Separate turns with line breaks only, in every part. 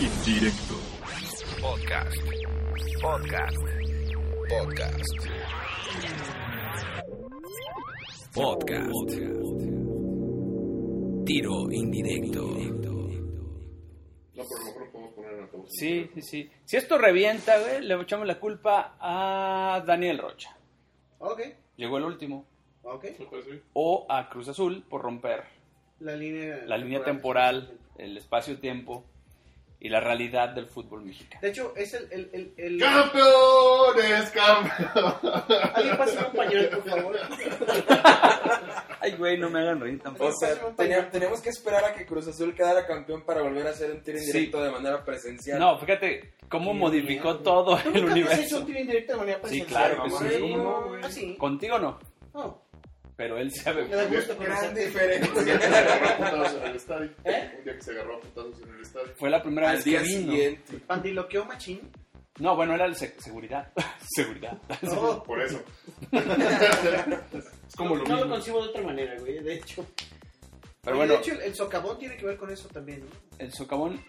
Indirecto.
Podcast. Podcast. Podcast. Podcast. Tiro indirecto.
No, pero a lo mejor lo podemos poner en altavoz.
Sí, sí, sí. Si esto revienta, güey, le echamos la culpa a Daniel Rocha.
Ok,
Llegó el último.
ok.
Pues sí.
O a Cruz Azul por romper
La línea,
la línea temporal, el espacio-tiempo y la realidad del fútbol mexicano.
De hecho, es el. el, el, el-
¡Campeones! ¡Campeones!
Alguien pásame un pañuelo, por favor.
Ay, güey, no me hagan reír
O
tampoco.
sea, tenía- teníamos que esperar a que Cruz Azul quedara campeón para volver a hacer un tiro indirecto de manera presencial.
No, fíjate cómo
Qué
modificó
mierda.
todo
¿Tú
el
nunca habías hecho
universo.
un tiro indirecto de manera
Sí,
presencial?
claro que
mamá,
sí.
¿cómo no,
Ah, sí.
Contigo no,
No,
pero él sabe.
me da gusto
Gran
conocerte.
Un
¿Eh?
diferencia.
día que se agarró
¿Eh?
a putazos en el estadio. Un día que se agarró a putazos en el estadio.
Fue la primera
Al
vez que
día
vino.
siguiente.
Pandiloqueo machín.
No, bueno, era el sec- seguridad. seguridad.
No,
Por eso.
Es como
no,
lo
no lo
mismo.
concibo de otra manera, güey. De hecho,
Pero
Oye,
bueno,
de hecho el, el socavón tiene que ver con eso también. ¿no?
el socavón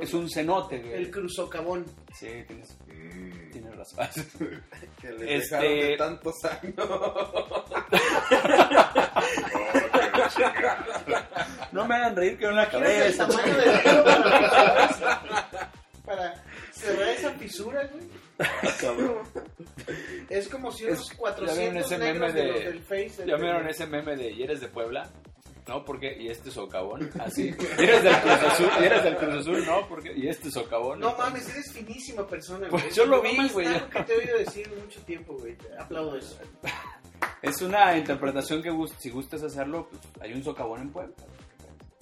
es un cenote, güey.
El cruzocavón.
Sí, tienes,
Mm.
tienes razón.
Que le
Este-
dejaron de tantos años.
Oh, qué chingada.
No me hagan reír que una
Imagínate el
cabeza.
tamaño del dedo para, para cerrar esa fisura, güey. Es como si unos
¿Ya vieron
400
ese meme
negros de,
de-
los del Face. del-
¿Ya vieron ese meme de y eres de Puebla? No, porque y este socavón, así. Y eres del Cruz Azul, y eres del Cruz Azul, no, porque y este socavón.
No mames, eres finísima persona,
Pues
güey.
yo lo
Es
vi,
más
güey.
largo que te he oído decir mucho tiempo, güey. Te aplaudo eso.
Es una interpretación que gust- si gustas hacerlo, pues, hay un socavón en Puebla.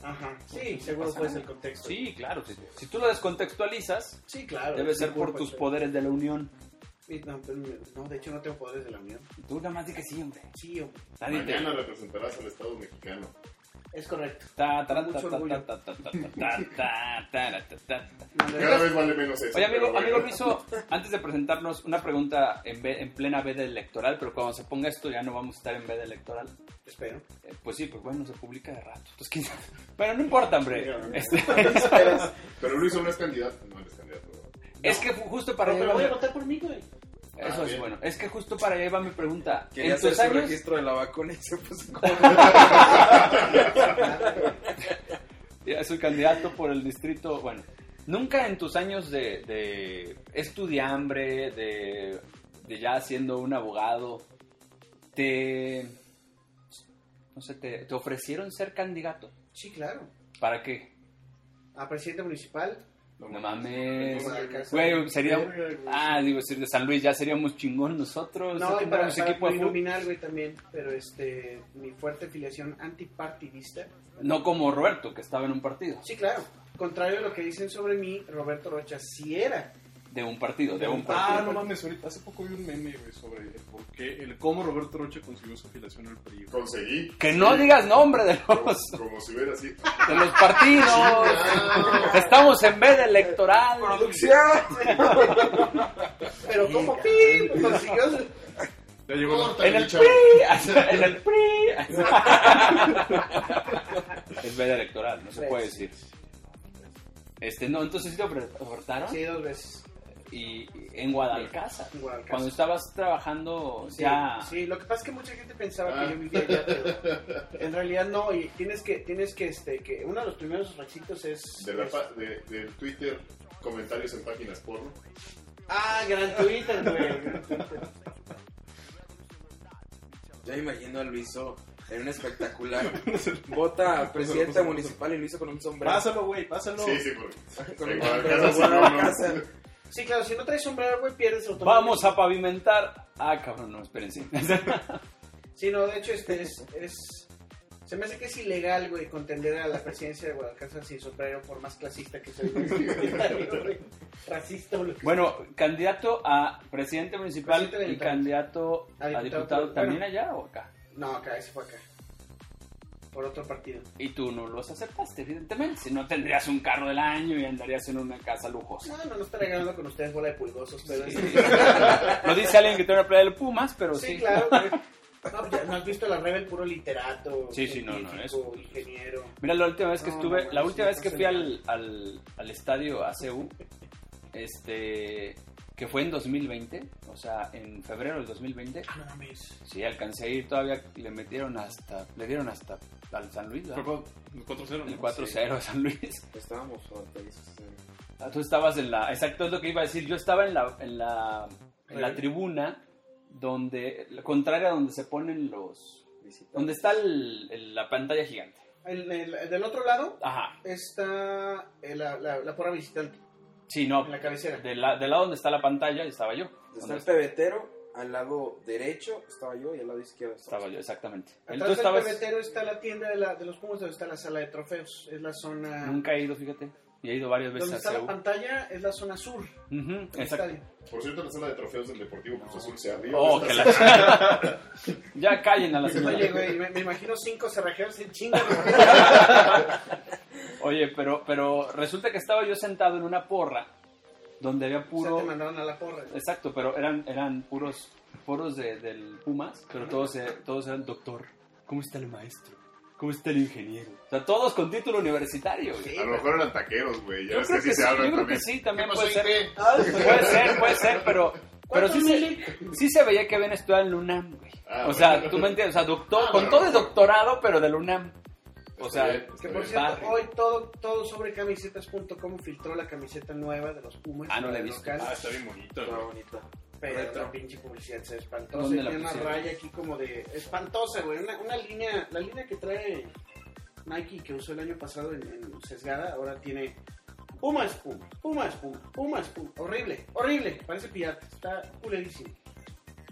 Ajá. Sí, seguro
pasa
fue ese el
nada.
contexto.
Sí, claro. Si, si tú lo descontextualizas,
Sí, claro.
debe
es
ser
mi
por
culpa,
tus
sí.
poderes de la unión.
No, pero no, de hecho no tengo poderes de la unión.
Y Tú nada más di que sí, hombre.
Sí, hombre.
Nadie te-
Mañana representarás al Estado mexicano.
Es correcto.
Ta, ta,
Mucho
ta, ta,
orgullo.
ta, ta, ta, ta, ta, ta, ta, ta.
Cada vez vale menos eso.
Oye, amigo,
pero bueno.
amigo Rizo, antes de presentarnos una pregunta en, ve- en plena veda electoral, pero cuando se ponga esto ya no vamos a estar en veda electoral.
Espero.
Eh, pues sí, pues bueno, se publica de rato. Entonces, ¿quién sabe? Bueno, no importa, hombre. Este,
Pero Luis no es candidato. No eres candidato. ¿verdad?
es que fu- justo para
Pero,
allá
pero voy a
iba-
votar por mí, güey.
Eso
Ah,
es
bien.
bueno. Es que justo para allá va mi pregunta. En
Quería hacer
tus
su
años,
registro de la vacuna y se puso como...
ya soy candidato por el distrito, bueno. Nunca en tus años de, de estudiambre, de, de ya siendo un abogado, te... No sé, te, te ofrecieron ser candidato.
Sí, claro.
¿Para qué?
A presidente municipal.
No mames.
No mames.
Güey, sería... Ah, digo, ser de San Luis ya seríamos chingón nosotros.
No, y para,
tendríamos
para
equipo de fútbol.
iluminar, güey, también. Pero este, mi fuerte filiación antipartidista.
No como Roberto, que estaba en un partido.
Sí, claro. Contrario a lo que dicen sobre mí, Roberto Rocha sí era.
De un partido, de un partido.
Ah, no mames, ahorita hace poco vi un meme, güey, sobre el por qué, el cómo Roberto Rocha consiguió su afiliación al PRI. güey.
Conseguí.
Que no digas nombre de
Como,
los,
como si hubiera sido.
de los partidos. Estamos en veda electoral.
Pero como ¡pim! consiguió su-
Ya llegó la-
En el
Corta,
PRI.
chavo.
En el PRI. Es veda electoral, no se puede decir. Este, no, entonces sí te ofre- ofertaron.
Sí, dos veces.
Y, y en Guadalcázar.
En Guadalcázar.
Cuando estabas trabajando
Sí,
ya.
sí, lo que pasa es que mucha gente pensaba
Ah.
que yo vivía allá, pero en realidad no, y tienes que, tienes que, este, que uno de los primeros requisitos es...
De la pa- de- del Twitter, comentarios en páginas porno.
Ah, gran Twitter, güey. gran Twitter.
Ya imagino a Luiso en un espectacular. Vota a presidente municipal y Luiso con un sombrero.
Pásalo, güey, pásalo.
Sí, sí, porque.
Con
en
un sombrero
Guadalajara sí,
bueno,
no,
casa.
no.
Sí, claro, si no traes sombrero, güey, pierdes automáticamente.
Vamos a pavimentar. Ah, cabrón, no, espérense.
Sí, no, de hecho, este es, es... Se me hace que es ilegal, güey, contender a la presidencia de Guadalajara sin sombrero, por más clasista que sea. güey. Racista o lo que
Bueno, candidato a presidente municipal
Presidente
y
municipal.
candidato a
A
diputado,
diputado, pero-
también
bueno.
allá o acá.
sea. No, acá, ese fue acá. Por otro partido.
Y tú no los aceptaste, evidentemente. Si no, tendrías un carro del año y andarías en una casa lujosa.
No, no, no está regalando con ustedes bola de pulgosos, pero... este-
Lo dice alguien que tiene una playa de Pumas, pero sí.
Sí, claro, güey. No, ya, ¿no has visto la Rebel puro literato.
Sí, sí, no, no,
científico, Ingeniero.
Mira, la última vez que
No,
estuve,
no,
la
no,
última
sí,
vez que
no
fui
sé.
al, al, al estadio ACU, este, que fue en 2020, o sea, en febrero del 2020,
Ah, no mames.
sí alcancé a ir, todavía le metieron hasta, le dieron hasta al San Luis,
Fue
¿verdad?
cuando- 4-0,
El
¿no?
4-0 a San Luis.
Estábamos fronterizos. eh.
Ah, Tú estabas en la, exacto es lo que iba a decir, yo estaba en la, en la, en la tribuna donde, contraria a donde se ponen los,
Visitamos.
donde está el- el- la pantalla gigante.
El- el- el del otro lado
Ajá,
está eh, la, la, la porra visitante.
sí, no,
En la cabecera.
del la- del lado donde está la pantalla estaba yo.
Está
Donde
el pebetero, al lado derecho estaba yo y al lado izquierdo
Estaba
estaba
yo, exactamente. Él,
Atrás
tú
del
estabas...
pebetero está la tienda de, la, de los Pumas, donde está la sala de trofeos. Es la zona.
Nunca he ido, fíjate. Y he ido varias veces
donde
a
está la
CEU.
pantalla es la zona sur
Ujú,
del
Exacto.
estadio.
Por cierto, la sala de trofeos del Deportivo Cruz Azul se abrió.
Oh, que la chingada. Ya callen a la
Oye,
señora.
güey, me, me imagino cinco cerrajeros en chinga.
Oye, pero, pero resulta que estaba yo sentado en una porra donde había
Puro... te
puro...
mandaron a la porra.
Exacto, pero eran, eran puros poros de, del Pumas, pero todos, eh, todos eran doctor. ¿Cómo está el maestro? ¿Cómo está el ingeniero? O sea, todos con título universitario. güey.
Sí,
A lo mejor eran taqueros, güey. Ya
Yo
ves
creo
que sí
que sí,
se
yo
hablan
creo que
también.
sí, también
¿Qué
puede
pasó,
ser.
Inge?
Ah,
Ah,
pues Puede ser, puede ser, pero. Pero sí se, sí se veía que habían estudiado en la UNAM, güey.
Ah,
o
bueno.
sea, tú me entiendes, o sea, doctor,
Ah,
con
bueno,
todo es
bueno.
doctorado, pero de la UNAM. O
Está
sea,
bien, está
Que por
bien.
cierto,
Barrio.
hoy todo, todo sobre camisetas.com filtró la camiseta nueva de los Pumas.
Ah, no la he
del
visto.
local,
Ah, está bien bonito.
Estaba
güey.
bonita.
pero
correcto.
la pinche publicidad se espantosa.
¿Dónde la
Tiene una
pusieron?
raya aquí como de. Espantosa, güey. Una, una línea. La línea que trae Nike que usó el año pasado en, en Sesgada ahora tiene. Pumas, Pumas, Pumas, Pumas, Pumas, Pumas. Horrible, horrible. Parece pirata. Está culerísimo.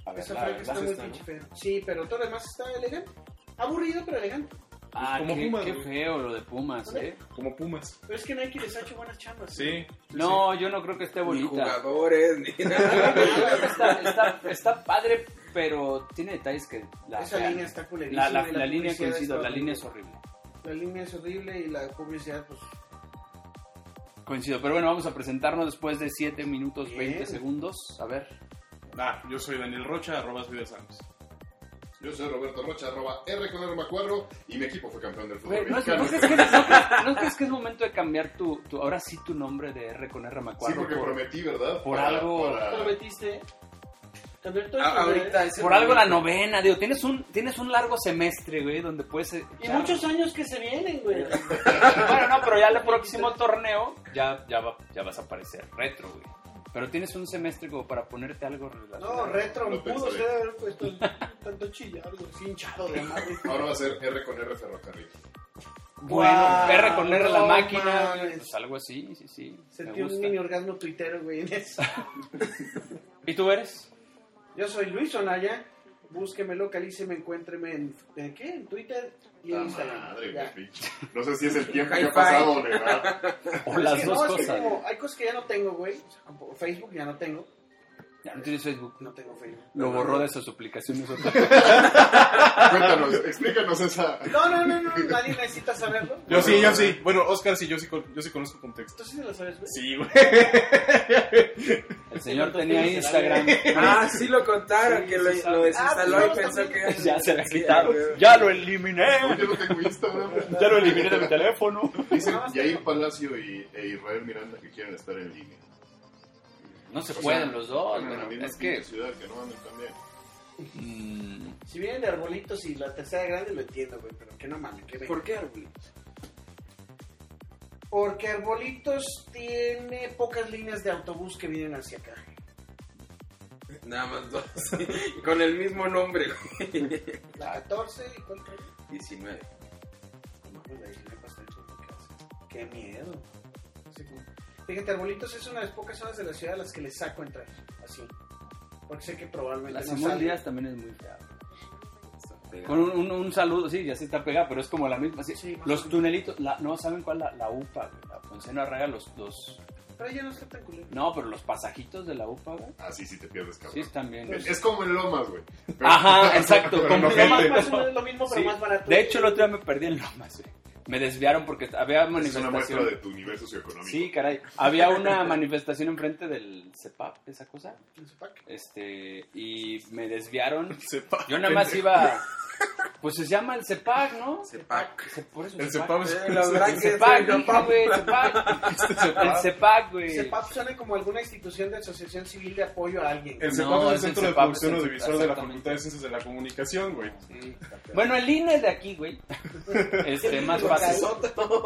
a ver,
Esa
la
franca
verdad.
está muy
está,
pinche fea. Sí, pero todo lo demás está elegante. Aburrido, pero elegante.
Ah,
Como
qué,
Pumas,
qué
güey.
feo lo de Pumas, ¿eh?
Como Pumas.
Pero es que Nike les ha hecho buenas chambas.
Sí.
No, yo no creo que esté
Ni
bonita.
jugadores, ni nada.
Está, está, está padre, pero tiene detalles que. La,
Esa
la-
línea está culerísima.
la, la-
y
la línea
publicidad
coincido,
está
la línea es
horrible.
horrible.
La línea es horrible y la publicidad, pues.
Coincido, pero bueno, vamos a presentarnos después de 7 minutos
Bien.
20 segundos. A ver.
Ah, yo soy Daniel Rocha, arroba soy de Sams.
Yo soy Roberto Rocha, arroba R con arroba cuadro, y mi equipo fue campeón del fútbol
Güey, ¿no, es-
mexicano.
no crees que, no crees- no crees que es momento de cambiar tu, tu- ahora sí tu nombre de R con R
Sí,
Macuarro
porque
por,
prometí, ¿verdad?
por
Para-
algo
para-
prometiste? Cambiar todo el
A- Ahorita es el
por algo la
momento.
novena, digo, tienes un tienes un largo semestre, güey, donde puedes eh,
Y
echar-
muchos años que se vienen, güey.
Bueno, no, pero ya el próximo torneo ya ya va- ya vas a aparecer retro, güey. Pero tienes un semestre como para ponerte algo relacionado.
No, retro,
Lo
pudo
pensaré.
ser haber puesto el- tanto chillo, algo así hinchado de madre.
Ahora va a ser R con R ferrocarril.
Bueno,
Guau,
R con R la
no
máquina,
mames.
pues algo así, sí, sí. Me
Sentí un
gusta.
mini orgasmo tuitero, güey, en eso.
¿Y tú eres?
Yo soy Luis Onaya. Búsqueme, localíceme, encuéntreme en, ¿en qué? En Twitter y en
Ah,
Instagram.
madre,
Ya.
güey, pinche. No sé si es el tiempo que
Hi-fi.
ha pasado, ¿verdad?
O
Pero es
las
que
dos
no, es que
cosas.
como, hay cosas que ya no tengo, güey. O sea, como Facebook ya no tengo.
Ya no tienes Facebook.
No tengo Facebook.
Lo borró de sus aplicaciones.
Cuéntanos, explícanos esa.
No, no, no, no. Nadie necesita saberlo.
Yo sí, yo sí. Bueno, Oscar sí, yo sí, con- yo sí conozco contexto.
¿Tú sí te lo sabes, güey?
Sí, güey.
El señor tenía Instagram.
Ah, sí lo contaron, que lo, lo desinstaló
Ah,
y
pues,
pensó que...
Ya se había
Sí,
quitado.
güey.
Ya lo eliminé.
Yo no tengo Instagram.
Ya lo eliminé de mi teléfono.
Dicen Yair Palacio y, e Israel Miranda que quieren estar en línea.
No se
O sea,
pueden los dos.
en la
pero
misma
es que.
ciudad que no anden también.
mm,
Si vienen de arbolitos y la tercera grande lo entiendo, güey, pero que no mames, que venga.
¿Por qué, güey?
Porque arbolitos tiene pocas líneas de autobús que vienen hacia acá.
Nada más dos. Con el mismo nombre, güey.
La 14 y cuál calle?
19.
No, pues, la 19 está en Cholucas. Qué miedo. Sí, güey. Fíjate, arbolitos es una de las pocas zonas de la ciudad a las que le saco entrar, así. Porque sé que probablemente
La
no
Simón
salga.
Díaz también es muy fea. Con un, un- un saludo, sí, ya se está pegada, pero es como la misma. sí.
Sí, más o
los
menos.
tunelitos, la- no saben cuál la, la UPA, güey, la Ponceno Arraiga, los, los.
Pero ya no está tan culero.
No, pero los pasajitos de la UPA, güey,
Ah, sí, sí te pierdes, cabrón.
sí están bien.
Es como en Lomas, güey.
Ajá, exacto,
Pero
como
no
Lo
Lomas,
gente.
más, más o menos lo mismo, pero
Sí.
más barato.
De hecho, el otro día me perdí en Lomas, güey. Me desviaron porque había
Es una muestra
manifestación.
de tu universo socioeconómico.
Sí, caray. Había una manifestación enfrente del CEPAP, esa cosa.
en su pack.
Este, y me desviaron.
Sepa.
Yo nada más iba. Pues se llama el CEPAC, ¿no?
Sepac.
Se- por eso
El
CEPAC.
Sepa es
Eh, los
El
brackets,
CEPAC,
el
dije,
Sepac.
güey, CEPAC. El CEPAC, güey.
CEPAP suena como alguna institución de asociación civil de apoyo a alguien.
El
No,
CEPAP es
es
el
el
Centro de
CEPAP,
Producción
es el-
Audiovisual de la
exactamente.
Facultad de Ciencias de la Comunicación, güey.
Bueno, el INE es de aquí, güey. Este, más fácil.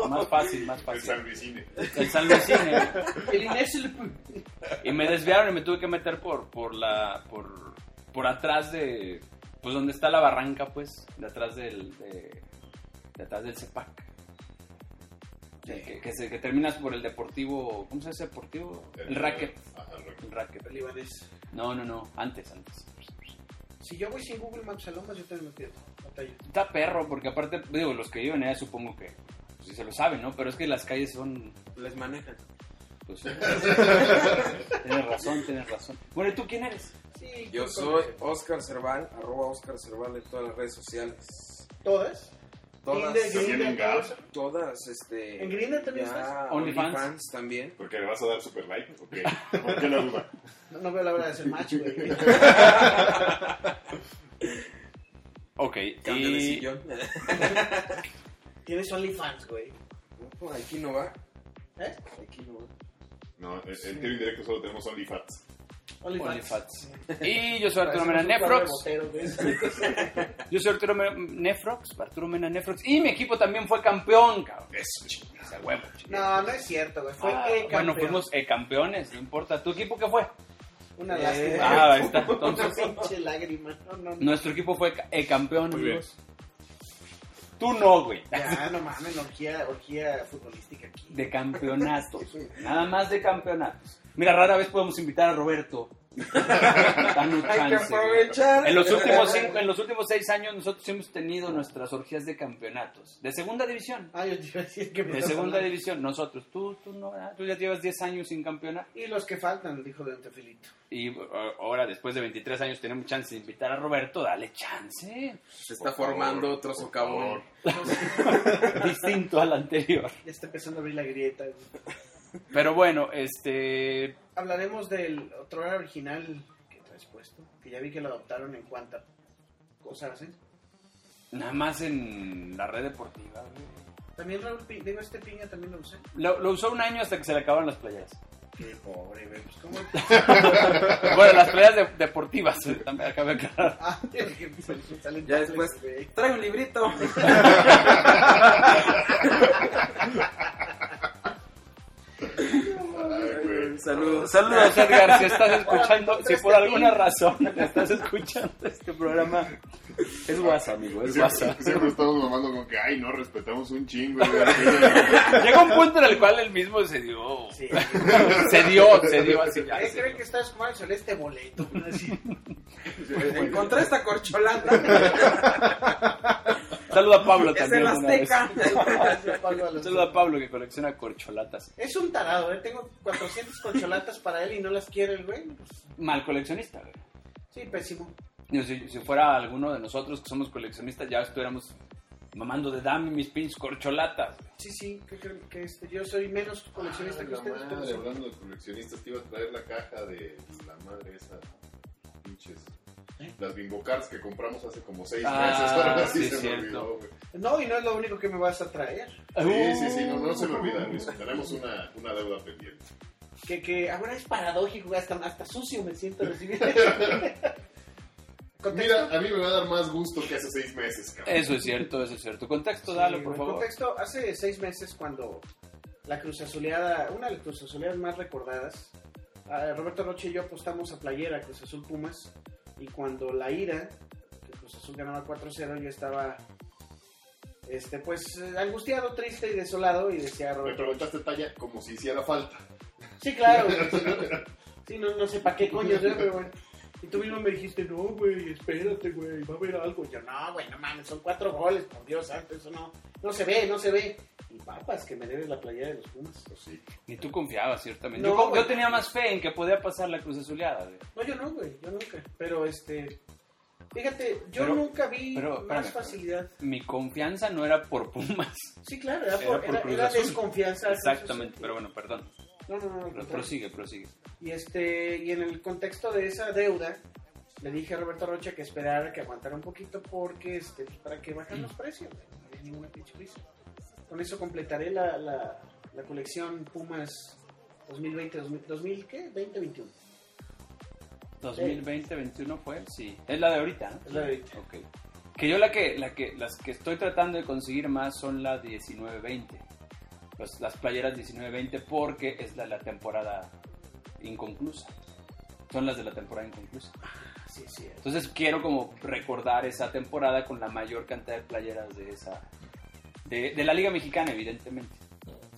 Más fácil, más
El
fácil.
San Vicine.
El San Lucine.
El Inés el-
Y me desviaron y me tuve que meter por, por la. por. por atrás de. Pues donde está la barranca, pues. De atrás del. de, de atrás del CEPAC. Que, que se- que terminas por el deportivo. ¿Cómo se dice deportivo?
Eh,
El racket.
Ajá, el racket.
El racket.
el libanés.
No, no, no. Antes, antes.
Si yo voy sin Google Maps a Lomas, yo también me pierdo. Batalla.
Está perro, porque aparte, digo, los que viven allá supongo que. pues, sí se lo saben, ¿no? Pero es que las calles son.
Les manejan.
Pues, sí. tienes razón, tienes razón. Bueno, ¿y tú quién eres?
Sí,
Yo soy Oscar Cerval, arroba Oscar Cerval en todas las redes sociales.
¿Todas?
Todas,
Tinder,
También
Grindr,
en
todo
Gab.
eso.
todas, este...
¿En Grindr también
ya,
estás?
OnlyFans.
OnlyFans también.
Porque le vas a dar super like. Ok. ¿Por qué la duda?
No, no veo la hora de hacer match, güey.
Ok,
Cambio de
y.
sillón.
Tienes OnlyFans, güey.
No, Aquí no va.
¿Eh?
Aquí no va.
No, en en tiro indirecto solo tenemos OnlyFats.
OnlyFans. Y yo soy Arturo
Parecemos
Mena
un cuadro de
Nefrox.
boteros, güey.
Yo soy Arturo Mena Nefrox, Arturo Mena Nefrox. Y mi equipo también fue campeón, cabrón.
Eso, chingada.
Ese huevo, chico.
No, no es cierto, güey. Fue
Ah,
el
bueno,
campeón.
fuimos eh, campeones, no importa. ¿Tu equipo qué fue?
Una
Eh,
lástima.
Ah, ahí está.
Una
Entonces,
pinche lágrima. No, no, no.
nuestro equipo fue el campeón,
Muy bien.
amigos. Tú no, güey.
Ya, no mames, orgía, orgía futbolística aquí.
De campeonatos. Nada más de campeonatos. Mira, rara vez podemos invitar a Roberto. Danos
Hay que
chance, güey.
aprovechar.
En los, últimos cinco- en los últimos seis años nosotros hemos tenido nuestras orgías de campeonatos. De segunda división.
Ah, yo te iba a decir que me
De
estás
segunda
hablando.
división, nosotros, tú, tú no, ¿verdad? tú ya llevas 10 años sin campeonar
Y los que faltan, dijo Dante Filito.
y uh, ahora después de 23 años tenemos chance de invitar a Roberto, dale chance,
Se está
Por favor,
formando otro
por
socavón.
favor.
distinto al anterior.
Ya está empezando a abrir la grieta. güey.
Pero bueno, este,
Hablaremos del otro hora original que traes puesto. Que ya vi que lo adoptaron en cuánta cosa hacen.
nada más en la red deportiva. güey.
También Raúl Pi- digo, este piña también lo usé.
Lo, lo usó un año hasta que se le acabaron las playas.
Qué pobre, güey. Pues cómo.
Bueno, las playas de- deportivas, también acabo de aclarar.
Ah, es que sal- salen
Ya
tazos,
después-
güey.
Trae un librito.
Ay, güey.
Saludos.
Saludos Edgar, si estás escuchando,
Hola,
si por alguna razón estás escuchando este programa, es WhatsApp, amigo, es WhatsApp.
Siempre, siempre estamos mamando con que, ay, no, respetamos un chingo. güey.
Llega un punto en el cual él mismo se dio.
Sí.
Se dio, se dio así ya.
¿Qué
se
Eh, creen
dio.
que estás jugando con este boleto? ¿no? Así.
Encontré esta corcholata.
Saluda a Pablo
es
también.
el
una vez.
Azteca.
Gracias, Pablo, a los
Saluda a
dos.
Pablo que colecciona corcholatas.
Es un tarado, ¿eh? Tengo 400 concholatas para él y no las quiere el güey. Pues,
Mal coleccionista, güey.
sí, pésimo.
Yo, Si, si fuera alguno de nosotros que somos coleccionistas, ya estuviéramos mamando de dame mis pinches corcholatas.
Sí, sí, que, creen que este, yo soy menos coleccionista
Ay,
que
la
ustedes.
madre,
pero soy-
hablando de coleccionistas, te iba a traer la caja de la madre esa. Pinches. Las bingo cards que compramos hace como seis
Ah,
meses. Ahora sí,
sí,
se
cierto.
me olvidó, güey.
No, y no es lo único que me vas a traer.
Sí, sí, sí, no, no se me olvida, Luis. Tenemos una, una deuda pendiente.
Que, que ahora es paradójico, güey, hasta, hasta sucio me siento recibir. Contexto.
Mira, a mí me va a dar más gusto que hace seis meses, cabrón.
Eso es cierto, eso es cierto. Contexto,
Sí,
dale, por
güey,
favor.
contexto, hace seis meses cuando la Cruz Azuleada, una de las Cruz Azuleadas más recordadas, eh, Roberto Roche y yo apostamos a Playera, Cruz Azul Pumas, y cuando la ira, que Cruz Azul ganaba 4-0, yo estaba... Este, pues eh, angustiado, triste y desolado, y decía
Me
Roberto.
preguntaste talla como si hiciera falta.
Sí, claro, güey, sí, no- sí, no, no sé para qué coño, ¿verdad? pero bueno. Y tú mismo me dijiste, no, güey, espérate, güey, va a haber algo. Y yo, no, güey, no mames, son cuatro goles, por Dios santo, eso no, no se ve, no se ve. Y papas, que me debes la playera de los Pumas.
Pues sí.
Ni tú confiabas, ciertamente.
No,
yo, yo
güey.
tenía más fe en que podía pasar la cruz azuleada. güey.
No, yo no, güey, yo nunca. Pero este, Fíjate, yo
Pero-
nunca vi
pero, espérame.
más facilidad.
Mi confianza no era por Pumas.
Sí, claro, era,
Era
por,
por
era-
Cruz
era
Azul.
desconfianza. al Cruz
Exactamente,
Azul.
pero bueno, perdón.
No, no, no, al
Pro-
contrario.
Prosigue, prosigue.
Y, este, y en el contexto de esa deuda, le dije a Roberto Rocha que esperara, que aguantara un poquito, porque este, pues, para que bajen los precios. No había ninguna pinche prisa. Con eso completaré la, la, la colección Pumas 2020, 2000, 2000 ¿qué? 2021.
2020-21 fue, sí. Es la de ahorita, ¿no?
Es la de ahorita.
Ok. Que yo la que, la que, las que estoy tratando de conseguir más son la 19-20. Las- las playeras 19-20 porque es la, la temporada inconclusa. Son las de la temporada inconclusa.
Así es cierto.
Entonces quiero como recordar esa temporada con la mayor cantidad de playeras de esa... De, de la Liga Mexicana, evidentemente.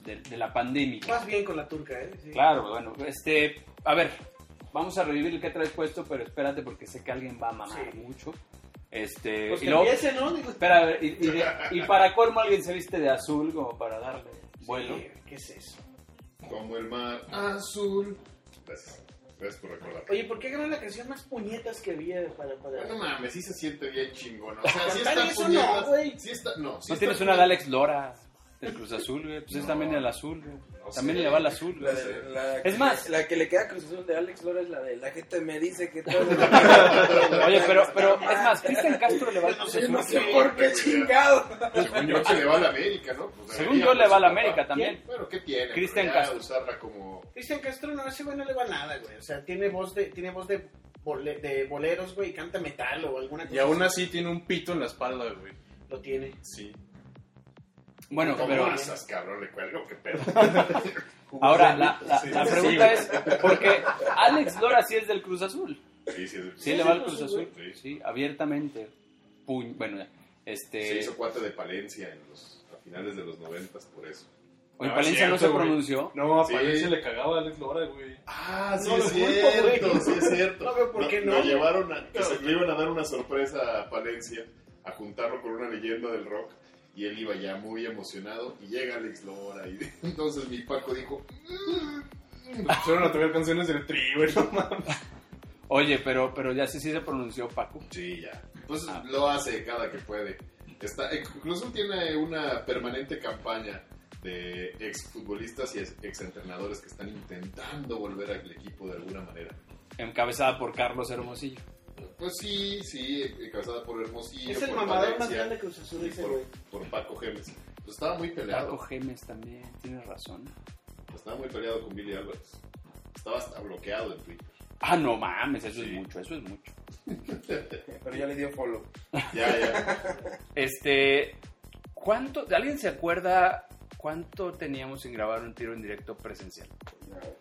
De, de la pandemia.
Más bien con la turca, ¿eh? Sí.
Claro, bueno, este, a ver, vamos a revivir el que traes puesto, pero espérate porque sé que alguien va a mamar
Sí.
mucho. Este,
Pues
y
que
luego-
empiece, ¿no? Digo,
espera, a ver, y, y de- y para colmo alguien se viste de azul como para darle vuelo.
sí, pues ¿Qué es eso?
Como el mar azul. Gracias. Gracias por recordar.
Oye, ¿por qué ganó la canción más puñetas que había para... para...
No mames, sí se siente bien chingón. O sea, sí
Cantar
está
eso
puñetas,
no, güey.
Sí está, no, sí
¿No
está
tienes una de
puñetas.
Alex Lora del Cruz Azul, güey? Pues es
No.
también el azul, güey.
No
También
sé.
le va el azul,
La
güey.
de- la-
Es más-
la que le queda a Cruz Azul de Alex Lora es la de la gente me dice que todo.
Oye, pero, pero es más, Cristian Castro le va al Cruz
Yo no
Azul.
sé por qué chingado.
Según yo, se le va a la América, ¿no? Pues
Según
debería,
yo,
pues,
le va a la
papá.
América también.
Bueno, ¿qué tiene?
Cristian
Pero ya
Castro.
usarla como...
Cristian Castro no, ese güey no le va nada, güey. O sea, tiene voz de, tiene voz de, bole- de boleros, güey, y canta metal o alguna cosa.
Y aún así tiene un pito en la espalda, güey.
Lo tiene.
Sí.
Bueno,
¿Cómo
pero
haces, cabrón? Le cuelgo, qué pedo.
ahora la, la- la pregunta es, porque Alex Lora sí es del Cruz Azul.
Sí, sí,
Sí,
Sí,
le va
sí,
al Cruz
sí,
Azul.
güey.
Sí, abiertamente. Puñ- bueno, ya.
Se
Este.
hizo cuate de Palencia en los, a finales de los noventas por eso.
Oye,
No,
Palencia no
Ah, cierto,
se
güey.
pronunció.
No, a
Sí.
Palencia le cagaba a Alex Lora, güey.
Ah,
sí es cierto,
sí es cierto.
No veo por qué no.
Lo llevaron a, que se- le iban a dar una sorpresa a Palencia, a juntarlo con una leyenda del rock, y él iba ya muy emocionado, y llega Alex Lora, y entonces mi Paco dijo, "Mm,
Empezaron a tocar canciones del tri, güey, no mames.
Oye, pero, pero ya sí, sí se pronunció Paco.
sí, ya. Ah. Entonces Pues, lo hace cada que puede. Está, incluso tiene una permanente campaña de exfutbolistas y ex- exentrenadores que están intentando volver al equipo de alguna manera.
Encabezada por Carlos Hermosillo.
Pues sí, sí, encabezada por Hermosillo.
es el
por
mamador más
Valencia.
grande que Cruz Azul,
Sí,
ese
por,
güey.
por Paco Gemes. Pues estaba muy
Paco
peleado.
Gemes también, tienes razón.
Estaba muy peleado con Billy Álvarez. Estaba hasta bloqueado en Twitter.
Ah, no mames, eso es
Sí.
mucho, eso es mucho.
Pero ya le dio follow.
Ya, ya.
Este. ¿Cuánto. ¿Alguien se acuerda cuánto teníamos sin grabar un tiro en directo presencial?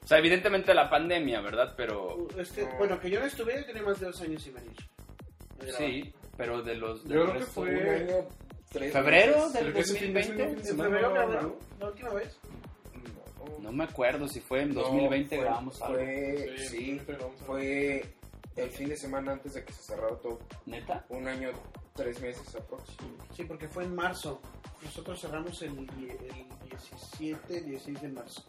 O sea, evidentemente la pandemia, ¿verdad? Pero.
Este, Bueno, que yo no estuviera, yo tenía más de dos años y medio. De grabar.
Sí, pero de los.
Yo
del
creo que
resto-
fue-
Un año, tres
¿Febrero
meses.
del
Creo que ese fin de
2020?
semana, fin de
¿En
semana,
febrero
no,
grabaron
no.
la última vez?
No,
No me acuerdo si fue en
No,
2020
fue-
grabamos algo.
Fue,
Sí,
sí,
grabamos algo.
fue el fin de semana antes de que se cerrara todo.
¿Neta?
Un año, tres meses aproximadamente.
Sí, porque fue en marzo. Nosotros cerramos el, el 17, 16 de marzo.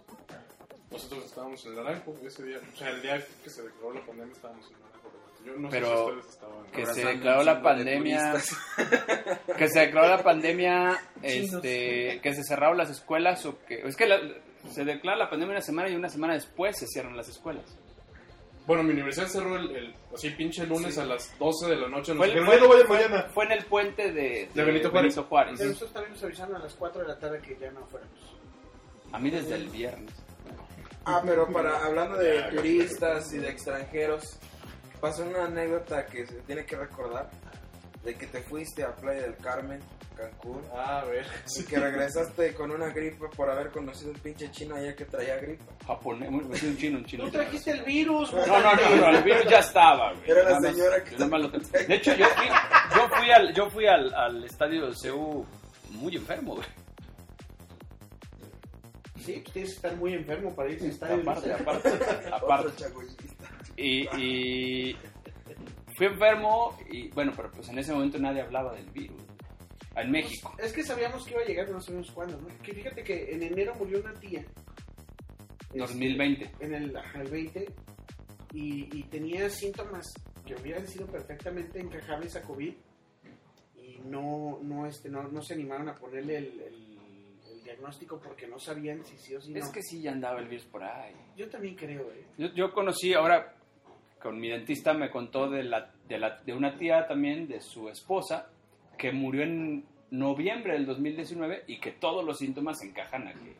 Nosotros estábamos en Naranjo ese día. O sea, el día que se declaró la pandemia estábamos en Naranjo. Roberto. Yo no
Pero-
sé si ustedes estaban.
que se
Abrazando
declaró
un
la
chingo de
pandemia.
turistas.
Que se declaró la pandemia,
Chinos.
este, que se cerraron las escuelas o que... Es que la- se declara la pandemia una semana y una semana después se cierran las escuelas.
Bueno, mi universidad cerró el, el- así pinche lunes
Sí.
a las 12 de la noche. Nos
Fue el-
dijeron,
fue-
"Ay, no vayan mañana.
Fue en el puente de,
De Benito Juárez.
Juárez.
Pero nosotros también nos avisaron a las 4 de la tarde que ya no fuéramos.
A mí desde el viernes.
Ah, pero para, hablando de
Ya,
turistas y de extranjeros, pasó una anécdota que se tiene que recordar. De que te fuiste a Playa del Carmen, Cancún,
Ah, a ver.
y que regresaste con una gripa por haber conocido un pinche chino allá que traía gripa.
Japonés, bueno, sí, un chino, un chino.
Tú trajiste el virus,
No,
güey.
no, no, no, el virus ya estaba, güey.
Era la
Nada más-
señora que-
nada más lo tenía. De hecho, yo fui, yo fui, al, yo fui al, al estadio del CU muy enfermo, güey.
Sí, pues tienes que estar muy enfermo para irse a estar en
Aparte, aparte, aparte.
Otro chagoyista.
Y, y fui enfermo y bueno, pero pues en ese momento nadie hablaba del virus. En México.
Pues, es que sabíamos que iba a llegar, pero no sabíamos cuándo, ¿no? Que fíjate que en enero murió una tía. Este,
2020.
En el, ajá, el 20. Y, y tenía síntomas que hubieran sido perfectamente encajables a COVID y no, no, este, no, no se animaron a ponerle el, el- el diagnóstico porque no sabían si sí o si no.
Es que sí ya andaba el virus por ahí.
Yo también creo, ¿eh?
Yo, yo conocí ahora, con mi dentista me contó de, la, de, la- de una tía también, de su esposa, que murió en noviembre del 2019 y que todos los síntomas encajan a que,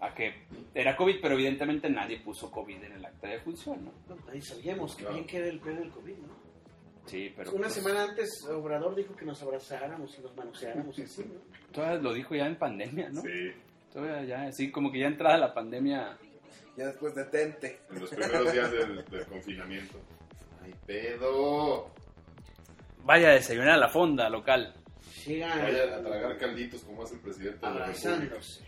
a que era COVID, pero evidentemente nadie puso COVID en el acta de función, ¿no?
No, ahí sabíamos que
Claro.
bien que era el pedo del COVID, ¿no?
Sí, pero...
Una
pues,
semana antes, Obrador dijo que nos abrazáramos y nos manoseáramos y así, ¿no?
Todavía lo dijo ya en pandemia, ¿no?
Sí,
Todavía ya, así como que ya entrada la pandemia...
Ya después detente.
en los primeros días del, del confinamiento. ¡Ay, pedo!
Vaya a desayunar a la fonda local.
Vaya a
Sigan
tragar calditos como hace el presidente de la República.
abrazándose.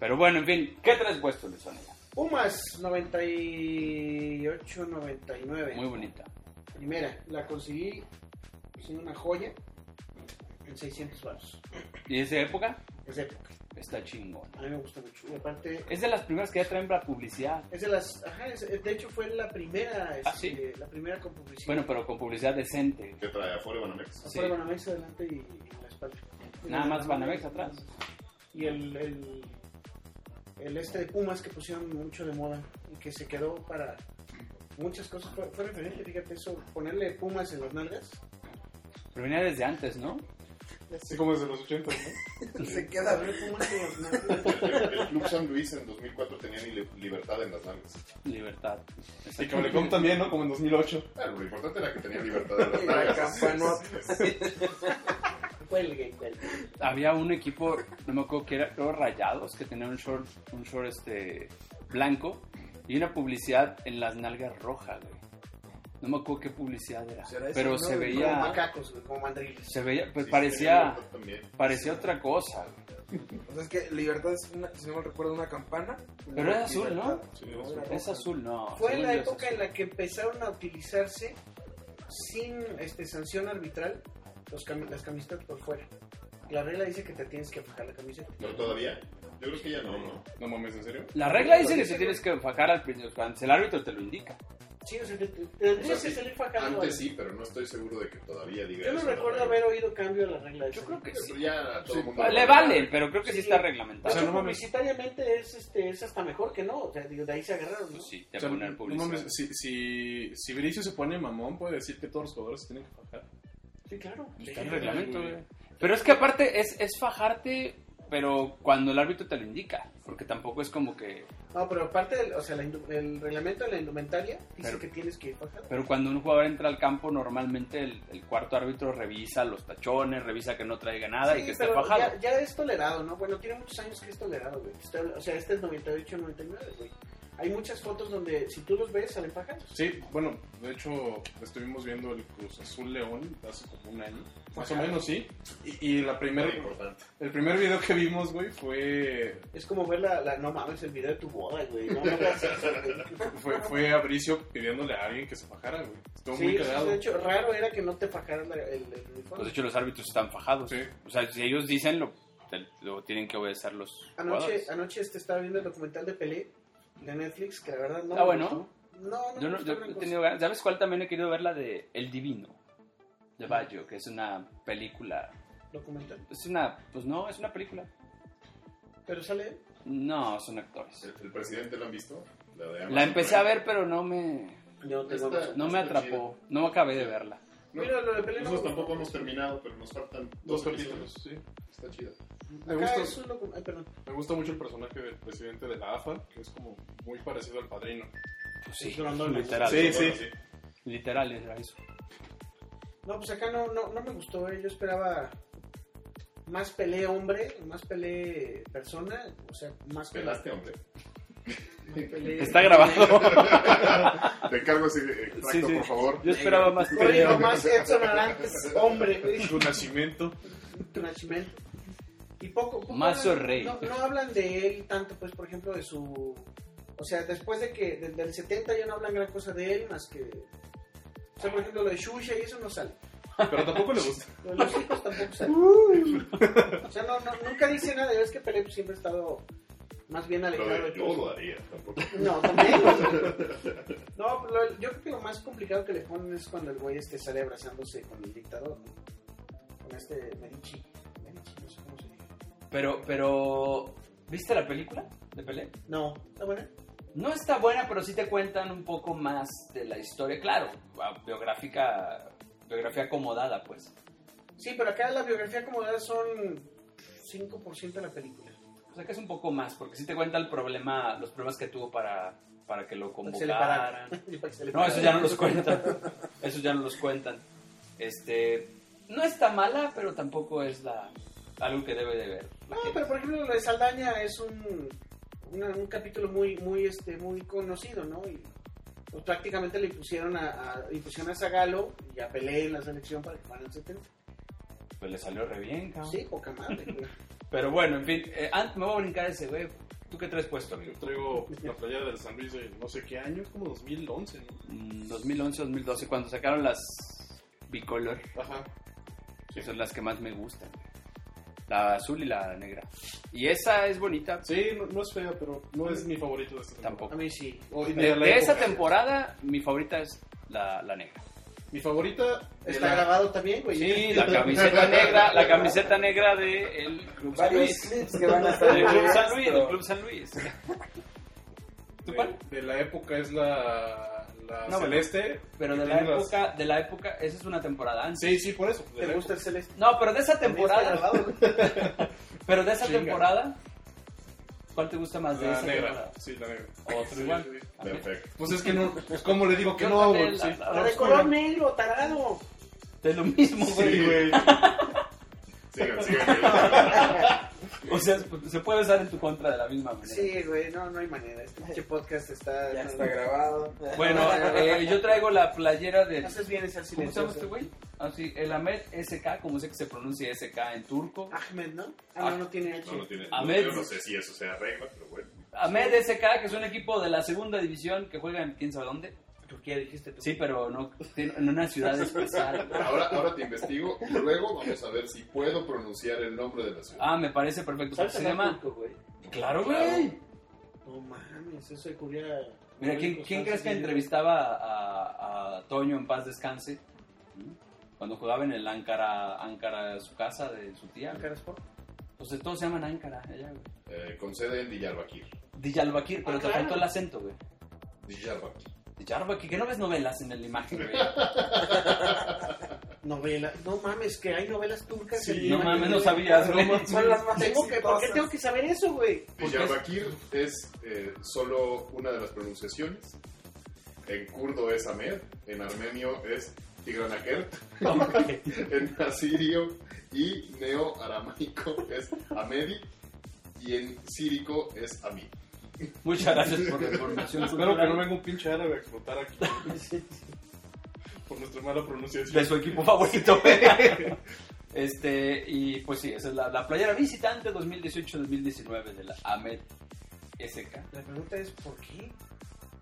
Pero bueno, en fin, ¿qué tres puestos le son ella?
Pumas 98, 99.
Muy bonita.
Primera, la conseguí siendo una joya en 600 baros.
¿Y es de época?
Es de época.
Está chingón.
A mí me gusta mucho. Y aparte,
Es de las primeras que ya traen para publicidad.
es de las. Ajá, es- de hecho fue la primera.
Ah,
este, La primera con publicidad.
Bueno, pero con publicidad decente.
¿Qué trae? ¿Afuera Banamex?
Afuera
sí.
Banamex adelante y en la espalda.
Nada más Banamex atrás.
Y el, el, el este de Pumas que pusieron mucho de moda y que se quedó para muchas cosas. Fue, fue referente, fíjate eso, ponerle Pumas en las nalgas.
Pero venía desde antes, ¿no?
Así como desde los 80, ¿no?
Se queda.
Ponerle Pumas en las nalgas.
El, el Club San Luis en 2004 tenía ni li- libertad en las nalgas.
Libertad.
Y Cablecom también, ¿no? Como en 2008.
Claro, lo importante era que tenía libertad en las
La
nalgas.
campanota.
Cuelgue, cuelgue.
Había un equipo, no me acuerdo que era, creo Rayados, que tenía un short, un short este, blanco y una publicidad en las nalgas rojas, güey. No me acuerdo qué publicidad era.
¿Será ese,
Pero
no?
se
Como
Como
veía,
macacos, güey, como mandriles.
se veía, pues
Sí, tenía
parecía,
libertad también.
parecía otra cosa, güey.
O sea, es que Libertad es, una, si no me recuerdo, una campana.
Pero era azul, ¿no?
Libertad.
Sí,
No,
azul.
era
Es
roja.
azul, no.
Fue
según
la
yo es
época
azul.
en la que empezaron a utilizarse sin este, sanción arbitral los cami- las camisetas por fuera. La regla dice que te tienes que fajar la camiseta.
¿No todavía? Yo creo que ya no, ¿no?
No mames, ¿en serio?
La regla dice que se tienes que enfajar al principio. Cuando el árbitro te lo indica.
Sí, o sea, te, te- te
O sea,
tienes
sí,
que salir fajando. algo.
Antes sí, pero no estoy seguro de que todavía diga
Yo no
eso,
recuerdo haber oído cambio a la regla de
Yo
esa.
creo que sí.
Pero ya a todo
Sí.
mundo
Le vale, pero creo que sí
Sí.
está
De
reglamentado.
O sea,
hecho,
no mames.
publicitariamente es, este, es hasta mejor que no. O sea, digo, de ahí se agarraron. ¿no?
Pues sí, te
O sea,
ponen
no
publicidad.
mames, si, si, si Bricio se pone mamón, puede decir que todos los jugadores se tienen que bajar.
Sí, claro.
Está en
Sí,
reglamento,
güey.
güey. Pero es que aparte es, es fajarte, pero cuando el árbitro te lo indica. Porque tampoco es como que.
No, pero aparte, del- o sea, la indu- el reglamento de la indumentaria dice
Pero-
que tienes que ir fajado.
Pero cuando un jugador entra al campo, normalmente el, el cuarto árbitro revisa los tachones, revisa que no traiga nada y
Sí,
que esté
pero
fajado.
Ya, ya es tolerado, ¿no? Bueno, tiene muchos años que es tolerado, güey. Estoy habla- O sea, este es 98, 99, güey. Hay muchas fotos donde, si tú los ves, salen fajados.
Sí, bueno, de hecho, estuvimos viendo el Cruz Azul León hace como un año. Más o
Ajá.
menos, sí. Y, y la
Era
primer,
importante.
el primer video que vimos, güey, fue,
Es como ver la, la- no mames, el video de tu boda, güey. No, no hagas eso, güey.
fue, fue a Bricio pidiéndole a alguien que se bajara, güey. Estuvo
Sí,
muy
o sea,
cagado.
de hecho, raro era que no te fajaras la- el, el uniforme.
Pues de hecho, los árbitros están fajados.
Sí.
O sea, si ellos dicen, lo, te- lo tienen que obedecer los
Anoche,
jugadores.
anoche este estaba viendo el documental de Pelé de Netflix, que la verdad no.
Está
me
bueno.
gustó. No, no,
Yo
me
no,
gustó
yo
gran
he
cosa.
tenido ganas. ¿Sabes cuál también he querido ver? La de El Divino, de Baggio, que es una película.
Documental.
Es una, pues no, es una película.
Pero sale. ¿eh? él.
No, son actores.
¿El, el presidente lo han visto? La, de Amazon
La empecé a
Prime.
ver, pero no me,
Yo tengo
Esta-
razón.
no me atrapó. No me acabé de verla.
No,
Mira, lo de Pelé no me
pues
Nosotros
gustó.
tampoco hemos terminado, pero nos faltan
Dos
dos capítulos.
capítulos, sí.
Está chida.
Acá
Me gusta,
es un docu- ay, perdón.
me gusta mucho el personaje del presidente de la AFA, que es como muy parecido al padrino.
Pues
sí,
sí,
grandones.
literal.
Sí, sí.
Literal, era eso.
No, pues acá no, no, no me gustó, eh. yo esperaba más Pelé hombre, más Pelé persona, o sea, más Pelé.
Pelaste, hombre.
más Pelé-
Está grabado.
Te cargo ese eh, extracto,
Sí, sí.
por favor.
Yo esperaba más
Oye,
pelea.
más Edson Arantes, hombre, güey.
Su nacimiento.
tu nacimiento. Y poco. poco
Más
hablan-
rey.
No, no hablan de él tanto, pues, por ejemplo, de su. O sea, después de que. Desde el 70 ya no hablan gran cosa de él, más que. O sea, por ejemplo, lo de Shusha y eso no sale.
Pero tampoco le gusta.
Lo de los hijos tampoco sale. O sea, no, no, nunca dice nada. Ya ves que Pelé pues, siempre ha estado más bien
Lo
alejado
de
de
yo
todo.
lo haría, tampoco.
No, también. güey. no, pero yo creo que lo más complicado que le ponen es cuando el güey este sale abrazándose con el dictador, ¿no? Con este Medici. Medici, no sé cómo se diga.
Pero, pero. ¿Viste la película de Pelé?
No, está buena.
No está buena, pero sí te cuentan un poco más de la historia. Claro, va- biográfica. Biografía acomodada, pues.
Sí, pero acá la biografía acomodada son 5% de la película.
O sea que es un poco más, porque sí te cuenta el problema, los problemas que tuvo para, para que lo
Para que se le parara.
convocaran.
Para que se le
No,
parara.
eso ya no los cuentan. Eso ya no los cuentan. Este. No está mala, pero tampoco es la. Algo que debe de ver.
No, pero por ejemplo lo de Saldaña es un, una- un capítulo muy, muy, este, muy conocido, ¿no? Y pues, prácticamente le impusieron a, a- impusieron a Zagalo y a Pelé en la selección para que fueran al 70.
Pues le salió re bien, cabrón.
Sí, poca madre, güey.
Pero bueno, en fin. eh, ah, me voy a brincar ese, güey. ¿Tú qué traes puesto, amigo?
Traigo la playera del San Luis de no sé qué año, es como 2011, ¿no?
Mm, 2011, 2012, cuando sacaron las bicolor,
Ajá.
que son las que más me gustan. La azul y la negra. Y esa es bonita.
Sí, no, no es fea, pero no es mi favorito de este esta
Tampoco.
A mí sí.
temporada. O- y
De,
de la
de esa
época.
temporada, mi favorita es la, la negra.
Mi favorita de
Está
la-
grabado también, güey.
Sí, la camiseta negra, la camiseta negra de el Club San
Varios
Luis.
clips que van a estar
Del
en
Club
esto.
San Luis, del Club San Luis. ¿Tú cuál?
de, de la época es la, la
No,
celeste.
Pero
que
de la
tiene las-
época, de la época, esa es una temporada antes.
Sí, sí, por eso. de
¿Te
la
gusta el celeste?
No, pero de esa
También está
temporada,
grabado, güey.
pero de esa
Chinga.
temporada, ¿cuál te gusta más de
La
esa
negra.
temporada?
Sí, la negra.
Otro
Sí,
igual.
sí.
Perfecto.
Pues es que no, pues cómo le digo que
Yo
no,
también,
güey.
la-
Sí.
la-
La de color negro, tarado.
Es lo mismo, güey.
Sí, güey. Sigan, sigan. güey.
O sea, se puede usar en tu contra de la misma manera.
Sí, güey, no, no hay manera. Este pinche podcast está.
Ya
no,
está
no.
grabado.
Bueno, eh, yo traigo la playera del...
Haces bien en ser
¿Cómo se llama este
silencioso.
güey? Ah, sí, el Ahmed SK, como sé que se pronuncia SK en turco.
Ahmed, ¿no? Ah, no, no tiene H.
No, no tiene.
A
no,
ver.
yo no sé si eso sea regla, pero bueno.
Ahmed SK, que es un equipo de la segunda división que juega en quién sabe dónde.
Turquía dijiste tú.
Sí, pero no en una ciudad especial.
Ahora, ahora te investigo y luego vamos a ver si puedo pronunciar el nombre de la ciudad.
Ah, me parece perfecto.
¿Sabes
se
hablar
llama?
turco, güey?
Claro, güey.
No mames, eso de cubría.
Mira,
Pues,
¿quién, quién crees que entrevistaba a, a Toño en paz descanse? ¿Mm? Cuando jugaba en el Ankara, Ankara, su casa de su tía. güey. Entonces todos se llaman Ankara. Allá, güey.
Eh, con sede en Diyarbakir.
Diyarbakir, pero
Ah,
te
claro.
faltó el acento, güey.
Diyarbakir.
Diyarbakir, que no ves novelas en la imagen, güey.
Novela. No mames, que hay novelas turcas.
Sí,
en
No
el-
mames, no sabías, güey.
Son las más
Tengo que, ¿Por qué
exitosas.
tengo que saber eso, güey?
Porque
Diyarbakir es eh, solo una de las pronunciaciones. En kurdo es Ahmed, en armenio es Tigranakert, en asirio y neo-aramaico es Amedi y en sírico es Ami.
Muchas gracias por la información.
Espero que
cultural
no venga un pinche árabe a explotar aquí. por nuestra mala pronunciación.
de su equipo favorito. este, y pues sí, esa es la, la playera visitante 2018-2019 de la AMED SK.
La pregunta es: ¿por qué?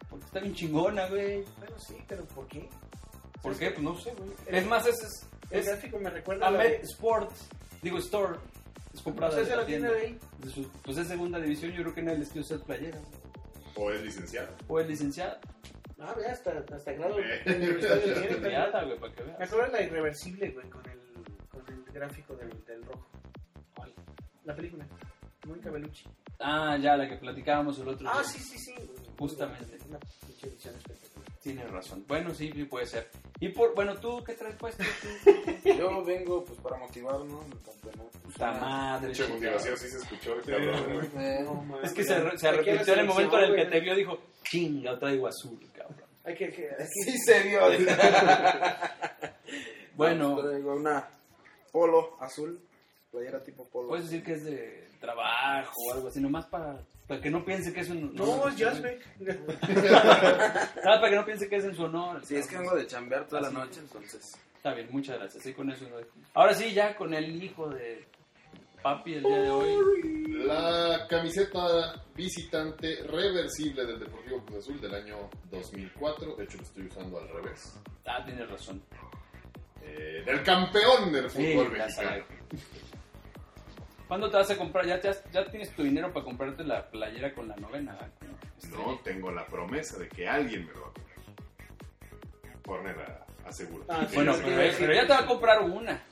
Porque está bien chingona, güey.
Bueno, sí, pero ¿por qué?
¿Por qué? Pues no sé, güey.
El-
Es más, es,
El
es, es
gráfico me recuerda a la
AMED
de.
Sports, digo Store. Es comprada
Pues es
de
de
la
la tienda de ahí.
de su- pues es segunda división, yo creo que nadie les quiso ser playera.
O es licenciado.
O el licenciado.
Ah, vea, hasta, hasta grado.
Eh.
de universitario tiene, pero-
Pirata, güey, para que
Me
veas.
acuerdo de la irreversible, güey, con el, con el gráfico del, del rojo. ¿Cuál? La película. Mónica Bellucci.
Ah, ya, la que platicábamos el otro
Ah,
día.
sí, sí, sí.
Justamente.
Una pinche edición espectacular.
Tienes razón. Bueno, sí, sí puede ser. Y por, bueno, tú, ¿qué traes puesto?
Yo vengo pues para motivarnos del campeonato.
Puta madre.
Mucha
chingada.
motivación, sí se escuchó. cabrón, güey.
Eh, no,
Es que se, se arrepintió en el momento en el que te vio, dijo, chinga, traigo azul, cabrón.
Hay que, que- hay que-
Sí se vio.
Bueno,
Traigo una polo azul, playera tipo polo.
puedes decir que es de trabajo o algo así, nomás para, para que no piense que es un...
No, es jazz, güey.
Nada, para que no piense que es en su honor.
Sí, es que vengo de chambear toda la noche, entonces.
Está bien, muchas gracias. Sí, con eso. no hay- Ahora sí, ya con el hijo de papi el día de hoy.
La camiseta visitante reversible del Deportivo Cruz Azul del año 2004. De hecho, lo estoy usando al revés.
Ah, tienes razón.
Eh, del campeón del
Sí,
fútbol
ya sabes.
mexicano.
¿Cuándo te vas a comprar? Ya, te has- ya tienes tu dinero para comprarte la playera con la novena. ¿verdad?
No tengo la promesa de que alguien me lo va a comprar. Corner a- asegura.
Ah, sí,
Bueno,
sí,
eh,
pero, pero ya te va a comprar una.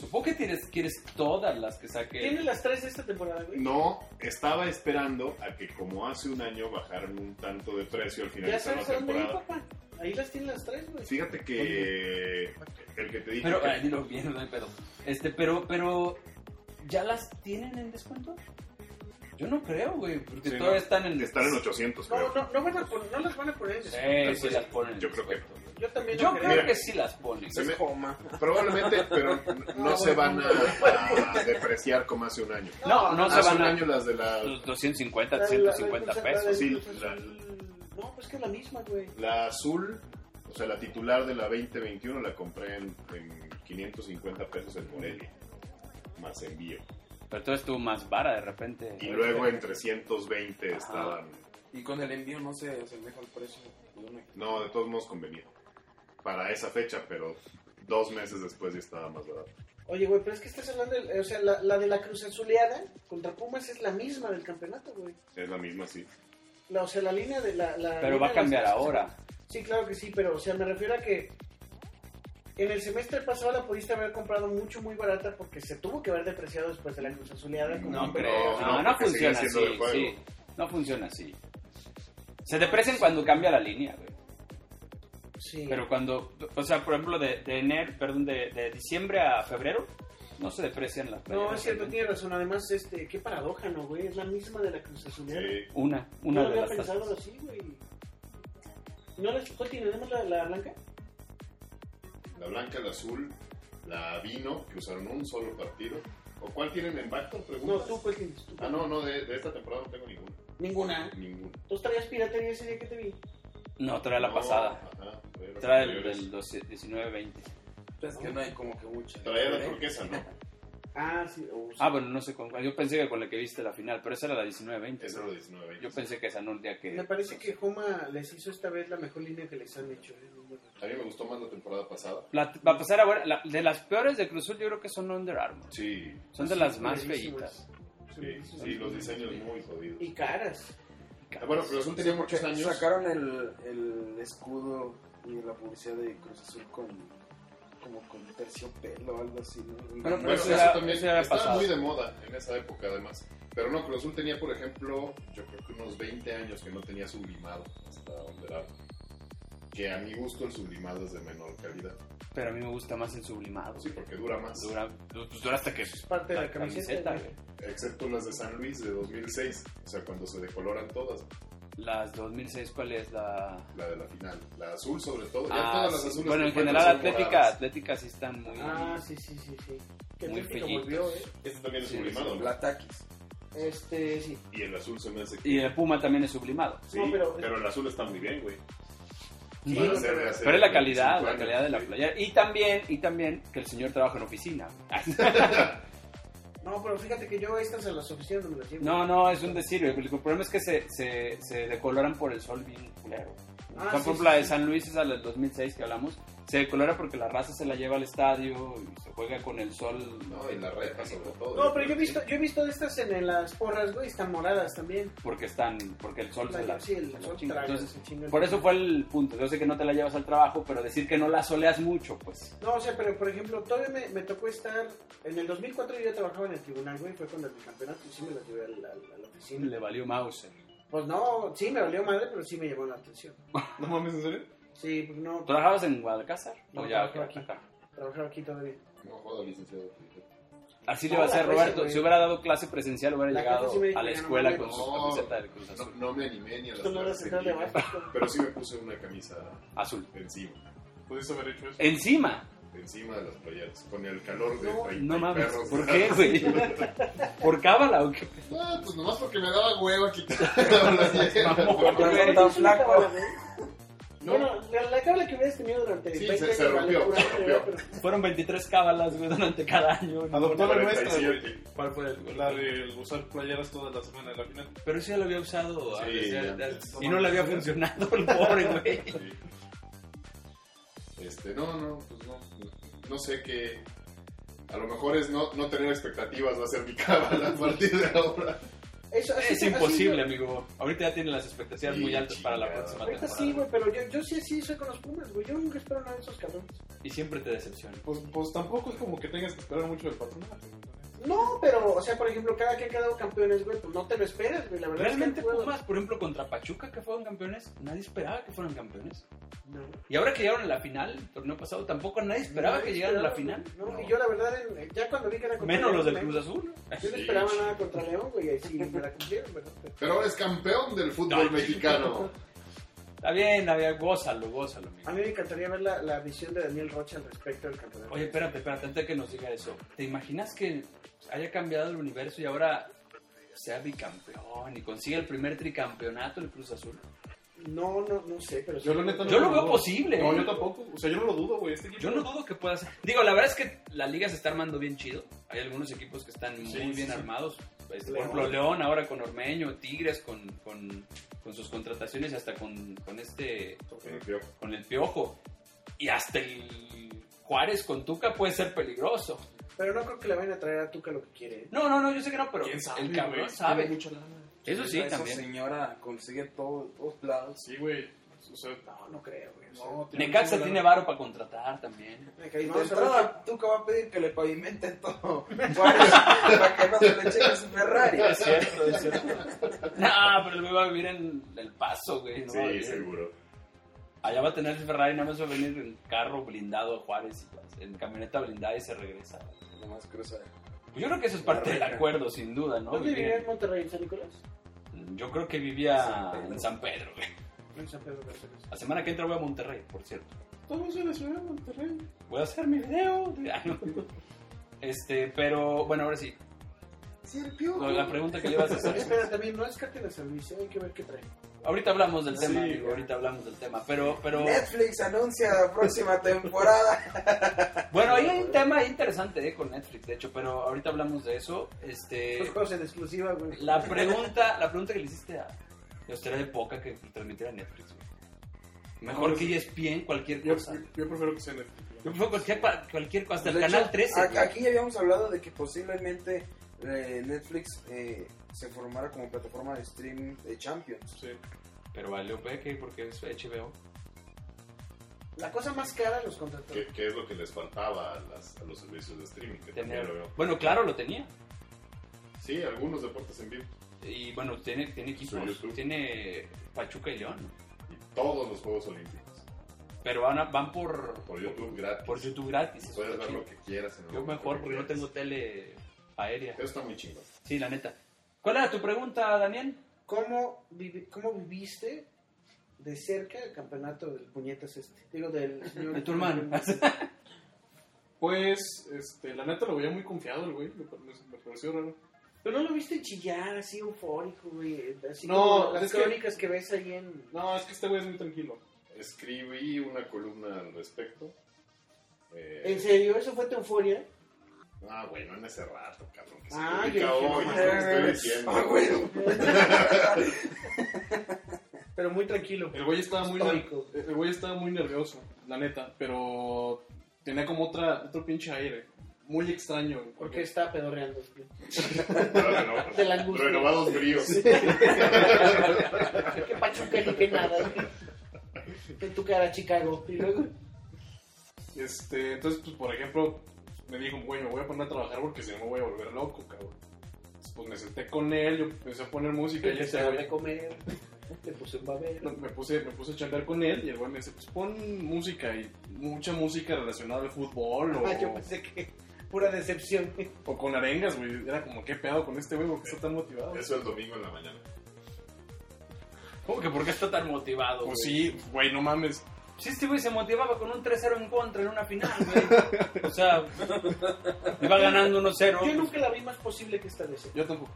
Supongo que tienes, quieres todas las que saque.
Tiene las tres de esta temporada, güey.
No, estaba esperando a que como hace un año bajaron un tanto de precio al
ya
finalizar la
sabes a dónde ir,
temporada.
papá. Ahí las tiene las tres, güey.
Fíjate que el que te dije
Pero,
que-
ay, dilo bien, no hay pedo. Este, pero, pero, ¿ya las tienen en descuento? Yo no creo, güey, porque
Sí,
todavía
no.
están en...
están en 800, creo.
No, no, no, van a pon- no las van a poner en descuento.
Sí, sí las ponen en
Yo creo que-
descuento.
Yo también
Yo
lo
creo
Mira.
que sí las ponen.
Se me-
Coma.
Probablemente, pero n- no se van a, a depreciar como hace un año.
No, no se
hace
van
un
a...
año las de la,
los 250,
La- la- la-
150
la- la-
pesos.
sí,
la-
la-
No, pues que es la misma, güey.
la azul, o sea, la titular de la 2021 la compré en, en 550 pesos en Morelia, más envío.
Pero todo estuvo más vara de repente.
Y luego en 320
Ajá.
estaban,
Y con el envío no se asemeja el precio de una
no, de todos modos convenía para esa fecha, pero dos meses después ya estaba más barato.
Oye, güey, pero es que estás hablando, de- o sea, la, la de la Cruz Azuleada contra Pumas es la misma del campeonato, güey.
Es la misma, sí.
La, o sea, la línea de la... la
Pero
línea
va a
de las
cambiar
tres-
ahora.
Sí, claro que sí, pero, o sea, me refiero a que en el semestre pasado la pudiste haber comprado mucho, muy barata porque se tuvo que haber depreciado después de la Cruz Azuleada. como-
No
No,
creo. No,
no,
no
porque sigue
funciona
siendo
así.
de juego.
sí. No funciona así. Se deprecian cuando cambia la línea, güey.
Sí.
Pero cuando, o sea, por ejemplo, de, de enero, perdón, de, de diciembre a febrero, no se deprecian las
No, es
playeras,
cierto,
¿no?
tiene razón. Además, este, qué paradoja, ¿no, güey? Es la misma de la Cruz Azuleada.
Sí.
Una,
No
una de
había
las
pensado
tantas.
así, güey. ¿No les cuál tiene? ¿Tenemos la, la blanca?
La blanca, la azul, la vino, que usaron un solo partido. ¿O cuál tienen en Bactor?
No,
Preguntas.
tú, pues, tienes tú.
Ah, no, no, de, de esta temporada no tengo ninguna.
Ninguna.
Ninguna.
¿Tú traías piratería ese día que te vi?
No, trae la
No,
pasada.
Ajá, traía las
Trae el
anteriores.
del 12 19-20.
Es que no hay como que mucha.
Traía la
¿eh?
turquesa, ¿no?
Ah, sí. oh, sí.
Ah, bueno, no sé con cuál. Yo pensé que con la que viste la final, pero esa era la 19-20.
Esa era la 19.
Yo pensé que esa no el día que.
Me parece que Homa les hizo esta vez la mejor línea que les han hecho. ¿eh?
A mí me gustó más la temporada pasada.
La, va a pasar ahora. la- de las peores de Cruzul, yo creo que son Under Armour.
Sí,
Son de las
Pues Sí,
más
bellísimas.
bellitas.
sí,
Bellísimas.
sí, los diseños muy jodidos.
Y caras.
Ah, Bueno, pero son tenía muchos años.
Sacaron el, el escudo y la publicidad de Cruz Azul con como con terciopelo o algo así, ¿no?
Bueno,
Bueno,
eso
eso
ya-
también
eso ya había
estaba
pasado.
muy de moda en esa época, además. Pero no, Cruz Azul tenía, por ejemplo, yo creo que unos 20 años que no tenía sublimado hasta donde era. Que a mi gusto el sublimado es de menor calidad.
Pero a mí me gusta más el sublimado.
Sí, porque dura más.
Dura, pues dura hasta que.
Es parte de la camiseta. güey.
güey.
Excepto las de San Luis de 2006. O sea, cuando se decoloran todas.
Las 2006, ¿cuál es la.?
La de la final. La azul, sobre todo. Ya
Ah,
todas las
sí.
azules.
Bueno,
que
en
faltan
general,
son
Atlética,
moradas.
Atlética sí están muy.
Ah, sí, sí, sí, sí. Que
Muy
Atlético
bellitos.
volvió, ¿eh?
Este también es
Sí,
sublimado, ¿no?
La taquis.
Este, sí.
Y el azul se me hace que.
Y el Puma también es sublimado.
Sí,
No,
pero...
pero-
el azul está muy bien, güey.
Sí,
Para
no,
hacer-
pero-
hacer
Pero es la calidad,
25
la
años,
calidad de la
sí.
playa. Y también, y también que el señor trabaja en oficina.
No, pero fíjate que yo estas a las oficinas no me las llevo.
No, no, es un decir. El el problema es que se, se, se decoloran por el sol bien culero.
Ah,
por
sí,
ejemplo,
sí,
la de
sí.
San Luis, esa del 2006 que hablamos, se decolora porque la raza se la lleva al estadio y se juega con el sol. eh,
No, en la reta, sobre todo.
No, pero yo he visto, yo he visto de estas en, en las porras, güey, están moradas también.
Porque están, porque el sol se
La-
la,
sí, el
se la
sol
chinga.
traga,
Entonces,
se chinga el-
por eso fue el punto. Yo sé que no te la llevas al trabajo, pero decir que no la soleas mucho, pues.
No, o sea, pero por ejemplo, todavía me, me tocó estar. En el 2004 yo ya trabajaba en el tribunal, güey, fue cuando el campeonato y sí me las llevé a la, a la oficina.
Le valió Mauser.
Pues no, sí me valió madre, pero sí me llamó la atención.
No mames, ¿en serio?
Sí, pues no,
¿Trabajabas en Guadalcázar?
No,
O ya,
trabajaba
acá,
aquí.
acá.
trabajaba aquí todavía.
No jodas, licenciado.
Así le va a
Hola,
hacer
pues,
Roberto.
güey.
Si hubiera dado clase presencial, hubiera
La
llegado
jefa sí me dijo
a la
que no
escuela
mames.
con su
No,
camiseta del Cruz
No,
Azul.
no me animé ni a las
Esto no era
clases en
central de
línea,
abajo.
Pero sí me puse una camisa
Azul.
encima,
Pudiste haber hecho eso.
Encima.
encima de las playeras, con el calor de
No,
30
No
y
mames.
perros.
¿Por qué, güey? ¿Por cábala o qué?
Ah, pues nomás porque me daba hueva quitar la playera.
Por razón tan flaco.
No.
Bueno, la, la cábala que hubieras tenido durante
Sí,
20
se-
años,
se rompió,
la locura,
se rompió.
pero-
Fueron 23 cábalas, güey, durante cada año.
Adoptó la nuestra. güey.
47.
¿Cuál fue el-
La de usar playeras toda la semana en la final.
Pero sí ya lo había usado.
Sí,
antes, ya- ya-
antes.
y no le había funcionado el pobre, güey.
Sí. Este, no, no, pues no. No sé qué, A lo mejor es no, no tener expectativas, va a ser mi cábala a partir de ahora.
Eso, así-
Es
así,
imposible,
güey.
amigo. Ahorita ya tienen las expectativas
Sí,
muy altas para la
chingado.
próxima
Ahorita
temporada.
sí, güey, pero yo, yo sí así soy con los Pumas, güey. Yo nunca espero nada de esos cabrones.
Y siempre te decepcionan.
Pues, pues tampoco es como que tengas que esperar mucho del patronato.
No, pero, o sea, por ejemplo, cada que han quedado campeones, güey, pues no te lo esperas, güey. La verdad
Realmente
es que el juego-
Pumas, por ejemplo, contra Pachuca, que fueron campeones, nadie esperaba que fueran campeones.
No.
Y ahora que llegaron a la final, el torneo pasado, tampoco nadie esperaba
No,
que llegaran a la
esperaba,
final.
No,
No.
y yo la verdad, en- ya cuando vi que era contra
Menos los
León,
del Cruz Azul.
Yo no esperaba nada contra León, güey, y ahí sí me la cumplieron, ¿verdad?
Pero ahora es campeón del fútbol
Ay.
mexicano.
Está bien, está bien, gózalo, gózalo, amigo.
A mí me encantaría ver la, la visión de Daniel Rocha al respecto del campeonato.
Oye, espérate, espérate, antes de que nos diga eso. ¿Te imaginas que haya cambiado el universo y ahora sea bicampeón y consiga el primer tricampeonato el Cruz Azul?
No, no, no sé, pero...
Yo la neta no
Yo lo veo
dudo.
posible.
No, yo tampoco. O sea, yo no lo dudo, güey. Este equipo-
Yo no dudo que pueda ser. Digo, la verdad es que la liga se está armando bien chido. Hay algunos equipos que están
Sí,
muy
sí,
bien
sí.
armados. Este, por
León.
ejemplo, León ahora con Ormeño, Tigres con, con, con sus contrataciones y hasta con, con este con el Piojo. Y hasta el Juárez con Tuca puede ser peligroso.
Pero no creo que le vayan a traer a Tuca lo que quiere. ¿eh?
No, no, no, yo sé que no, pero
¿Quién sabe,
el
güey?
cabrón
Tiene
sabe.
mucha lana.
Eso sí,
Esa
también.
señora consigue todo, todos lados.
Sí, güey. O sea,
No, no creo, güey. o sea,
no, tiene mucha
Necaxa
lana.
tiene varo para contratar también.
me
Y
caí-
de
vamos a ver
entrada, Tuca va a pedir que le pavimenten todo. para que no se le cheque su Ferrari.
Es cierto, es cierto. No, pero me va a vivir en El Paso, güey. no va a
Sí,
vivir.
seguro.
Allá va a tener su Ferrari, nada más va a venir en carro blindado a Juárez, y- pues, en camioneta blindada y se regresa.
Nomás cruza.
Pues yo creo que eso es parte del acuerdo, sin duda, ¿no?
¿Dónde
Vivir
vivía en Monterrey, en San Nicolás?
en- Yo creo que vivía
San Pedro.
en San Pedro, güey.
En San Pedro Garcés.
La semana que entra voy a Monterrey, por cierto.
Estamos en la ciudad de Monterrey.
Voy a hacer mi video. Ah, no. Este, pero bueno, ahora sí.
Sí, el
Con La pregunta que le ibas a
Pero
hacer.
Espera, también no es cartel de servicio, hay que ver qué trae.
Ahorita hablamos del
Sí,
tema,
güey.
amigo, ahorita hablamos del tema. Pero, pero
Netflix anuncia la próxima temporada.
bueno, ahí hay un tema interesante eh, con Netflix, de hecho, pero ahorita hablamos de eso.
Los
Pues,
Este,
juegos en exclusiva, güey.
La pregunta, la pregunta que le hiciste a los de poca que transmitiera Netflix. güey. Mejor que E ESPN, cualquier
Yo,
cosa.
yo prefiero que sea Netflix.
Yo prefiero cualquier, pa- cualquier cosa, hasta el
De hecho,
canal 13.
a-
güey.
Aquí ya habíamos hablado de que posiblemente eh, Netflix eh, se formara como plataforma de streaming de Champions.
Sí.
Pero valió peque porque es HBO.
La cosa más cara, los contratos.
¿Qué, qué es lo que les faltaba a, las- a los servicios de streaming? Que
Tenía-
también lo veo.
Bueno, claro, lo tenía.
Sí, algunos deportes en vivo.
Y bueno, tiene, tiene equipos.
Su YouTube.
Tiene Pachuca y León.
Y todos los Juegos Olímpicos.
Pero van, a- van por,
Por YouTube gratis.
por YouTube gratis. eso
Puedes
está
ver lo
chido.
que quieras. en el
Yo
momento
mejor
que
porque no
quieras.
tengo tele aérea.
Eso está muy chingón.
Sí, la neta. ¿Cuál era tu pregunta, Daniel?
¿Cómo, vivi- ¿Cómo viviste de cerca el campeonato del puñetas este? Digo, del señor...
De tu hermano.
Pues, este, la neta lo veía muy confiado el güey. Me, pare- me pareció raro.
Pero no lo viste chillar así eufórico, güey. Así
No,
como las
es que-
crónicas que... ves ahí en...
No, es que este güey es muy tranquilo.
Escribí una columna al respecto. Eh,
¿En serio? ¿Eso fue tu euforia?
Ah, güey, no en ese rato, cabrón. Que se
Ah,
publica
yo dije,
hoy,
no
es lo que estoy diciendo.
Ah, güey.
Pero muy tranquilo.
El güey estaba muy,
Estoico.
ner- el güey estaba muy nervioso, la neta. Pero tenía como otra, otro pinche aire. Muy extraño. güey,
Porque estaba pedorreando.
Ahora no.
De la angustia.
Renovados bríos.
que Pachuca ni que nada. En tu cara, Chicago. Y luego...
Este, entonces, pues, por ejemplo, me dijo, güey, me voy a poner a trabajar porque si no me voy a volver loco, cabrón. Entonces, pues me senté con él, yo empecé a poner música y
Le
ese
puse
güey,
de comer, pues le puse un babero.
me puse, me puse a chambear con él y el güey me dice, pues pon música y mucha música relacionada al fútbol o,
Ah, yo pensé que pura decepción.
o con arengas, güey. Era como, qué pedo con este güey, porque está tan motivado.
Eso el domingo en la mañana.
¿Cómo que por qué está tan motivado?
Pues
güey?
sí, güey, no mames.
Si este güey se motivaba con un 3-0 en contra en una final, güey. O sea, iba ganando 1-0.
Yo nunca la vi más posible que esta vez.
Yo tampoco.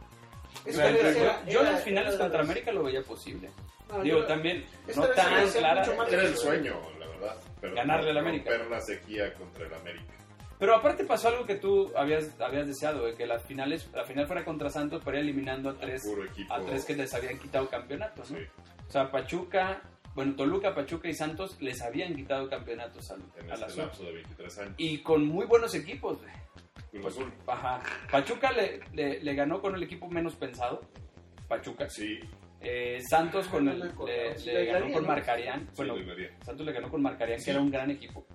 Esta
Era-
vez
era-
era-
Yo
era-
las finales
era- Ah,
contra América lo veía posible.
No,
Digo,
yo-
también,
esta
no
vez se me
tan
hacía
clara.
mucho más-
Era el sueño, la verdad. Pero
Ganarle al América.
Romper la sequía contra el América.
Pero aparte pasó algo que tú habías, habías deseado, güey, que las finales, la final fuera contra Santos, pero eliminando a tres,
Puro equipo.
a tres que les habían quitado campeonatos, ¿no?
Sí.
O sea, Pachuca, bueno, Toluca, Pachuca y Santos les habían quitado campeonatos al,
En
al
este
azul.
lapso de 23 años.
Y con muy buenos equipos, güey.
Cruz Azul.
Ajá. Pachuca le, le- le ganó con el equipo menos pensado. Pachuca.
Sí,
Eh, Santos con el,
No me acuerdo.
le,
Sí,
le
le
ganó
gané,
con
¿no?
Marcarián.
sí
Bueno,
le ganaría.
Santos le ganó con Marcarián,
Sí.
que era un gran equipo.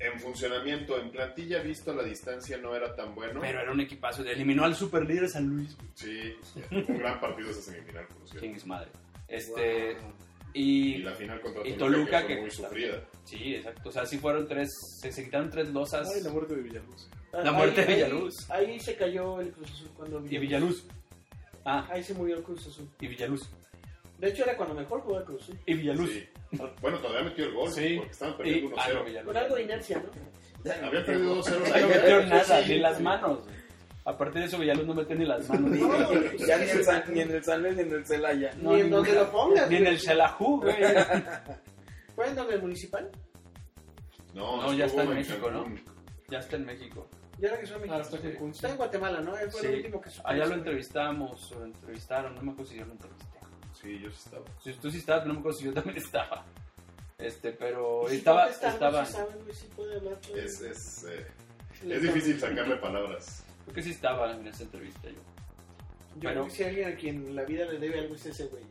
En funcionamiento, en plantilla visto a la distancia no era tan bueno.
Pero era un equipazo. Eliminó al superlíder San Luis.
Sí, un gran partido esa semifinal, por cierto.
Chingue su madre. Este,
Wow.
y,
Y la final contra
y
Toluca,
Toluca,
que
que-
fue muy sufrida.
sí, exacto. O sea, sí fueron tres, se, se quitaron tres losas.
Ay, la muerte de Villaluz.
La muerte de Villaluz.
Ahí, ahí se cayó el Cruz Azul cuando
y Villaluz. Ah,
Ahí se murió el Cruz Azul.
y Villaluz.
De hecho, era cuando mejor jugaba el Cruz Azul.
Y Villaluz.
Sí. Bueno, todavía metió el gol,
Sí.
porque estaban
Y,
perdiendo
ah, no,
1-0.
Villaluz.
Con algo de inercia, ¿no?
Había perdido 2-0.
O sea, no metió nada,
Sí.
ni las manos. güey. A partir de eso, Villaluz no metió ni las manos.
Ni,
No,
ya ni, el San, ni en el San Luis ni en el Celaya.
No,
ni en
ni-
donde lo pongas.
Ni en
güey.
el Xelajú, güey.
¿Fue en donde el municipal?
No,
No, ya
estuvo
está en México, ¿no?
Cancún.
Ya está en México.
Ya regresó a México.
Ah, está en Cancún, sí.
Está en Guatemala, ¿no? Él Fue
Sí.
el último que supe.
Allá lo entrevistamos, o lo entrevistaron, no me acuerdo si yo lo entrevisté.
Sí, yo sí estaba.
Si tú sí estabas, pero no me acuerdo si yo también estaba. Este, pero estaba,
Sí, contestando,
estaba,
sí saben, güey, sí puede hablar, güey.
Es, es, eh,
Le-
es difícil sacarle palabras.
creo que sí estaba en esa entrevista yo.
Yo
pero-
creo que si alguien a quien la vida le debe algo es ese güey.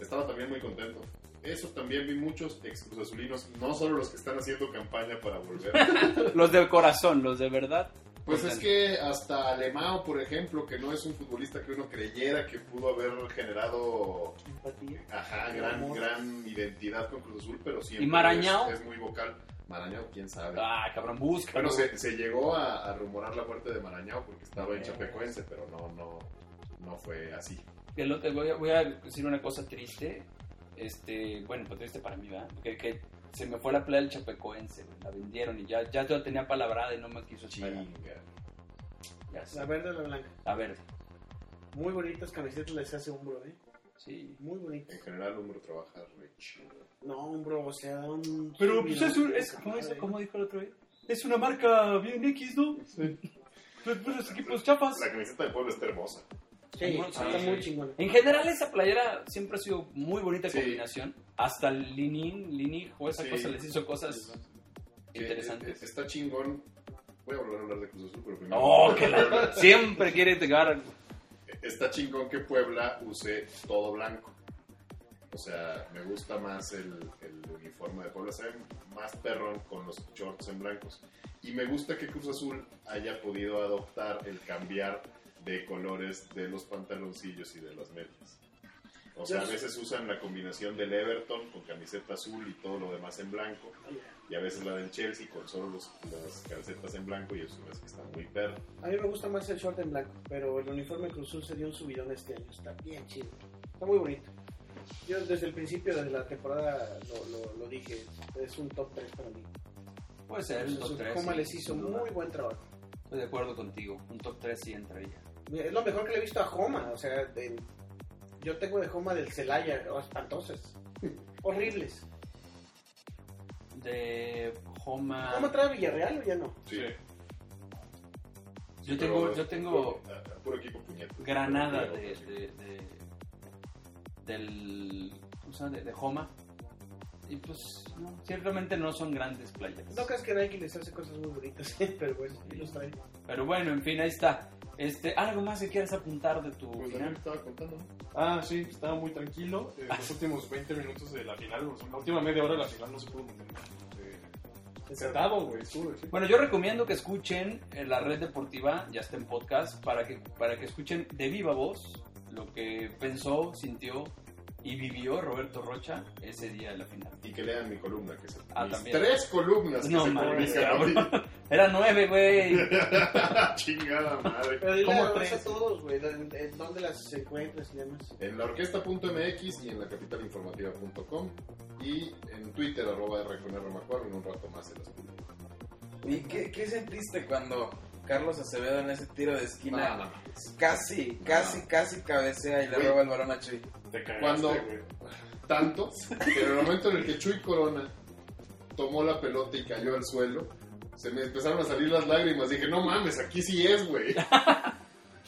Estaba también muy contento. Eso también vi muchos ex Cruz Azulinos, no solo los que están haciendo campaña para volver.
Los del corazón, los de verdad.
Pues es que hasta Alemão, por ejemplo, que no es un futbolista que uno creyera que pudo haber generado
Empatía.
ajá, gran, gran identidad con Cruz Azul, pero siempre
¿Y Marañao?
Es, es muy vocal. Marañao, quién sabe.
Ah, cabrón, busca.
Bueno, se, se llegó a, a rumorar la muerte de Marañao porque estaba en
Eh.
Chapecoense, pero no, no, no fue así.
Que lo te voy, a, voy a decir una cosa triste. Este, bueno, pues triste para mí, ¿verdad? Que, que se me fue la playa del Chapecoense, güey, la vendieron y ya, ya yo la tenía palabrada y no me quiso esperar.
Chinga.
Ya sé.
La verde o la blanca.
A ver,
Muy bonitas camisetas les hace Umbro, ¿eh?
sí.
Muy bonitas.
En general, Umbro trabaja re chido.
No, Umbro, o sea, da un...
Pero pues es, un, es
Madre.
¿cómo, es- cómo dijo el otro día? Es una marca bien X, ¿no? Pero- pero los equipos chafas.
La camiseta de Pueblo está hermosa.
Sí,
Umbro,
está
Ah, sí,
muy
sí.
chingón.
En general, esa playera siempre ha sido muy bonita
Sí.
combinación. Hasta Linin, Lini, o esa
Sí.
cosa, les hizo cosas
Que,
interesantes.
eh, Está chingón. Voy a volver a hablar de Cruz Azul, pero primero.
Oh, que la- siempre quiere llegar.
Está chingón que Puebla use todo blanco. O sea, me gusta más el, el uniforme de Puebla. Se ve más perrón con los shorts en blancos. Y me gusta que Cruz Azul haya podido adoptar el cambiar de colores de los pantaloncillos y de las medias. O sea, a veces usan la combinación del Everton con camiseta azul y todo lo demás en blanco. Y a veces la del Chelsea con solo los- las calcetas en blanco y eso es que está muy perro.
A mí me gusta más el short en blanco, pero el uniforme Cruz Azul se dio un subidón este año. Está bien chido. Está muy bonito. Yo desde el principio de la temporada lo, lo- lo dije. Es un top 3 para mí.
Puede ser, un
Cruz
top
Azul,
3.
Puma les hizo muy buen trabajo.
Estoy de acuerdo contigo. Un top 3 sí entraría.
Es lo mejor que le he visto a Joma. O sea, de- yo tengo de Joma del Celaya. oh, espantosas. Horribles.
De
¿Cómo
Homa.
trae a Villarreal o ya no?
Sí.
Yo tengo,
Pero-
yo tengo
Ah, Puro equipo puñetas.
Granada
Puro
de,
equipo, sí.
de, de- del ¿cómo se llama? de, de Homa y pues no, ciertamente no son grandes playas
No creas que Nike les hace cosas muy bonitas, eh, pero bueno, ahí los trae.
pero bueno en fin ahí está este algo más que quieras apuntar de tu
Pues
final
Daniel estaba contando. ¿no?
Ah, sí, estaba muy tranquilo. Eh, los últimos 20 minutos de la final, o sea, la última media hora de la final no se pudo mantener. eh, Sentado, güey, estuve. sí.
bueno yo recomiendo que escuchen en la red deportiva ya está en podcast para que para que escuchen de viva voz lo que pensó sintió y vivió Roberto Rocha ese día de la final
Y que lean mi columna, que se
Ah,
mis
también.
tres columnas
No
que se
mames,
publican ahorita.
era nueve güey
Chingada madre.
Pero dile
¿Cómo
a
tres?
a todos, güey, ¿dónde dónde las encuentras y demás?
En la orquesta.mx y en la capitalinformativa.com y en Twitter arroba rconrmacuarro en un rato más se las publico.
¿Y qué, qué sentiste cuando Carlos Acevedo en ese tiro de esquina
Nada, nada.
casi, casi, casi cabecea y le
Güey.
roba el balón a Chuy?
Te cagaste,
Cuando-
güey.
tanto que en el momento en el que Chuy Corona tomó la pelota y cayó al suelo, se me empezaron a salir las lágrimas. Dije, no mames, aquí sí es, güey.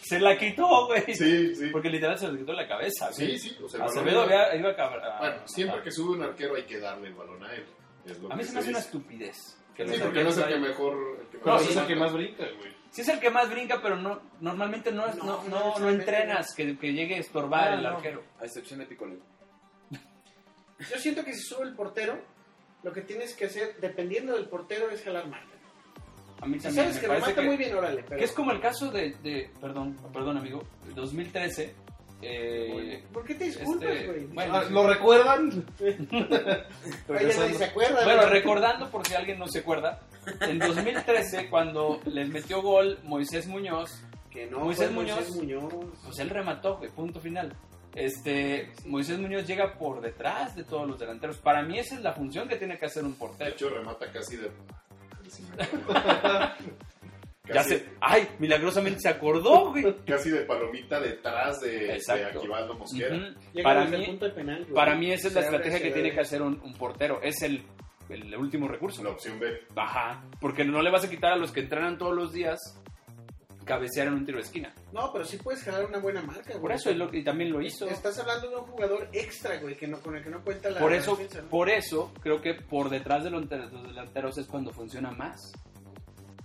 se la quitó güey
Sí, sí.
Porque literal se le quitó la cabeza.
Sí,
güey.
sí. o sea, el
pues, Acevedo
balón iba-
había, iba a cabra.
Bueno, siempre que sube un arquero hay que darle el balón a él. es lo
A mí
que
se me hace una
dice.
estupidez.
Sí,
los
porque no es el que
arqueros
mejor. el que
No,
No,
mejor
ese
sí.
es el
marca.
que más brinca, güey.
hayan- Sí es el que más brinca, pero no, normalmente no, es- no,
No,
no, no,
no,
entrenas que, que llegue a estorbar
No,
el
no.
arquero.
A excepción de Picolín.
Yo siento que si sube el portero, lo que tienes que hacer, dependiendo del portero, es jalar marca.
A mí
Si
también
sabes
me
que lo
parece
mata
que-
muy bien, órale. Pero
Que es como el caso de, de- perdón, perdón amigo, 2013. eh,
¿Por qué te disculpas,
este,
güey?
bueno,
Ah, ¿Lo recuerdan?
Ay, ya nadie se acuerda.
Bueno,
güey.
recordando por si alguien no se acuerda, en 2013 cuando les metió gol Moisés Moñoz,
que no,
Moisés
fue Moisés Muñoz.
pues él remató, güey, punto final. Este, Moisés Muñoz llega por detrás de todos los delanteros. Para mí esa es la función que tiene que hacer un
De
portero.
hecho, remata casi de.
Ya
Casi-
se, ay, milagrosamente se acordó, güey.
Casi de palomita detrás de, de
Exacto.
Aquivaldo Mosquera.
Ujú.
Llega
Para
desde el
mí,
punto de penal, güey.
para mí esa es la
Se abre,
estrategia
se
que tiene
abre.
que hacer un, un portero. Es el, el último recurso.
La opción B.
Ajá, porque no le vas a quitar a los que entrenan todos los días cabecear en un tiro de esquina.
No, pero sí puedes jalar una buena marca, güey.
Por eso es lo que- y también lo hizo.
Estás hablando de un jugador extra, güey, que no, con el que no cuenta la
Por eso,
defensa, ¿no?
por eso creo que por detrás de los, de los delanteros es cuando funciona más.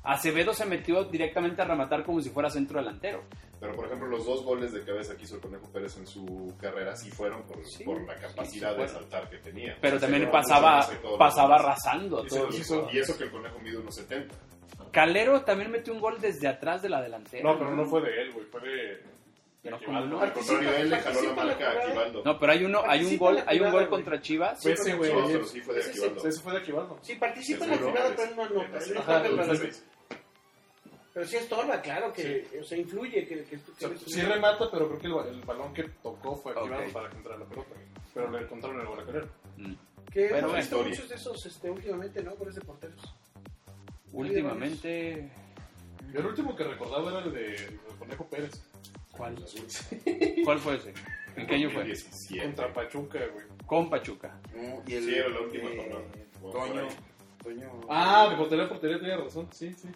Acevedo se metió directamente a rematar como si fuera centro delantero.
Pero, por ejemplo, los dos goles de cabeza que hizo el Conejo Pérez en su carrera sí fueron por,
Sí.
por la capacidad
Sí,
de
sí, bueno.
saltar que tenía.
Pero
Sí,
también
se
pasaba,
llevaba mucho más de todos los
pasaba
demás.
arrasando a
Y, se los
todos.
hizo- y eso que el Conejo mide unos 70.
Calero también metió un gol desde atrás de la delantera.
No, pero no fue de él, güey. Fue de. de
No,
Aquivaldo.
¿cómo no?
Al contrario, él le jaló la
participa en la
marca a
jugada.
Aquivaldo.
No, pero hay uno, hay un
Participa
gol,
en la
hay un
jugada,
gol
güey.
contra Chivas.
Fue ese, güey.
No, pero sí fue de
Ese
Aquivaldo.
Ese fue de Aquivaldo.
Si participa en la
Seguro,
jugada,
es-
pero él no anota.
es-
él no
Ajá,
toca el balón.
entonces,
Pero sí estorba, claro, que o sea, influye. Que, que,
O sea,
que-
sí remata, pero creo que el, ba- el balón que tocó fue Aquivaldo
Ok.
para contra la pelota. güey. Pero le encontraron el guardacarero.
Mm.
que
Pero
hemos
la
visto
historia.
muchos de esos este, últimamente, ¿no? Por ese porteros.
Últimamente,
Yo el último que recordaba era el de el Conejo Pérez.
¿cuál?
los Azules.
¿Cuál fue ese? ¿En qué año fue?
2017.
Contra Pachuca, güey.
Con Pachuca.
No, y el,
Sí, era la última
eh,
jornada.
Toño. Toño.
Ah, de portería a portería tenía razón. Sí, sí.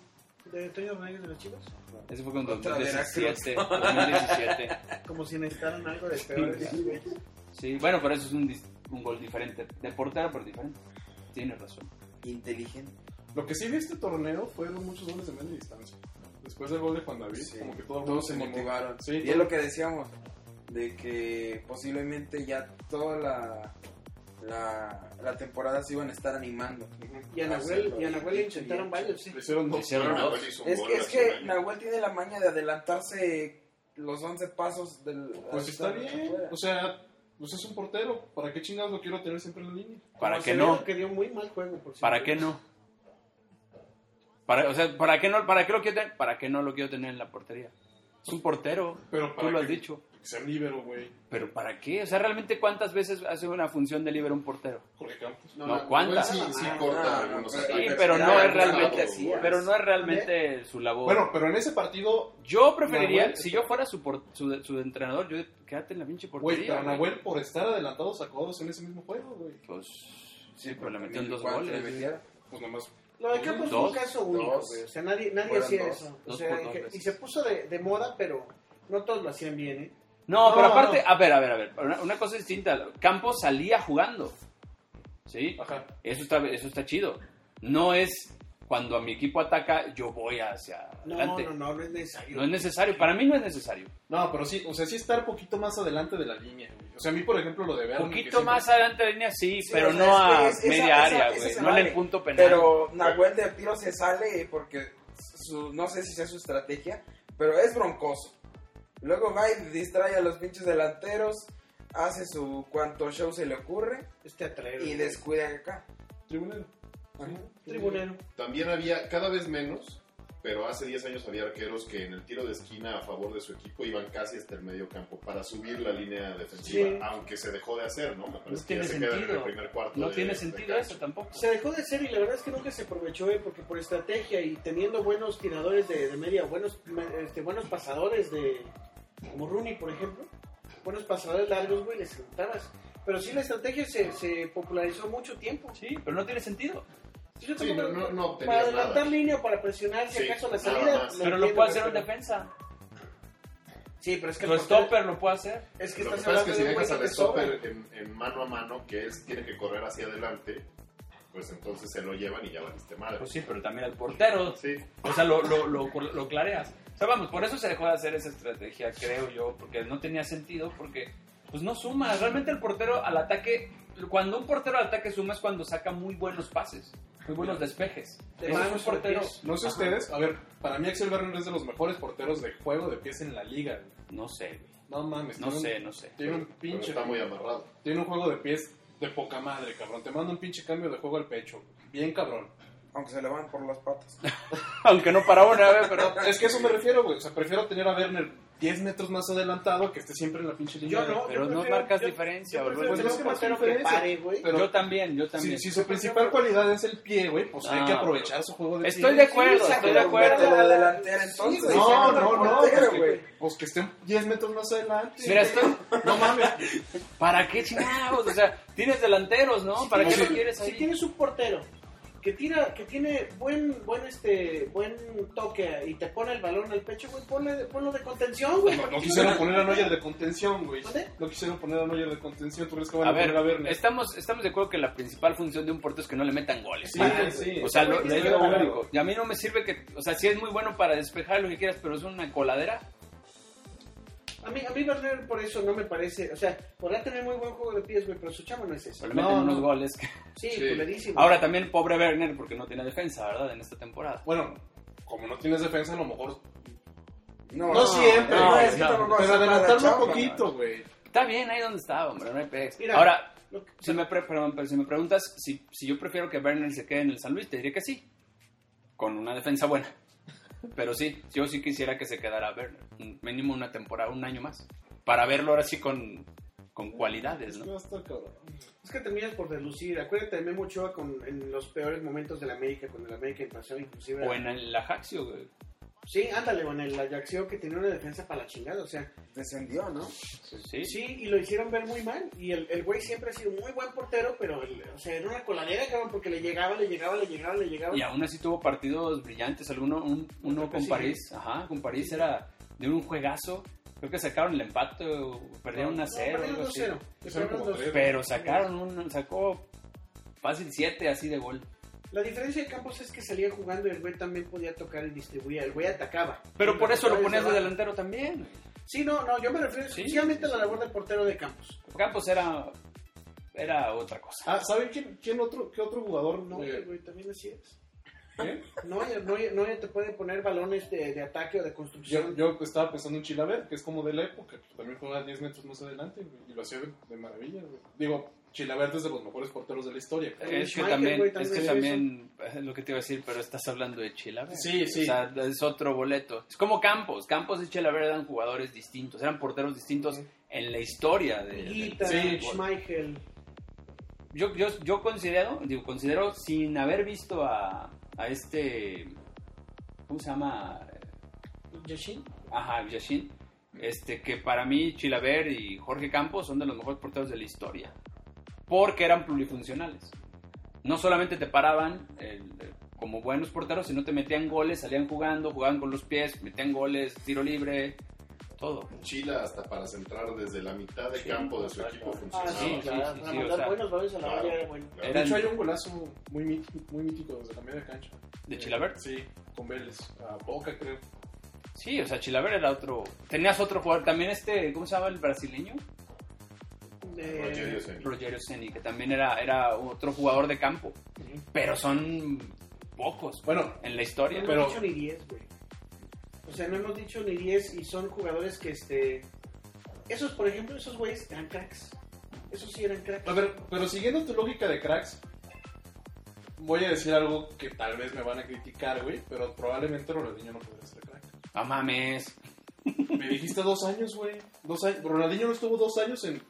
De Antonio Rodríguez de los Chivas.
Ese fue con
Contra
2017. 2017.
Como si necesitaran algo de peores.
Sí, bueno, pero eso es un, dis- un gol diferente. De portero, pero diferente. Tienes razón.
Inteligente.
Lo que sí de este torneo fueron muchos goles de media distancia. Después del gol de Juan David,
Sí.
como que todo el mundo
Todos se
animó.
motivaron.
Sí,
y es lo que decíamos, de que posiblemente ya toda la, la, la temporada se iban a estar animando.
Y a Nahuel, y a Nahuel le intentaron varios, sí.
Le hicieron
Lo
dos.
hicieron
Pero
dos.
Nahuel hizo un
Es,
gol
es
hace
que
un año.
Nahuel tiene la maña de adelantarse los 11 pasos del...
Pues está
hasta
bien.
afuera.
O sea, pues es un portero. ¿Para qué chingados lo quiero tener siempre en la línea?
¿Para
Como
qué
Acevedo,
no?
Que dio muy mal juego, por
¿Para
cierto.
qué no? Para, o sea, ¿para qué, no, para, qué lo quiero tener, ¿para qué no lo quiero tener en la portería? Es un portero,
Pero para
tú lo has
qué-
dicho.
Que sea libero, güey.
¿Pero para qué? O sea, ¿realmente cuántas veces hace una función de libre un portero?
Jorge Campos.
No,
Nahuel
¿cuántas?
Sí, sí
Ah,
corta
no,
algunos
pero-
Sí,
ataques.
pero no es realmente
así,
Pero no es realmente su labor.
Bueno, pero en ese partido,
yo preferiría,
Nahuel-
si yo fuera su, por- su, su entrenador, yo quédate en la pinche portería.
güey, pero
güey.
Nahuel por estar adelantado sacó dos en ese mismo juego, güey.
Pues, sí, pero le metió en
Y
dos
cuatro
goles.
le metieron.
Pues nada más.
Lo de Campos fue un
Dos,
caso único,
dos.
güey. O sea, nadie, nadie
Fueron
hacía
dos.
eso. O
Dos
sea,
por dos
que- y
veces.
se puso de, de moda, pero no todos lo hacían bien, ¿eh?
No, pero
No,
aparte,
no.
a ver, a ver, a ver, una, una cosa distinta. Campos salía jugando, ¿sí?
Ajá.
Eso está, eso está chido. No es cuando a mi equipo ataca, yo voy hacia
No,
adelante.
no,
No,
no, no es necesario.
es necesario, para mí no es necesario.
No, pero sí, o sea, sí estar poquito más adelante de la línea, güey. O sea, a mí, por ejemplo, lo de Bernie. que
Poquito
siempre-
más adelante de línea, sí,
Sí,
pero
o sea,
no
es que
a
es- esa-
media
esa-
área,
esa
güey.
se
No en
vale.
el punto penal.
Pero Nahuel de tiro se sale porque su, no sé si sea su estrategia, pero es broncoso. Luego va y distrae a los pinches delanteros, hace su cuanto show se le ocurre
este
Es teatrero.
y
güey.
descuida acá.
Tribunero.
Ajá.
Tribunero.
También había cada vez menos, pero hace 10 años había arqueros que en el tiro de esquina a favor de su equipo iban casi hasta el medio campo para subir la línea defensiva,
Sí.
aunque se dejó de hacer, ¿no? Me parece que
tiene
ya se quedan en el
sentido.
primer cuarto.
no
de-
tiene
de
sentido
cancha.
eso tampoco.
Se dejó de ser y la verdad es que nunca se aprovechó, ¿eh? Porque por estrategia y teniendo buenos tiradores de, de media, buenos, me- este, buenos pasadores de. Como Rooney, por ejemplo. Buenos pasadores largos, güey, les sentabas. Pero sí, la estrategia se, se popularizó mucho tiempo.
Sí, pero no tiene sentido.
Sí, yo
Sí,
tampoco-
no, no, no
Para
obtenías
adelantar
nada.
línea o para presionar, si
Sí,
acaso la
nada
salida.
más.
Pero lo
entiendo,
puede hacer un
pero-
defensa.
Sí, pero es que. el
Lo
portero-
stopper lo puede hacer.
Es que
Lo
estás
que pasa es
hablando
que si
de un
dejas
güey
al
que te sobra.
stopper en, en mano a mano, que él tiene que correr hacia adelante, pues entonces se lo llevan y ya valiste madre.
Pues sí, pero también al portero.
Sí,
O sea, lo, lo, lo, lo clareas. O sea, vamos, por eso se dejó de hacer esa estrategia, creo yo, porque no tenía sentido, porque pues no suma. Realmente el portero al ataque, cuando un portero al ataque suma es cuando saca muy buenos pases, muy buenos despejes.
De
Eso es
manos
un portero.
o pies.
No sé
Ajá.
ustedes, a ver, para mí Axel Werner es de los mejores porteros de juego de pies en la liga. güey.
No sé, güey.
No mames,
no
tiene un-
sé, no sé.
Tiene un
pero
pinche.
está muy amarrado.
Tiene un juego de pies de poca madre, cabrón. Te manda un pinche cambio de juego al pecho. Bien cabrón.
Aunque se le van por las patas.
Aunque no para una, güey, pero.
Es que a eso me refiero, güey. O sea, prefiero tener a Werner 10 metros más adelantado que esté siempre en la pinche línea.
Yo
de-
no.
Pero no
prefiero-
marcas
yo-
diferencia,
yo
boludo.
prefiero tener
Pues no,
un
por
portero que
supuesto.
pare, güey.
Pero
yo también, yo
Si,
también.
si su principal cualidad es el pie, güey, pues hay
Ah,
que aprovechar su juego de
Estoy de
pie.
acuerdo,
Sí,
estoy de
pero
acuerdo.
vete
Mételo de delantera entonces.
No,
sea otro
no, no,
portero,
porque-
güey.
Pues que esté 10 metros más adelante.
Mira, estoy.
No mames.
¿Para qué chingados? O sea, tienes delanteros, ¿no? ¿Para qué
Si
lo
tienes-
quieres
Si
ahí?
tienes un portero que tira, que tiene buen, buen este, buen toque y te pone el balón al pecho, güey, ponle, ponlo de contención, güey.
No, no quisieron poner a Neuer de contención, güey.
¿Dónde?
No quisieron poner a Neuer de contención. ¿Tú crees que van a,
A ver,
poner a Werner?
estamos, estamos de acuerdo que la principal función de un portero es que no le metan goles.
Sí,
¿vale?
sí.
O sea, lo,
Estoy
es
de
lo
acuerdo.
único. Y a mí no me sirve que, o sea, sí es muy bueno para despejar lo que quieras, pero es una coladera.
A mí, a mí Werner por eso no me parece, o sea, podrá tener muy buen juego de pies, güey, pero su chama no es eso.
Pero le meten
No,
unos
no.
goles. que-
Sí,
Sí.
culerísimo.
Ahora también, pobre Werner, porque no tiene defensa, ¿verdad? En esta temporada.
Bueno, como no tienes defensa, a lo mejor.
No,
siempre,
No,
no,
es que
no.
tampoco vas
Pero
a hacer
adelantarme
nada,
un
chavo,
poquito, güey.
Está bien, ahí donde estaba, hombre, no hay pex.
Mira.
Ahora,
Lo que-
si me, pre- perdón, pero si me preguntas si, si yo prefiero que Werner se quede en el San Luis, te diría que sí. Con una defensa buena. Pero sí, yo sí quisiera que se quedara Werner. un- Mínimo una temporada, un año más. Para verlo ahora sí con, con cualidades,
No
¿no?
va a estar cabrón.
Es que terminas por deslucir. Acuérdate de Memo Ochoa con, en los peores momentos de la América, cuando la América pasó inclusive.
O en el Ajaxio, güey.
Sí, ándale, o en el Ajaxio que tenía una defensa para la chingada, o sea.
Descendió, ¿no?
Sí.
Sí, y lo hicieron ver muy mal. Y el, el güey siempre ha sido muy buen portero, pero el- o sea, era una coladera, cabrón, porque le llegaba, le llegaba, le llegaba, le llegaba.
Y aún así tuvo partidos brillantes. Alguno, un- uno con
Sí.
París. Ajá, con París era de un juegazo. Creo que sacaron el empate, o perdieron
No,
a cero.
perdieron
algo así.
2-0.
Hicieron como
Perdieron
tres.
Pero sacaron un, sacó fácil 7 así de gol.
2-0. La diferencia de Campos es que salía jugando y el güey también podía tocar y distribuía. El güey atacaba.
Pero por eso lo ponías de
Atacaba.
delantero también.
Sí, no, no, yo me refiero
Sí.
exclusivamente a la labor de portero de Campos.
Campos era, era otra cosa.
Ah, ¿saben quién, quién otro, qué otro jugador no?
No, güey, también así es.
¿Qué?
No, no, no te puede poner balones de, de ataque o de construcción.
Yo, yo estaba pensando en Chilaver, que es como de la época, que también juega 10 metros más adelante, güey, y lo hacía de, de maravilla, güey. Digo, Chilaver es de los mejores porteros de la historia. güey.
es que
Schmeichel,
también,
güey,
es
también
que
es
también, es lo que te iba a decir, pero estás hablando de Chilaver.
Sí, sí.
O sea, es otro boleto. Es como Campos. Campos y Chilaver eran jugadores distintos, eran porteros distintos en la historia de, del
Higuita,
Sí.
Schmeichel.
yo, yo, yo considero, digo, considero sin haber visto a, a este, ¿cómo se llama?
Yashin.
Ajá, Yashin. Este, que para mí Chilaver y Jorge Campos son de los mejores porteros de la historia. Porque eran plurifuncionales. No solamente te paraban eh, como buenos porteros, sino te metían goles, salían jugando, jugaban con los pies, metían goles, tiro libre, todo.
Chila hasta para centrar desde la mitad de
Sí,
campo de su
claro.
equipo
Ah,
funcionaba.
sí,
Sí,
claro.
sí,
para
sí, o
mandar
sea,
buenos balones a la
claro.
área era bueno.
Claro.
De
Eran
hecho, hay un golazo muy mítico, muy mítico desde la media cancha.
de Chilaver.
Sí, con Vélez. A Boca, creo.
Sí, o sea, Chilaver era otro. Tenías otro jugador, también este, ¿cómo se llama el brasileño?
Eh,
Rogerio Ceni.
Rogerio Ceni, que también era, era otro jugador de campo. Pero son pocos
Bueno,
en la
no
historia.
hemos
Pero-
dicho ni 10, güey. O sea, no hemos dicho ni 10 y son jugadores que, este... Esos, por ejemplo, esos güeyes eran cracks. Esos sí eran cracks.
a ver, pero siguiendo tu lógica de cracks, voy a decir algo que tal vez me van a criticar, güey, pero probablemente Ronaldinho no podría ser crack.
No mames.
Me dijiste dos años, güey. Dos años. Ronaldinho no estuvo dos años en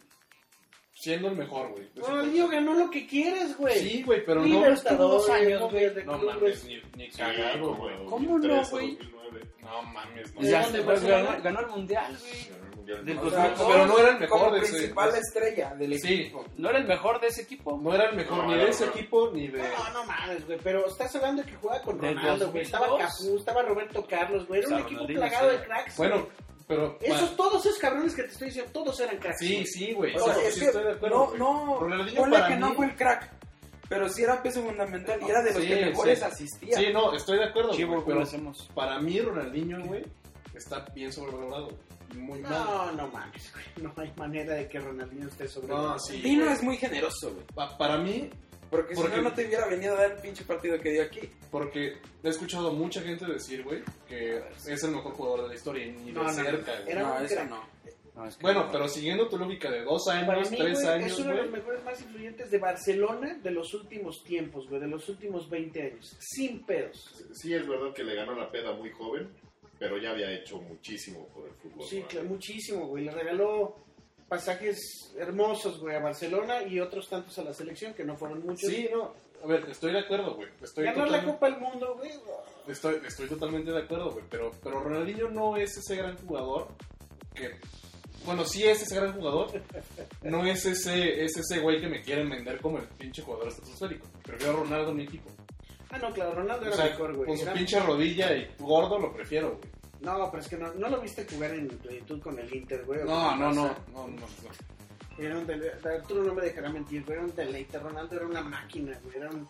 siendo el mejor, güey.
Ronaldinho ganó lo que quieras, güey.
Sí, güey, pero no.
Libertadores,
estuvo dos años,
no,
güey.
de
No
clubes.
mames, ni, ni
Sí,
cagado,
como
güey.
en
¿Cómo no,
2003 o
güey?
2009.
No mames, no.
Pues ya,
¿Dónde?
pues
¿Barcelona?
ganó, ganó el mundial, güey.
Ganó el Mundial.
Del
O sea,
O sea,
Pues,
como-
pero no era el
Como
mejor de ese.
principal estrella del
Sí,
equipo.
No era el mejor de ese equipo.
no era el mejor
No,
ni
no,
de ese
no.
equipo ni de.
No, no mames, güey, pero estás hablando de que jugaba con
Del
Ronaldo, güey. Estaba
2002.
Cafú, estaba Roberto Carlos, güey. Era
O
un
sea,
equipo
Ronaldinho,
plagado
sí.
de cracks.
Bueno,
güey.
pero.
Esos,
va-
todos esos cabrones que te estoy diciendo, todos eran cracks.
Sí,
güey.
sí, güey.
O
O sea,
sea, es
sí
que
estoy de acuerdo.
no,
güey.
no,
Ronaldinho
ponle
para
que
mí-
no fue el crack, Pero sí era peso fundamental y era de los
Sí,
que mejores
sí.
asistía.
Sí, no, estoy de acuerdo.
Chivo,
güey,
¿cómo
pero
lo hacemos?
para mí Ronaldinho, güey, está bien sobrevalorado. Muy mal.
No, no mames, güey. No hay manera de que Ronaldinho esté sobre.
No, sí.
Tino
güey.
es muy generoso, güey.
Pa- para mí,
Porque si
Porque-
no, no te hubiera venido a dar el pinche partido que dio aquí.
porque he escuchado a mucha gente decir, güey, que es el mejor jugador de la historia y ni
No,
de
no,
cerca,
no.
güey.
Era
no,
un
eso
crack.
no.
No, es que
Bueno,
no.
pero siguiendo tu lógica de dos
Para
años,
mí,
tres
güey,
años,
es uno de los
güey.
mejores más influyentes de Barcelona de los últimos tiempos, güey, de los últimos 20 años. Sin pedos.
Sí, es verdad que le ganó la peda muy joven, pero ya había hecho muchísimo por el fútbol.
Sí,
¿no?
claro, muchísimo, güey. Le regaló pasajes hermosos, güey, a Barcelona y otros tantos a la selección, que no fueron muchos.
Sí, no. A ver, estoy de acuerdo, güey. Estoy,
Ganar la
totalmente-
Copa del Mundo, güey.
estoy, estoy totalmente de acuerdo, güey. Pero, pero Ronaldinho no es ese gran jugador que. Bueno, sí es ese gran jugador. No es ese, es ese güey que me quieren vender como el pinche jugador estratosférico. Prefiero a Ronaldo en mi equipo.
Ah, no, claro, Ronaldo
O
era
sea,
mejor, güey.
con su
Era-
pinche rodilla y gordo lo prefiero, güey.
No, pero es que no, no lo viste jugar en plenitud con el Inter, güey. o
No,
con
no,
el
no,
Barça.
no, no, no.
Era un dele- Arturo no me dejará mentir, güey, era un deleite. Ronaldo era una máquina, güey. Era, un-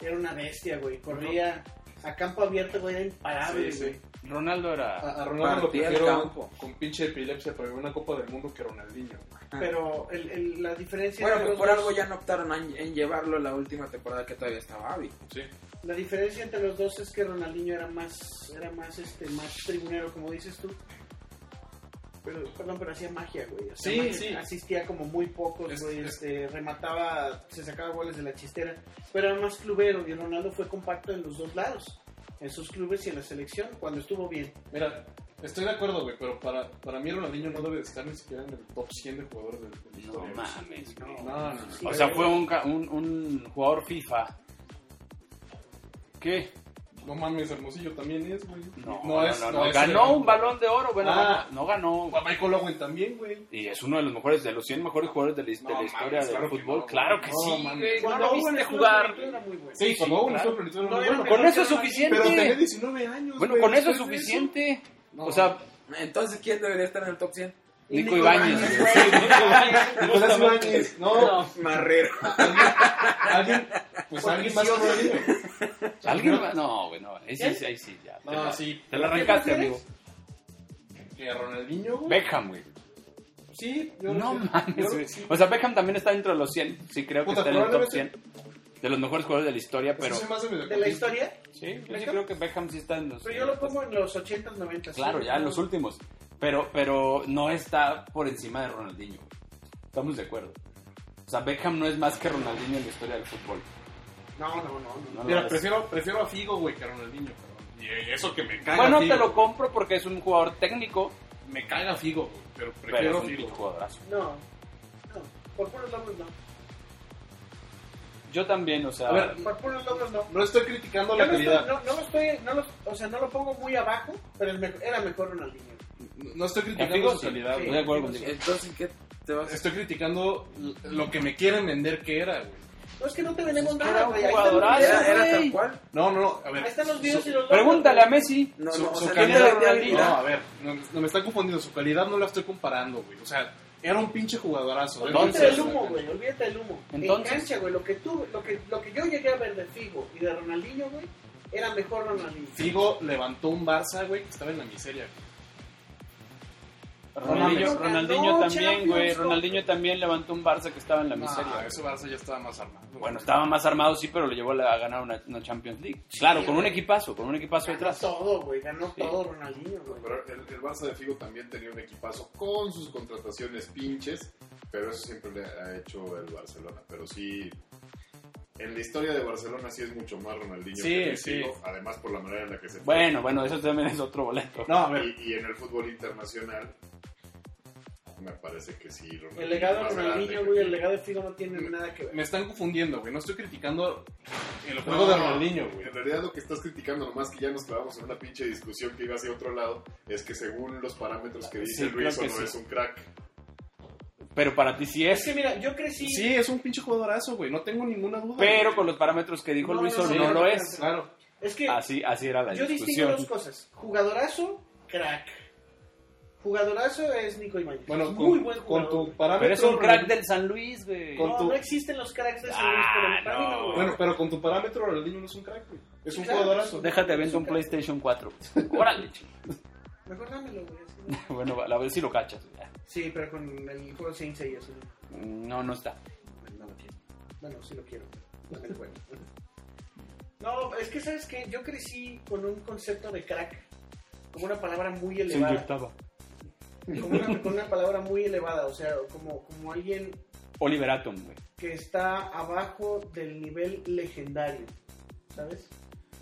era una bestia, güey. Corría a campo abierto, güey, era imparable,
Sí, sí.
güey.
Ronaldo era...
A, a Ronaldo lo
Partía el
prefiero
campo.
con pinche epilepsia para una Copa del Mundo que Ronaldinho.
Pero el, el- la diferencia.
Ah. Bueno,
entre
pero
los
por
dos-
algo ya no optaron en, en llevarlo la última temporada que todavía estaba Avi.
Sí.
La diferencia entre los dos es que Ronaldinho era más, era más, este, más tribunero, como dices tú. Pero, perdón, pero hacía magia, güey. Hacía
Sí,
magia.
sí.
Asistía como muy pocos,
Es-
güey.
es-
Este, remataba, se sacaba goles de la chistera. Pero era más clubero y Ronaldo fue compacto en los dos lados. En sus clubes y en la selección, cuando estuvo bien.
Mira, estoy de acuerdo, güey, pero para, para mí Ronaldinho no debe de estar ni siquiera en el top 100 de jugadores del del
No
historia.
mames, güey.
No, no, no.
Sí,
O sea,
pero-
fue un, ca- un, un jugador FIFA. ¿Qué?
No mames, Hermosillo también es, güey.
No,
No
no,
es-
no,
no
no.
es
ganó
el-
un balón de oro, bueno,
Ah.
no ganó.
A Michael Owen también, güey.
Y es uno de los mejores, de los 100 mejores jugadores de la, his-
No
de la
mames,
historia del
claro que
fútbol.
no,
claro que
no
sí,
mames.
güey.
Cuando
Lo
Owen
viste
estuvo
jugar.
plenitud, era muy bueno.
Sí,
sí,
con Owen
claro.
estuvo plenitud
No,
muy
era
bueno.
mejor
Con eso es
Pero
Pero tenía
suficiente.
19 años,
Bueno,
güey,
con eso es
después de
suficiente.
No.
O sea,
Entonces, ¿quién debería estar en el top 100?
Nico Ibáñez. güey.
Nicolás Ibáñez, no.
Marrero.
Alguien, pues alguien más que Ronaldinho.
¿Alguien va? No, güey, no. Ahí sí,
¿Ya?
sí, ahí sí, ya. Te
No,
la-
sí.
Te la arrancaste,
¿Prefieres?
amigo.
Que Ronaldinho, güey.
Beckham, güey.
Sí, yo
No
yo-
mames,
yo-
güey.
sí.
O sea, Beckham también está dentro de los 100. Sí, creo que
Puta,
está en el top
probablemente-
100. De los mejores jugadores de la historia,
Pero,
pero...
De la historia,
Sí, yo sí
¿Beckham?
creo que Beckham sí está en los...
pero yo lo pongo en los 80s, 90s.
Claro, ya en los últimos. Pero, pero no está por encima de Ronaldinho. güey. Estamos de acuerdo. O sea, Beckham no es más que Ronaldinho en la historia del fútbol.
No, no, no. no.
No lo
Mira,
es.
prefiero, prefiero a Figo, güey, que a Ronaldinho, cabrón. Y eh, eso que me caga
Bueno,
Figo.
te lo compro porque es un jugador técnico,
Me caga Figo, güey, pero
pero
prefiero
es un
Figo.
pinche jugadorazo.
No, no, por puros logros no.
Yo también, o sea...
A ver,
Por puros logros no.
No estoy criticando
Yo
la
no, estoy,
calidad.
no, no lo estoy, no lo, o sea, no lo pongo muy abajo, pero el mejo- era mejor Ronaldinho.
No estoy
en
criticando
Figo,
su
sí,
calidad,
estoy
güey.
de acuerdo
Figo,
contigo.
Entonces, ¿qué te vas a
Estoy criticando lo que me quieren vender que era, güey.
No es que no te vendemos
Era
nada,
un
güey. Ahí están los
jugadorazo.
videos,
Era, era
güey.
tal cual.
No, no, no, a ver.
Ahí están los
su-
videos y los logros.
Pregúntale a
güey.
Messi.
No,
su-
no, o
su
sea, no
calidad
era
de
ideal.
Ronaldinho.
No, a ver, no, no me está confundiendo. Su calidad no la estoy comparando, güey. O sea, era un pinche jugadorazo. era
Olvídate
Entonces,
del humo, güey. Olvídate del humo.
Entonces.
en cancha, güey, lo que tú, lo que, lo que yo llegué a ver de Figo y de Ronaldinho, güey, era mejor Ronaldinho.
Figo levantó un Barça, güey, que estaba en la miseria. güey.
Ronaldinho,
Ronaldinho
Ronaldinho
ganó
también, güey.
Champions, ¿no?
Ronaldinho también levantó un Barça que estaba en la
No,
miseria.
ese Barça ya estaba más armado.
Bueno, estaba más armado, sí, pero lo llevó a, la- a ganar una, una Champions League. Claro, con un
güey.
equipazo, con un equipazo
Ganó
detrás.
todo, güey. Ganó
Sí.
todo Ronaldinho, güey.
Pero el, el Barça de Figo también tenía un equipazo con sus contrataciones pinches, pero eso siempre le ha hecho el Barcelona. Pero sí, en la historia de Barcelona sí es mucho más Ronaldinho
Sí,
que
sí.
Figo, además por la manera en la que se fue.
Bueno, bueno, eso también es otro boleto.
no, a ver, Y, y en el fútbol internacional, me parece que sí. Ronaldinho
El legado de
más grande
Ronaldinho,
que
güey, el
Figo.
legado de Figo no tiene nada que ver.
Me están confundiendo, güey. No estoy criticando el
No,
juego de Ronaldinho, güey.
En realidad lo que estás criticando, nomás que ya nos clavamos en una pinche discusión que iba hacia otro lado, es que según los parámetros que dice
Sí,
Luis,
creo que
no
sí.
es un crack.
Pero para ti sí
Es
es.
que mira, yo crecí.
Sí, es un pinche jugadorazo, güey. No tengo ninguna duda.
Pero
güey.
con los parámetros que dijo
No,
Luis
no,
Orbe,
no,
no,
no,
lo
no,
es.
Claro.
Es que
Así, así era la
yo
discusión.
distingo dos cosas: jugadorazo, crack. Jugadorazo es Nico Ibañez.
Bueno,
es
con,
muy buen
con
jugador.
tu
güey.
parámetro.
Pero es un crack
Ronaldinho-
del San Luis, güey.
con
no,
tu-
no existen los cracks de San Luis,
Ah,
pero para mí no,
no.
güey.
Bueno, pero con tu parámetro, Ronaldinho no es un crack, güey. Es un
Claro.
jugadorazo.
Déjate aviento un PlayStation 4. Órale, chico.
Mejor dámelo, güey. así, ¿no?
Bueno, va, a ver si lo cachas. güey.
Sí, pero con el juego Saint Seiya, así, ¿no?
No, no está.
No lo quiero. Bueno, sí lo quiero. No me acuerdo. No, es que sabes que yo crecí con un concepto de crack, como una palabra muy elevada, como una, con una palabra muy elevada, o sea, como, como alguien
Oliver Atom, güey.
que está abajo del nivel legendario, ¿sabes?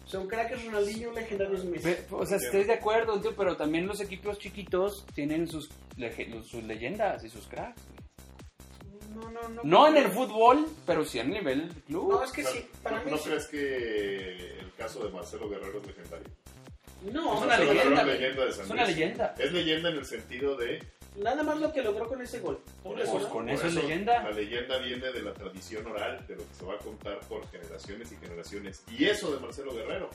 O sea, un crack es Ronaldinho, un legendario es Messi.
Ve- O sea, estoy de acuerdo, tío, pero también los equipos chiquitos tienen sus, lege- sus leyendas y sus cracks.
No, no, no. pues,
No en el fútbol, pero sí en el nivel del club.
No, es que
O sea,
sí, para
¿no,
mí
¿No
sí.
crees que el caso de Marcelo Guerrero es legendario?
No,
Es una
Marcelo Guerrero
leyenda,
es
güey.
leyenda de San
Es una
Luis.
leyenda.
Es leyenda en el sentido de...
nada más lo que logró con ese gol. Por
Pues
eso, ¿no?
con
por
eso es leyenda.
La leyenda viene de la tradición oral, de lo que se va a contar por generaciones y generaciones. Y eso de Marcelo Guerrero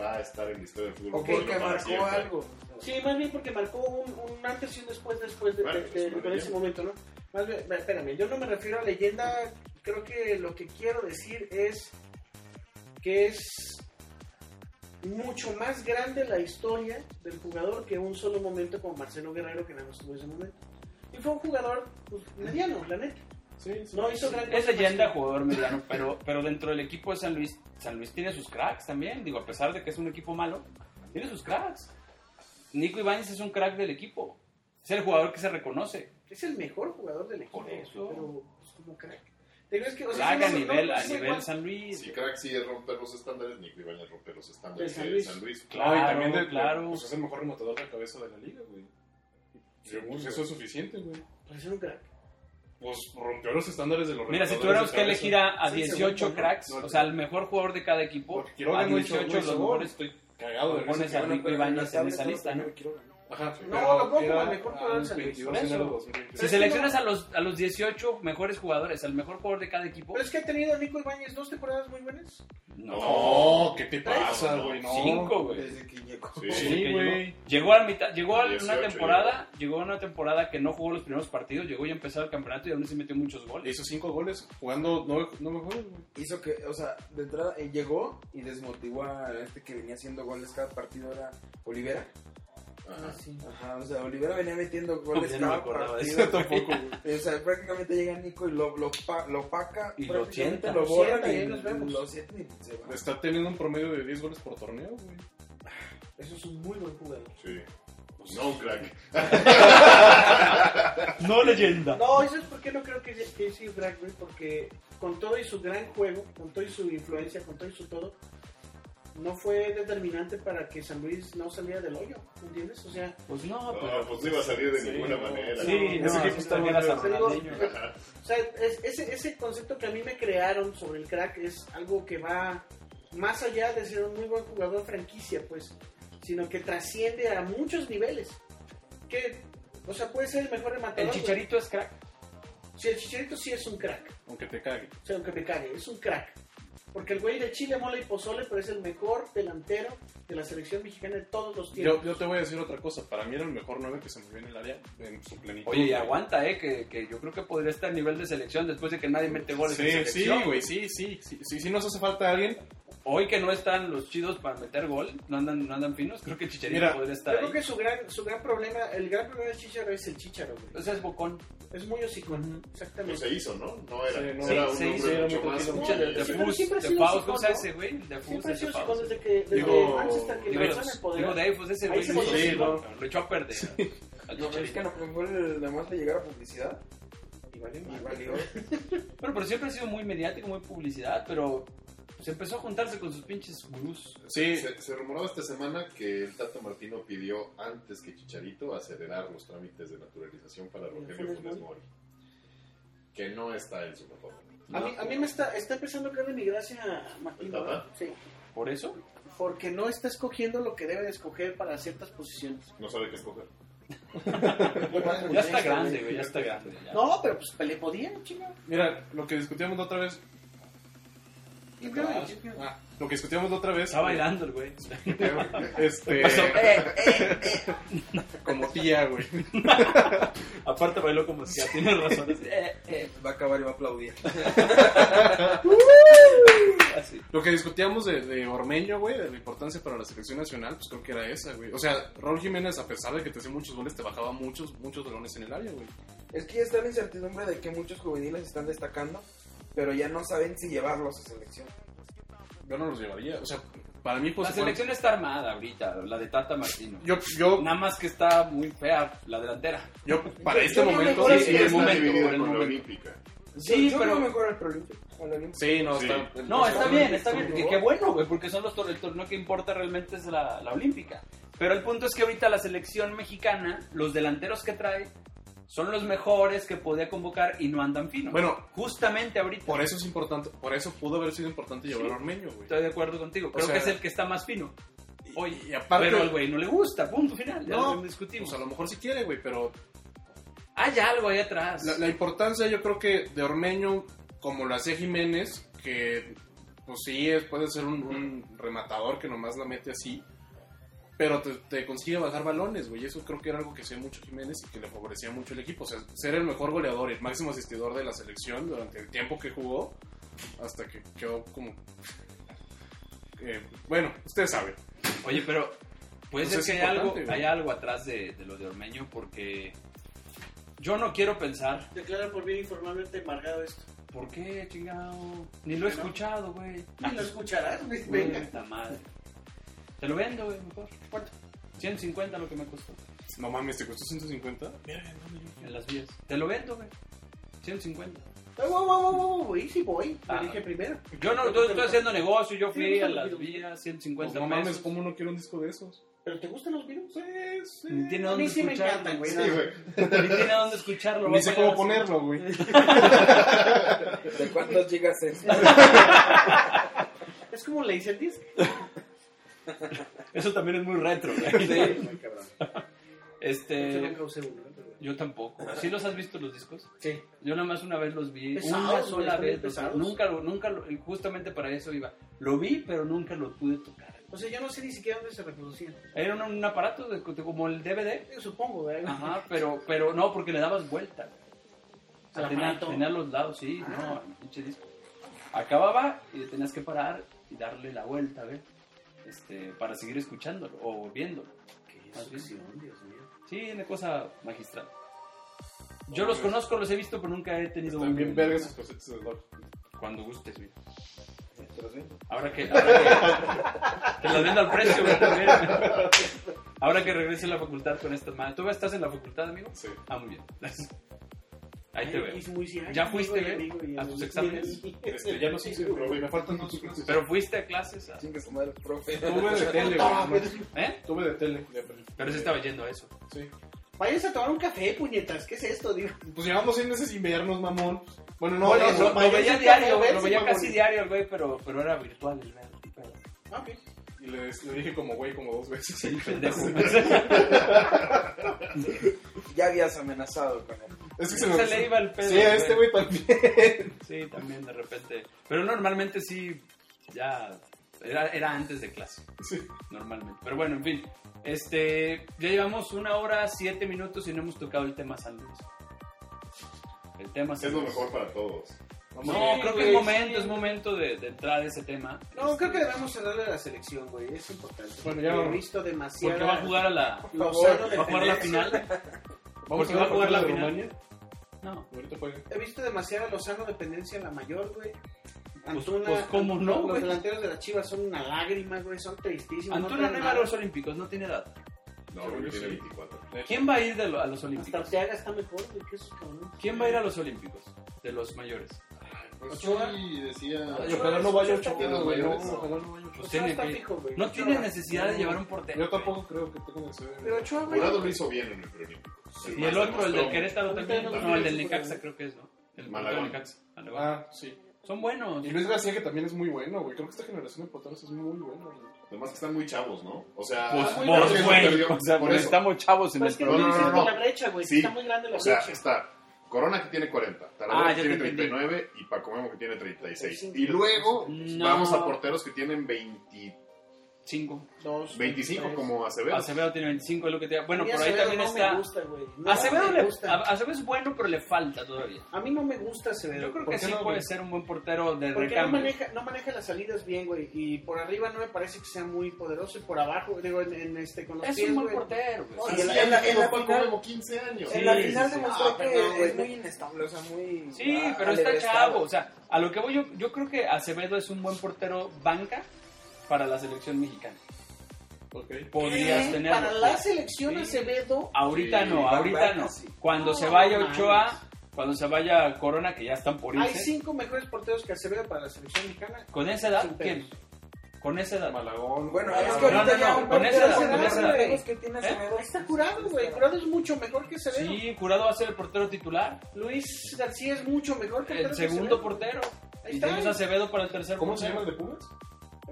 va a estar en la historia del fútbol.
O
mexicano
porque
para
marcó
siempre.
algo.
Sí, más bien porque marcó un, un antes y un después después de,
Bueno,
de-
pues,
de-
una
con ese
leyenda.
momento, ¿no? Más bien, espérame, yo no me refiero a leyenda, creo que lo que quiero decir es que es mucho más grande la historia del jugador que un solo momento como Marcelo Guerrero que nada más tuvo ese momento. Y fue un jugador pues, mediano, la neta.
Sí, sí.
No hizo gran
Es
cosa,
leyenda,
más que-
jugador mediano, pero, pero dentro del equipo de San Luis, San Luis tiene sus cracks también. Digo, a pesar de que es un equipo malo, tiene sus cracks. Nico Ibáñez es un crack del equipo. Es el jugador que se reconoce.
Es el mejor jugador del equipo,
Por eso.
pero pues, como crack. Te digo, Pues es que, o sea,
Crack a
no- no-
nivel,
no
a
sé
nivel
cuál-
San Luis.
Si crack sí es romper los estándares, Nico Ibañez rompe los estándares
De San
de
Luis.
San Luis.
Claro,
No, y también de- de-
claro.
Pues es el mejor rematador de cabeza de la liga, güey.
Sí,
Pues eso es suficiente, güey.
Para ser un crack.
Pues rompió los estándares de los
Mira, si
rematadores
tuviéramos
de
que
cabeza.
elegir a, a
Sí,
18
según yo,
cracks,
no,
o sea, el mejor jugador de cada equipo,
Porque
a
Quiroga no hizo-
18
no hizo
los
gol.
mejores, estoy
Cagado de
Pones
risa,
a
que
Nico
bueno,
Ibáñez en esa lista, ¿no?
pero- Ajá,
No,
pero
tampoco,
era
el mejor jugador
a
de
los
San Luis.
22
Por
en
eso.
el 2020.
Si
Pero es que
seleccionas
no-
a los, a los 18 mejores jugadores, al mejor jugador de cada equipo,
Pero es que ha tenido Nico Ibáñez dos temporadas muy buenas.
No, ¿qué te pasa,
No,
güey? No.
Cinco, güey.
Desde que llegó.
Sí,
Sí,
Desde que
güey.
Llegó, llegó a la mitad, llegó a una
18
temporada, llegó a una temporada que no jugó los primeros partidos, llegó y empezó el campeonato y aún así metió muchos
Le
goles.
hizo cinco goles jugando no, no me juego, güey.
Hizo que, o sea, de entrada eh, llegó y desmotivó a este que venía haciendo goles cada partido, era Olivera.
Ajá.
Ajá, o sea, Olivera venía metiendo goles
Ya no me
cada
acordaba de
partido.
eso tampoco.
Eh, O sea, prácticamente llega Nico y lo, lo, pa- lo paca,
Y lo
prácticamente
sienta. Pues,
lo borran
Sienta y
y,
ahí nos vemos.
lo sienta y se va.
Está teniendo un promedio de 10 goles por torneo, güey.
Eso es un muy buen jugador.
Sí. No un crack.
No leyenda.
No, eso es porque no creo que que sea un crack, güey, porque con todo y su gran juego, con todo y su influencia, con todo y su todo, no fue determinante para que San Luis no saliera del hoyo, ¿entiendes? O sea,
Pues no, pero.
No, pues no iba a salir de
Sí,
ninguna
no.
manera.
Sí,
Ese
no, así
equipo está
también era
muy feo.
Ronaldinho.
o sea, es- ese, ese concepto que a mí me crearon sobre el crack es algo que va más allá de ser un muy buen jugador franquicia, pues, sino que trasciende a muchos niveles. Que, o sea, puede ser el mejor rematador.
El
güey.
chicharito es crack.
Sí, el Chicharito sí es un crack.
Aunque te cague.
O sea, aunque me cague, es un crack. Porque el güey de Chile mola y pozole, pero es el mejor delantero de la selección mexicana de todos los
Yo,
tiempos.
yo te voy a decir otra cosa. Para mí era el mejor 9 que se movió en el área en su plenitud.
Oye, y aguanta, eh, que, que yo creo que podría estar a nivel de selección después de que nadie mete goles en
Sí, sí,
selección.
güey, sí, sí, sí, sí, sí nos hace falta alguien.
Hoy que no están los chidos para meter gol, no andan, no andan finos, creo que Chicharito
Mira,
podría
Yo
estar ahí.
creo que su gran, su gran problema, el gran problema de Chicharo es el Chicharo, güey.
O sea, es bocón.
Es muy hocicón,
Ujú.
Pues
exactamente.
se hizo, ¿no? No era.
Sí, no.
Era un
Sí,
hombre
sí,
era
mucho
muy
más.
tranquilo.
Mucho de,
humilde.
de
Pero
Fus,
siempre ha
de
sido
Faust,
hocicón,
¿cómo se
¿no?
ese, güey? De Fus,
Siempre ha sido
de
hocicón
Faust.
desde que desde
Digo-
Manchester que
Digo,
lo van a poder.
digo, de ahí, pues ese
Ahí
güey.
se
lo
volvió
hizo-
Sí, no.
Lo echó a perder. Al
No, es
Chicharito.
que no fue el nada más le llegara publicidad y valió.
Bueno, pero siempre ha sido muy mediático, muy publicidad, pero se empezó a juntarse con sus pinches gurús.
Sí,
Se, se rumoraba esta semana que el Tata Martino pidió antes que Chicharito acelerar los trámites de naturalización para Rogelio
Funes
Funes Mori. Que no está en su mejor momento.
A mí, a mí me está, está empezando a caer mi gracia, Martín.
¿El Tata?
Sí.
Por eso,
Porque no está escogiendo lo que debe de escoger para ciertas posiciones.
No sabe qué escoger.
ya está grande, güey, ya está grande. ya.
No, pero pues le podía, chingado.
mira, lo que discutíamos la otra vez.
Keep going, keep going.
Ah, lo que discutíamos la otra vez.
Está bailando el güey.
Eh.
eh.
Este, como tía, güey.
Aparte bailó como si ya tiene razón. así, eh, eh,
Va a acabar y va a aplaudir.
así.
Lo que discutíamos de, de Ormeño, güey, de la importancia para la selección nacional, pues creo que era esa, güey. O sea, Raúl Jiménez, a pesar de que te hacía muchos goles, te bajaba muchos, muchos balones en el área, güey.
Es que ya está la incertidumbre de que muchos juveniles están destacando, pero ya no saben si llevarlos a selección.
Yo no los llevaría. O sea, para mí, pues.
La
igual-
selección está armada ahorita, la de Tata Martino.
Yo, yo,
Nada más que está muy fea la delantera.
yo, para
yo-
este
yo no
momento.
mejor
sí,
Sí,
en el
está
momento,
dividida
en el
con la
momento.
olímpica.
Sí,
yo, yo
pero-
veo mejor al Prolímpico. al Olímpico.
Sí, no,
Sí.
está.
No, está bien, está bien.
torneo.
Que, que bueno, güey, porque son los tor- el torneo que importa realmente es la, la olímpica. Pero el punto es que ahorita la selección mexicana, los delanteros que trae, son los mejores que podía convocar y no andan finos.
Bueno,
justamente ahorita.
Por e-, eso es importante, por eso pudo haber sido importante llevar a Ormeño, güey.
Estoy de acuerdo contigo. Creo
sea-
que es el que está más fino. Oye,
y aparte,
pero al güey no le gusta, punto final. Ya
No,
lo discutimos.
pues a lo mejor sí quiere, güey, pero
Hay algo ahí atrás.
la, la importancia yo creo que de Ormeño, como lo hacía Jiménez, que pues sí, es- puede ser un, un rematador que nomás la mete así, pero te, te consigue bajar balones, güey. Eso creo que era algo que hacía mucho Jiménez y que le favorecía mucho el equipo. O sea, ser el mejor goleador y el máximo asistidor de la selección durante el tiempo que jugó, hasta que quedó como... Eh, bueno, ustedes saben.
Oye, pero puede
Pues
ser
es
que hay algo,
importante, güey.
hay algo atrás de, de lo de Ormeño porque yo no quiero pensar
Declara por bien informalmente embargado esto.
por qué, chingado. Ni lo he
Bueno.
escuchado, güey.
Y lo escucharás, güey.
Güey,
Venga.
puta madre. Te lo vendo, güey, mejor. ¿Cuánto? 150 lo que me costó
No mames, ¿te costó 150?
en las vías. Te lo vendo, güey. 150.
Wow, wow, wow, wow, wow, easy boy. Te
Ah.
dije primero.
Yo no, yo estoy haciendo negocio, yo fui
Sí,
a
sí,
las
sí.
vías,
Pues
150
no mames,
pesos.
¿cómo no quiero un disco de esos?
¿Pero te gustan los virus?
Ni tiene
Mm, A
dónde
mí sí me
escucharlo.
encantan, güey.
Sí, güey.
Ni tiene dónde escucharlo. va
Ni
a
sé
pagar
cómo ponerlo, güey.
¿De cuántos gigas es?
Es como le hice el disco.
Eso también es muy retro, güey.
Ay, cabrón. Yo
Este,
nunca usé uno, ¿no? Pero-
yo tampoco. ¿Sí los has visto los discos?
Sí.
Yo nada más una vez los vi,
Pesados,
una
güey,
sola
están bien
vez. o sea,
pesados.
nunca lo, nunca lo- justamente para eso iba. Lo vi, pero nunca lo pude tocar.
O sea, yo no sé ni siquiera dónde se reproducían.
Era un, un aparato de- de- como el DVD.
Yo supongo, güey.
Ajá, pero, pero no, porque le dabas vuelta. güey. O sea,
Al
tenía,
aparato.
tenía los lados, sí,
Ah.
no, pinche disco. Acababa y le tenías que parar y darle la vuelta, ¿ves? Este, para seguir escuchándolo o viéndolo.
Qué
Más bien.
succión, Dios mío.
Sí, una cosa magistral. Yo los conozco, los he visto, pero nunca he tenido
Están bien
un-
vergas sus cosetes de rock.
Cuando gustes, güey.
¿Te los vendo?
Ahora que. ahora que- te lo vendo al precio, güey, también. Ahora que regrese a la facultad con estas madres. ¿Tú estás en la facultad, amigo?
Sí.
Ah, muy bien. Ahí te
Ay,
veo.
es muy cierto.
¿Ya fuiste,
Amigo y
güey,
amigo y
a
amigo.
tus exámenes?
Este, ya los hice, pero güey, me faltan dos clases.
Pero fuiste a clases. a-
Chingue su madre, profe.
tuve de tele, güey. no,
¿Eh?
Tuve de tele. de-
Pero se estaba yendo a eso.
Sí.
Váyanse a tomar un café, puñetas. ¿Qué es esto, digo?
Pues llevamos seis meses invernos, mamón. Bueno, no,
Oye,
no,
lo,
no,
lo
mayor
veía
es
diario,
que
lo veía
verse,
casi
mamón.
diario el güey, pero, pero era virtual el güey. Pero-
Ah, ok.
Y le, le dije como güey como dos veces.
Pendejo.
Ya habías amenazado con él.
Es que se me
Se le iba el pedo.
Sí, a este güey también.
Sí, también de repente. Pero normalmente sí, ya. Era, era antes de clase.
Sí.
Normalmente. Pero bueno, en fin. Este, ya llevamos una hora, siete minutos y no hemos tocado el tema San Luis. El tema
Es lo mejor para todos.
No,
Sí,
creo que
güey,
es momento,
sí.
es momento de, de entrar a ese tema.
No,
Este,
creo que debemos cerrarle a la selección, güey. Es importante.
Bueno, ya
He
no.
visto demasiado.
Porque va a jugar a la.
Por
favor,
¿Va a jugar la final? Porque va a jugar la
partido de
final.
Rumania.
No.
Ahorita juega.
He visto demasiada Lozano dependencia en la mayor, güey.
Pues,
Antuna.
pues, ¿cómo no,
Los
güey?
delanteros de la Chivas son una lágrima, güey. Son tristísimos.
Antuna no
traen
iba a
nada.
los Olímpicos, no tiene edad.
No,
Según
porque
yo
tiene
sí.
24.
¿Quién va a ir de lo- a los
Hasta
Olímpicos?
Arteaga está mejor, güey. ¿Qué es cabrón?
¿Quién va a ir a los Olímpicos? De los mayores.
Pues
Ochoa.
sí, decía...
Ay, Ojalá no vaya ocho.
Ya nos
güey,
vaya
no,
eso.
Ojalá no vaya
Pues
ocho.
tiene
está
que-
fijo, güey.
No
Ochoa.
tiene necesidad de llevar un portero.
Yo tampoco creo que tenga necesidad.
Pero Ochoa, güey.
Jurado lo hizo bien en el preolímpico.
Y el otro, el del
de
Querétaro también.
Ahorita
no
No, el del
sé.
Necaxa creo que es, ¿no? El portero del
Malagón.
Necaxa. Malagón.
Ah, sí.
Son buenos.
Y Luis García, que también es muy bueno, güey. Creo que esta generación de porteros es muy buena, güey.
Además que están muy chavos, ¿no? O sea...
Pues,
creo
vos,
que eso
güey.
perdió-
O sea,
por
pues
eso.
estamos chavos en
Pero es
el
que
No,
no,
no, no,
existe
no.
la brecha, güey.
Sí.
Está muy grande la
O sea,
brecha.
está Corona que tiene 40, Talavera
Ah,
que
ya
tiene
te entendí.
39 y Paco Memo que tiene 36.
Cinco.
Y luego
No.
vamos a porteros que tienen 20
5.
Dos,
25
tres.
como Acevedo.
Acevedo tiene 25, es lo que te digo. Bueno,
A mí
por ahí
Acevedo
también
no
está.
Me gusta, güey. No
Acevedo,
me
le-
gusta.
a- Acevedo es bueno, pero le falta todavía.
A mí no me gusta Acevedo.
Yo creo
¿Por
que
qué
sí
no,
puede
güey?
ser un buen portero de
Porque no
recambio.
maneja, no maneja las salidas bien, güey. Y por arriba no me parece que sea muy poderoso. Y por abajo, digo, en, en este, con los
Es
pies,
un buen
güey.
portero. pues. güey.
No,
Así
y en la-
ya
en la-
dijo
en la
Paco
final-
Memo 15 años.
en la
Sí,
final
sí, sí.
demostró
Ah,
que
perdón, güey.
es muy inestable, o sea, muy.
Sí,
ah,
pero está
alebrestado.
chavo. O sea, a lo que voy yo, yo creo que Acevedo es un buen portero banca para la selección mexicana. Podrías
¿Qué?
tenerlo.
Eh, Para la selección
Sí. Ah,
Acevedo.
Ahorita
Sí,
no,
banca,
ahorita no.
sí.
Cuando
No,
se vaya
no mames.
Ochoa, cuando se vaya Corona, que ya están por
Hay
irse.
cinco mejores porteros que Acevedo para la selección mexicana.
Con esa edad,
Sin
¿quién? Con esa edad.
Malagón.
Bueno, es
Ah,
que
no,
ahorita
no,
ya
no,
un
con
portero
esa-
con
con
los
esa-
refuerzos que tiene
¿Eh?
Acevedo.
Está curado, güey. Curado es mucho mejor que Acevedo.
Sí, Curado va a ser el portero titular.
Luis García es mucho mejor que
El
Pedro
segundo
Acevedo.
portero.
Ahí
Y
está.
tienes a Acevedo para el tercer
¿Cómo se
portero.
llama el de Pumas?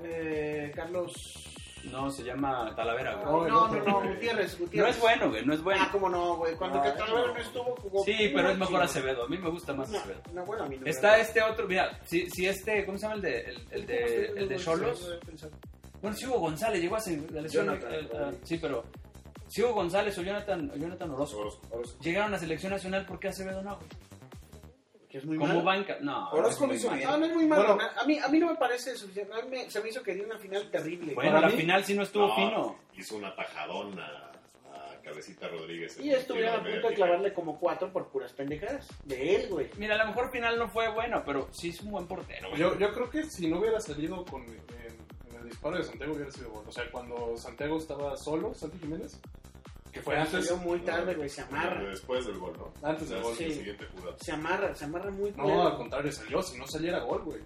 Eh, Carlos. Ah,
No, se llama Talavera, güey.
No, no, no, Gutiérrez,
No
Gutiérrez.
es bueno, güey, no es bueno.
Oh, Ah, cómo no, güey. Cuando
Ay,
Catalán
no.
no estuvo, jugó.
Sí, pero es mejor
chingón.
Acevedo. A mí me gusta más Acevedo.
No, no, bueno, a mí no.
Está este otro, mira, si, si este, ¿cómo se llama el de el, el de el de Cholos? Bueno, si Hugo González llegó a ser la lesión,
Jonathan.
el- ah, sí, pero si Hugo González o Jonathan, o Jonathan Orozco
Orozco.
Orozco.
llegaron a selección nacional, ¿por qué Acevedo no? güey?
Que es muy
Como
malo.
banca, no. es
Orozco
Ah, muy
lo hizo
mal.
bien.
Ah, No, no es muy malo.
Bueno.
na- a, mí, a mí no me parece suficiente. A mí me- se me hizo que dio una final terrible.
Bueno,
Para
la
mí-
final sí no estuvo
No,
fino.
Hizo una tajadona a Cabecita Rodríguez.
y estuvieron a punto de
Tiene-
clavarle como cuatro por puras pendejadas. De él, güey.
Mira, a lo mejor final no fue bueno, pero sí es un buen portero. güey.
Yo, yo creo que si no hubiera salido con en, en el disparo de Santiago hubiera sido gol. O sea, cuando Santiago estaba solo, Santi Jiménez, que fue antes,
Salió muy tarde, güey. Se amarra.
Después del gol, ¿no?
antes del gol.
Sí.
La siguiente jugada.
Se amarra, se amarra muy
No,
culero.
al contrario, salió. Si no saliera gol, güey.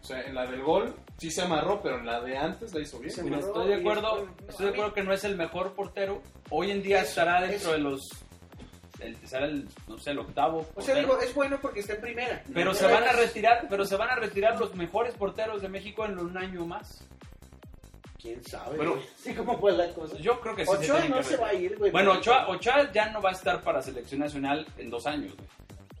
O sea, en la del gol sí se amarró, pero en la de antes la hizo bien.
Se
güey.
amarró.
Estoy de acuerdo,
No,
estoy de
a mí-
acuerdo que no es el mejor portero. Hoy en día
Eso,
estará dentro
eso.
de los el, será el, no sé, el octavo.
O sea,
portero.
digo, es bueno porque está en primera.
pero se van a retirar, pero se van a retirar los mejores porteros de México en un año más.
¿Quién sabe?
Pero-
güey? sí, ¿cómo fue la cosa?
Yo creo que sí se
Ochoa
tienen
no
que
se
retirar.
va a ir, güey.
Bueno, Ochoa, Ochoa ya no va a estar para selección nacional en dos años, güey.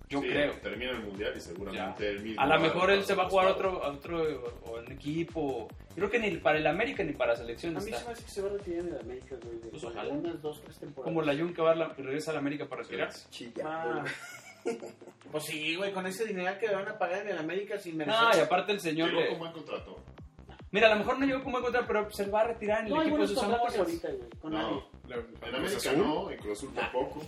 yo
Sí,
creo.
Termina el mundial y seguramente él mismo
A
va
lo mejor él
dar
se va a jugar
resultado.
otro, otro o en equipo. Creo que ni para el América ni para selección
A mí se
está.
me hace que se va a retirar en el América, güey. de-
Pues ojalá.
Unas dos, tres temporadas.
Como la Jun que va a la- regresa a la América para retirarse.
Ah. Pues sí, güey, con ese dinero que le van a pagar en el América sin merecer.
No, y aparte el señor
Llegó
de...
con buen contrato.
Mira, a lo mejor no llegó como encontrar, pero se va a retirar en el
No hay
equipo de
buenos
sus
contratos
amores.
ahorita, güey, con nadie.
No,
La- la-
en
la-
América no, en Cruz Azul tampoco.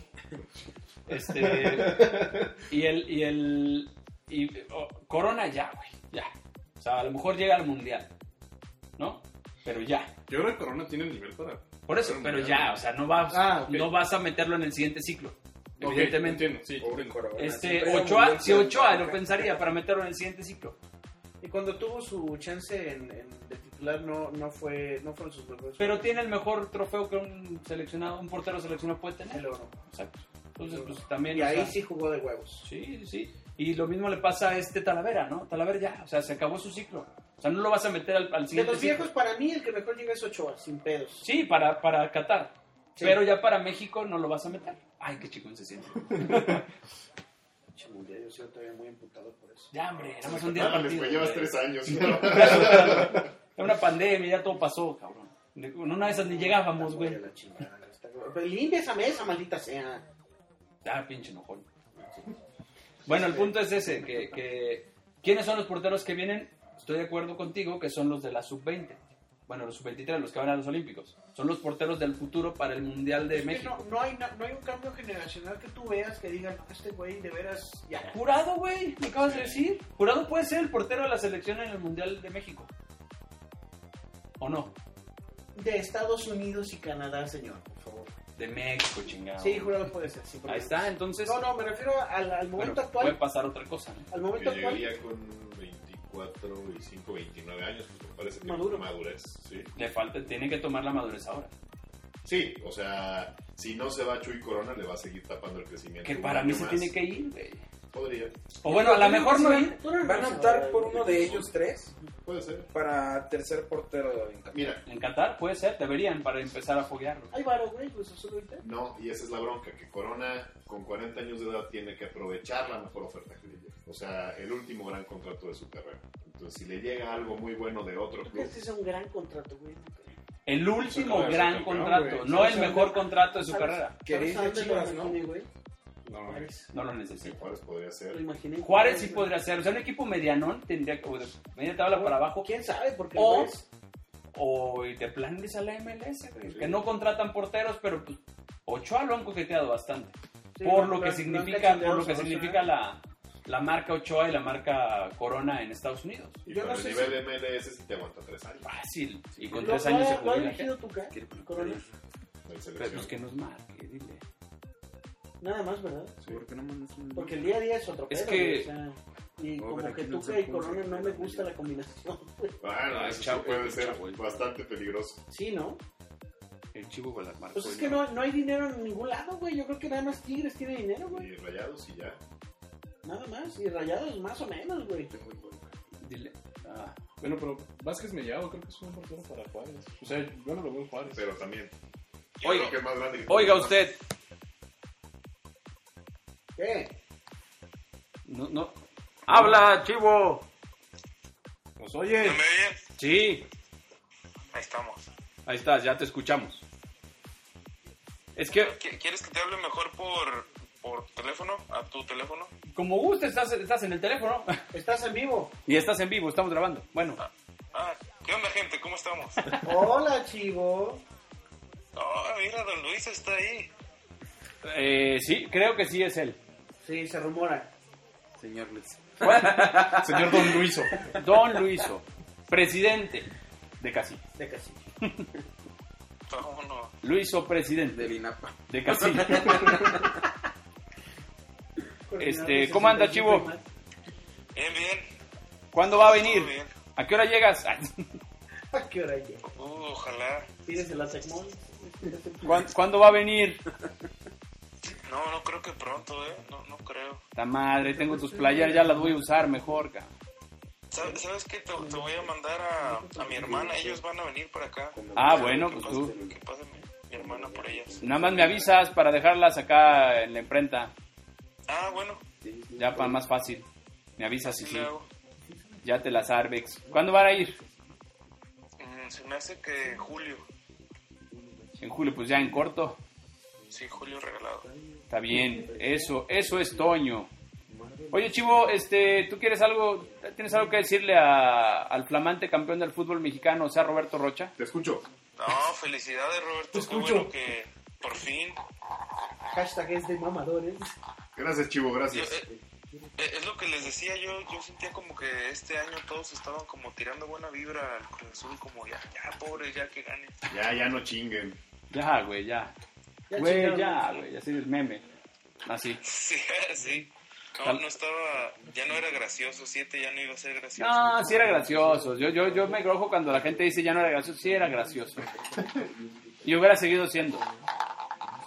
Este, y el, y el, y oh, Corona ya, güey, ya. O sea, a lo mejor llega al mundial, ¿no? Pero ya.
Yo creo que Corona tiene el nivel para.
Por eso, pero ya, o sea, no vas,
Ah, ok.
no vas a meterlo en el siguiente ciclo.
Ok,
Evidentemente.
entiendo, sí,
Pobre
entiendo.
Corona,
Este,
siempre era
Ochoa,
mundial,
si Ochoa
siempre.
lo pensaría para meterlo en el siguiente ciclo.
Y cuando tuvo su chance en, en- de titular, no, no, fue, no fueron sus mejores.
Pero tiene el mejor trofeo que un seleccionado, un portero seleccionado puede
el
tener.
oro.
Exacto. Entonces, pues también.
Y
o
ahí
sea,
sí jugó de huevos.
Sí, sí. Y lo mismo le pasa a este Talavera, ¿no? Talavera ya, o sea, se acabó su ciclo. O sea, no lo vas a meter al, al
De
siguiente
los viejos,
ciclo.
para mí, el que mejor llega es Ochoa, sin pedos.
Sí, para, para Qatar.
Sí.
Pero ya para México no lo vas a meter. Ay, qué chingón se siente.
Pinche mundial, yo sigo todavía muy emputado por eso.
Ya, hombre, nada más un día de
Ah, les
partido.
pues, llevas
hombre.
tres años.
Era una pandemia, ya todo pasó, cabrón. En una de esas ni llegábamos, güey.
Voy a la chingada, está cabrón. Pero limpia esa mesa, maldita sea.
Ah, pinche enojón. Bueno, el punto es ese, que, que- ¿quiénes son los porteros que vienen? Estoy de acuerdo contigo que son los de la sub-20. Bueno, los sub-23, los que van a los Olímpicos. Son los porteros del futuro para el Mundial de
Es que
México.
No, no, hay, na- no hay un cambio generacional que tú veas que digan, este güey de veras ya.
Jurado, güey, me acabas de decir. Jurado puede ser el portero de la selección en el Mundial de México. ¿O no?
De Estados Unidos y Canadá, señor, por favor.
De México, chingado.
Sí, jurado puede ser, sí.
Ahí está, entonces...
No, no, me refiero al, al
bueno,
momento
puede
actual.
pasar otra cosa. ¿no?
Al
Que
momento actual.
llegaría con 24, 25, 29 años, pues me parece que
Maduro.
madurez. Sí.
Le falta, tiene que tomar la madurez ahora.
sí, o sea, si no se va Chuy Corona, le va a seguir tapando el crecimiento.
Que
un
para mí
año
se
más.
tiene que ir, güey.
Podría.
O bueno, a lo mejor no.
¿Van, van a optar por uno de ellos tres
Puede ser.
para tercer portero de Olinka.
Mira,
En Qatar puede ser, deberían para empezar a foguearlo.
Hay varo, güey, pues solo ahorita.
no, y esa es la bronca, que Corona con 40 años de edad tiene que aprovechar la mejor oferta que le llega. O sea, el último gran contrato de su carrera. Entonces, si le llega algo muy bueno de otro
Creo que
club,
Este es un gran contrato, güey. no creo.
El último
Acaba de ser
gran
campeón,
contrato,
güey.
no el mejor contrato de su
¿Sabes?
carrera.
Queréis
¿Sabes
de
a dónde
Chivas,
lo
¿no?
imaginé, güey?
No,
Juárez.
No lo
sí,
necesito.
pues, Juárez podría
Lo
ser.
imaginé.
Juárez sí podría ser, o sea, un equipo medianón tendría que, o de media tabla para abajo,
¿Quién sabe? Porque
O-
el Juárez-
o y te planes a la MLS, güey,
Sí.
que no contratan porteros, pero pues, Ochoa lo han coqueteado bastante,
Sí,
por
no,
lo
no,
que
no,
significa,
cachondeos,
por lo que
o sea,
significa la, la marca Ochoa y la marca Corona en Estados Unidos.
Y
Yo
con
no
el
sé
nivel MLS sí te aguanta tres años.
Fácil, y
¿Lo,
con tres
lo
años
ha-
se
¿Lo ha
jubila.
dirigido tu cara?
Quiere-
Corona.
en
Pero
selección.
pues que nos marque, dile.
Nada más, ¿verdad?
¿Por qué no mandas un-
Porque el día a día es otro
Es
pedo,
que-
güey, o sea, y
Oh,
como
pero
que
aquí no
Tuca
se
y Corona
puso.
no me gusta la combinación.
Bueno,
Ah,
eso sí
chavo,
puede ser
chavo, el-
bastante peligroso.
Sí, ¿no?
El chivo con las marcas.
Pues es que no, no hay dinero en ningún lado, güey. Yo creo que nada más Tigres tiene dinero, güey.
Y rayados y ya.
Nada más. Y Rayados más o menos, güey.
Dile. Ah,
Bueno, pero Vázquez Mellado creo que es un portero para Juárez. O sea, yo no lo veo en Juárez.
Pero también.
Oiga.
Creo que más grande que-
Oiga usted.
¿Qué?
No, no. Habla, chivo.
Pues oye,
¿Me oyen?
Sí,
Ahí estamos.
ahí estás, ya te escuchamos. Es que
¿Qui- ¿Quieres que te hable mejor por, por teléfono? ¿A tu teléfono?
como gusta estás, estás en el teléfono
¿Estás en vivo?
y estás en vivo, estamos grabando. Bueno,
Ah, ¿qué onda, gente? ¿Cómo estamos?
Hola, chivo.
Ah, mira, don Luis está ahí.
eh, sí, creo que sí es él.
Sí, se rumora.
Señor Luis.
señor Don Luiso.
Don Luiso, presidente de Casi.
De casi.
Vámonos.
Luiso, presidente
Del INAPA.
de Casi. Este, ¿cómo anda, chivo?
Bien, bien.
¿Cuándo va a
Todo
venir?
bien.
¿A qué hora llegas?
¿A qué hora llega?
Uh, ojalá.
Pídese la Tecmol.
¿Cuán- ¿Cuándo va a venir?
No, no creo que pronto, ¿eh? No, no creo.
La madre, tengo tus playeras, ya las voy a usar mejor, ca.
¿Sabes, sabes qué? Te, te voy a mandar a, a mi hermana. Ellos van a venir para acá.
Ah, bueno,
Que
pues
pase-
tú.
Que pase mi, mi hermana por ellas.
Nada más me avisas para dejarlas acá en la imprenta,
Ah, bueno.
ya para más fácil. Me avisas y
Sí,
sí.
le hago.
Ya te las arbex. ¿Cuándo van a ir?
Mm, se me hace que Julio.
En julio, pues ya en corto.
Sí, Julio regalado.
Está bien, eso, eso es Toño. Oye, Chivo, este, ¿tú quieres algo, tienes algo que decirle a- al flamante campeón del fútbol mexicano, o sea, Roberto Rocha?
Te escucho.
No, felicidades, Roberto. Qué bueno que por fin
Hashtag es de mamadores.
Gracias, Chivo,
Yo,
gracias.
eh, eh, es lo que les decía, yo, yo sentía como que este año todos estaban como tirando buena vibra al Cruz Azul, como ya, ya, pobre, ya que gane.
Ya, ya no chinguen.
Ya, güey, ya.
Ya
Güey,
chingaron.
ya, güey, así el meme. Así.
Sí, sí. No, no estaba, ya no era gracioso, siete ya no iba a ser gracioso.
No, sí era gracioso. Yo, yo, yo me grojo cuando la gente dice ya no era gracioso. Sí era gracioso. Y hubiera seguido siendo.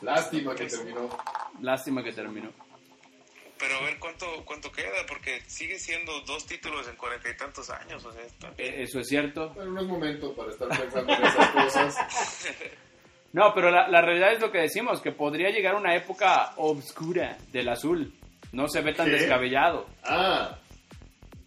Lástima que terminó.
Lástima que terminó.
Pero a ver cuánto, cuánto queda, porque sigue siendo dos títulos en cuarenta y tantos años, o sea, está-
E- Eso es cierto.
Bueno, no es momento para estar pensando en esas cosas.
No, pero la, la realidad es lo que decimos, que podría llegar una época obscura del azul. No se ve tan
¿Qué?
descabellado.
Ah,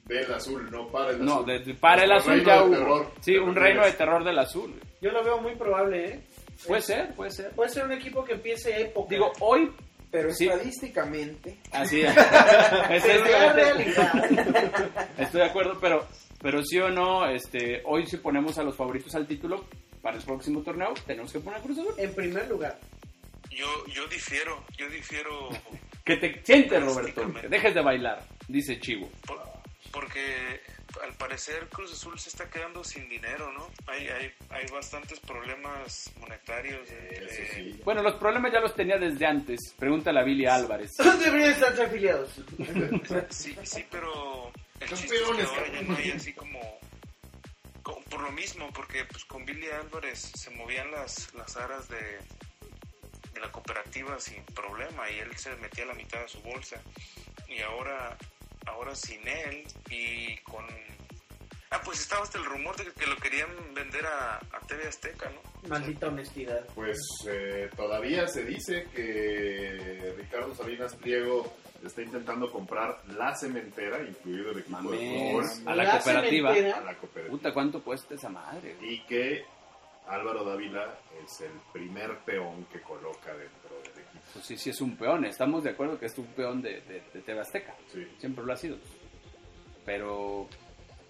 del azul, no para el azul.
No, de- de- para el azul
Reino
ya
de
hubo.
terror.
sí, un
Terror.
reino de terror del azul. güey.
Yo lo veo muy probable, ¿eh?
Puede
Es-
ser, puede ser.
Puede ser un equipo que empiece época.
Digo, hoy...
Pero
Sí.
estadísticamente,
Así es.
pero la realidad.
Estoy de acuerdo, pero, pero sí o no, este, hoy si ponemos a los favoritos al título para el próximo torneo, tenemos que poner a Cruz Azul.
En primer lugar.
yo, yo difiero, yo difiero
Que te sientes, Roberto, que dejes de bailar, dice Chivo.
por- porque al parecer Cruz Azul se está quedando sin dinero, ¿no? Hay, hay, hay bastantes problemas monetarios.
Eso
eh,
sí.
Bueno, los problemas ya los tenía desde antes, pregúntale a Billy Álvarez.
Deberían estar afiliados.
Sí, sí, pero el
Los
chiste es que
peones,
ahora ya
cabrón.
no hay así como, como- por lo mismo, porque pues con Billy Álvarez se movían las, las aras de, de la cooperativa sin problema y él se metía la mitad de su bolsa. y ahora, ahora sin él y con... Ah, pues estaba hasta el rumor de que lo querían vender a, a TV Azteca, ¿no?
Maldita honestidad.
Pues eh, todavía se dice que Ricardo Salinas Pliego está intentando comprar la cementera, incluido el equipo de fútbol,
Mames. A la cooperativa.
a la cooperativa.
Puta, ¿cuánto cuesta esa madre? güey?
Y que Álvaro Dávila es el primer peón que coloca dentro del equipo.
Pues sí, sí es un peón. Estamos de acuerdo que es un peón de, de, de TV Azteca.
Sí.
Siempre lo ha sido. Pero,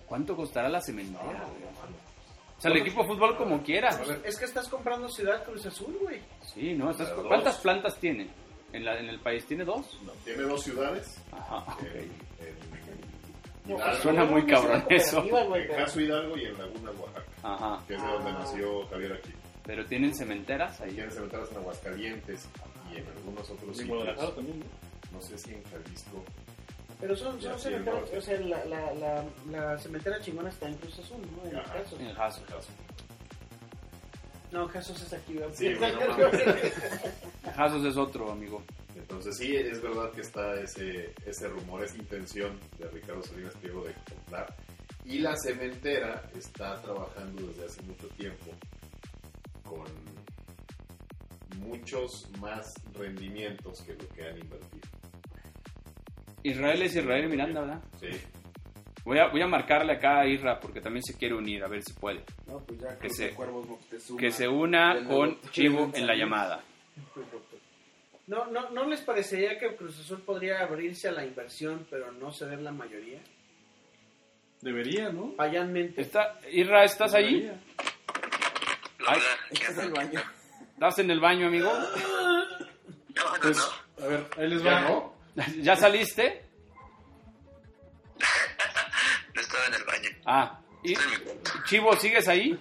¿cuánto costará la cementera?
No, no,
güey?
no.
O sea, el equipo de fútbol como quiera.
Es que estás comprando Ciudad Cruz Azul, güey.
Sí, ¿no? Estás-
Dos.
¿Cuántas plantas tiene? ¿En, la- en el país tiene dos.
No, Tiene dos ciudades.
Ajá, Ah, ok.
eh, en,
No,
Hidalgo,
Ah, suena muy
no, no es una
cabrón eso.
cooperativa, güey,
en
pero-
Caso Hidalgo y en Laguna, Oaxaca,
Ajá.
que es de donde nació Javier aquí.
Pero tienen cementeras
Y
ahí.
tiene cementeras en Aguascalientes y en algunos otros
En
sitios.
Guadalajara también, ¿no?
No sé si en Jalisco.
Pero son,
Ya,
son
sí,
cementeras,
no.
o sea, la, la, la, la cementera chingona está en Cruz Azul, ¿no? En el
Ajá.
caso.
En el Jaso.
No, Jesús es aquí, ¿verdad?
Sí, güey, no mames.
Jasos es otro, amigo.
Entonces sí, es verdad que está ese, ese rumor, esa intención de Ricardo Salinas Pliego de comprar. Y la cementera está trabajando desde hace mucho tiempo con muchos más rendimientos que lo que han invertido.
Israel es Israel Miranda, ¿verdad?
Sí,
Voy a, voy a marcarle acá a Irra porque también se quiere unir, a ver si puede.
No, pues ya
Que
Cruz
se-
de Cuervos Moctezuma.
Que se una
Del
con
nuevo-
Chivo en la llamada.
No, no, ¿No les parecería que Cruz Azul podría abrirse a la inversión, pero no ceder la mayoría?
Debería, ¿no?
Payánmente.
Está, Irra, ¿estás ahí?
Debería.
La
Ay.
verdad, ¿qué
Este es el
onda?
baño.
¿Estás en el baño, amigo?
¿Qué onda,
Pues,
no?
a ver, ahí les
¿Ya
va.
no?
¿Ya saliste?
No estaba en el baño.
Ah, y-
Estoy en mi cuarto.
Chivo, ¿sigues ahí?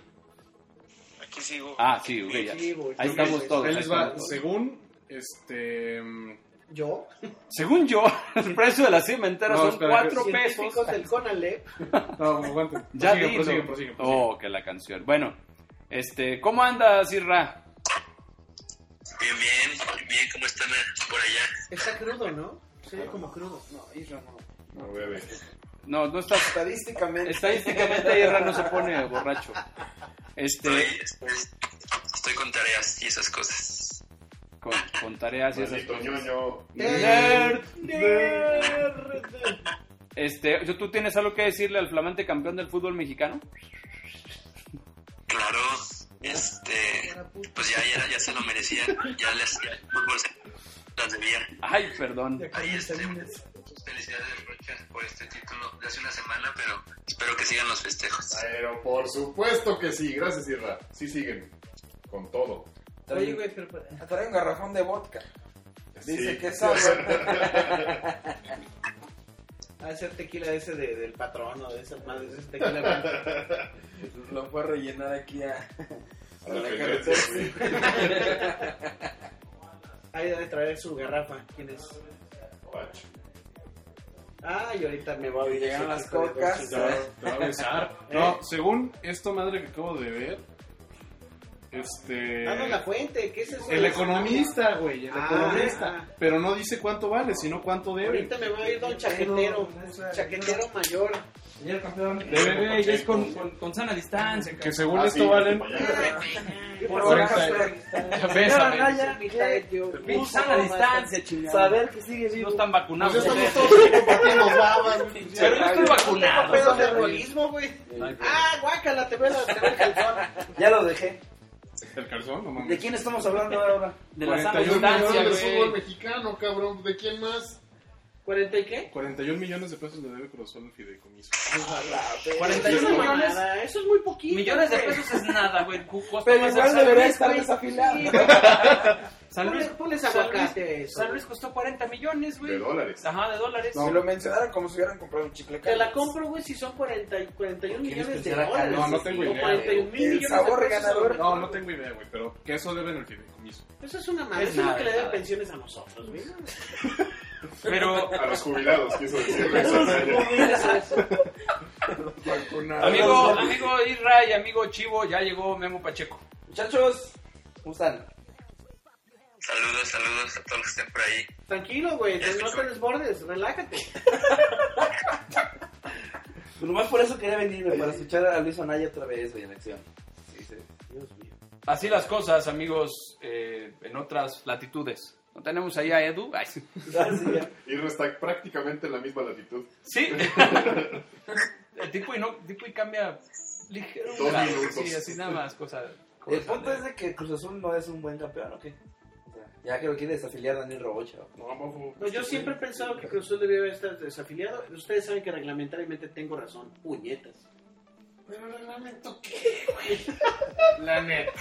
Aquí sigo.
Ah, sí, ok, ya.
Sí, güey.
Ahí estamos todos.
Ahí
ahí
les va.
estamos todos.
Según, este... mm,
Yo,
Según yo, el precio de la cementera
No,
son
espera,
cuatro pesos.
científicos del CONALEP,
No, aguanten.
Ya
prosigue,
dilo.
prosigue, prosigue, prosigue.
Oh, que la canción. Bueno, este, ¿cómo andas, Irra?
Bien, bien, bien, ¿cómo están eh? por allá?
está crudo, ¿no? Se ve como crudo.
No, Isra, no.
No, bebé.
No, no estás.
Estadísticamente.
Estadísticamente Irra no se pone borracho. Este,
Estoy, estoy con tareas y esas cosas.
con, con tareas y esas
Maldito
cosas.
ñoño.
Nerd.
Nerd.
Este, ¿tú tienes algo que decirle al flamante campeón del fútbol mexicano?
Claro, este, pues ya, ya, ya se lo merecían, ya les, ya el fútbol se las debía.
Ay, perdón.
Ahí este, pues, felicidades Rocha por este título de hace una semana, pero espero que sigan los festejos.
Pero por supuesto que sí. Gracias, Irra. Sí siguen. Con todo.
Oye, güey, pero...
Trae un garrafón de vodka. Dice
Sí.
que es agua.
Hacer tequila ese de- del patrón o de esas madres, ese tequila blanco.
Lo fue a rellenar aquí a,
A la
la
pendencia,
carretera.
güey.
Ahí debe traer su garrafa. ¿Quién es?
Pacho.
Ah, y ahorita me va a oír.
Llegaron
ese
las
hijo de
cocas.
coche.
Te va- te va a besar. No, según esta madre que acabo de ver, este...
Danos la fuente, ¿qué es eso?
El economista, güey, el
Ah.
economista. Pero no dice cuánto vale, sino cuánto debe.
Ahorita me va a ir don chaquetero, chaquetero mayor.
Señor campeón.
Debe, güey, ya es con-
sana distancia.
Que según
Ah, sí,
esto valen...
para allá.
Por
Ahorita-
orejas,
Bésame.
Señora Raya,
Mitad yo.
pinche sana distancia, chingada.
Saber que sigue
No
vivo.
están vacunados.
Pero
yo estoy
Tengo
vacunado.
pedos de alcoholismo, güey. Ah, guácala, te veo la- te veo el calzón.
Ya lo dejé.
El calzón, no
¿De
mames.
quién estamos hablando ahora?
De la sana
41
distancia,
Campeón del fútbol
güey.
mexicano, cabrón. ¿De quién más?
¿Cuarenta y qué?
41 millones de pesos le debe Cruzol al fideicomiso.
41
Eso es
millones.
mamada, Eso es muy poquito.
Millones de
güey.
pesos es nada, güey. Cu- Costa
Pero
más
igual
el San
debería
Luis,
estar
güey.
desafilado.
Sí, San Luis,
Ponles- ponles
San Luis-
aguacate eso,
San
güey.
Luis costó 40 millones, güey.
De dólares.
Ajá, de dólares.
Si lo mencionaran como si hubieran comprado un chicle.
Te la compro, güey, si son 40, y 41
¿Quieres
millones de
pensar acá?
dólares.
No, no tengo
O
idea,
41
güey.
mil
El
millones
sabor
de pesos.
regalador.
No, no tengo idea, güey, pero que eso deben el fideicomiso.
Eso Pues es una madre.
Es
Eso es lo
nada,
que le
nada.
dan pensiones a nosotros, güey.
Pero,
A los jubilados, quiso decir.
Amigo, amigo Irra y amigo Chivo, ya llegó Memo Pacheco.
Muchachos, ¿cómo están?
Saludos, saludos a todos los que estén por ahí.
Tranquilo, güey,
Ya
no
escuchó.
te desbordes, relájate.
Nomás por eso quería venir, güey, para escuchar a Luis Anaya otra vez, güey, en acción. Sí, sí.
Dios mío.
Así las cosas, amigos, eh, en otras latitudes. ¿No tenemos ahí a Edu? Ay, sí.
Así Ah, ya.
Irra está prácticamente en la misma latitud.
Sí. El tipo y, no, tipo y cambia ligero.
Dos
grado,
minutos.
Sí, así nada más, cosa. cosa
El punto es de que Cruz Azul no es un buen campeón, ¿o qué? O sea, Ya que lo quiere desafiliar Daniel Robocha.
No, ojo.
No, yo siempre he pensado que Cruz Azul debió estar desafiliado. Ustedes saben que reglamentariamente tengo razón. Puñetas.
La neta.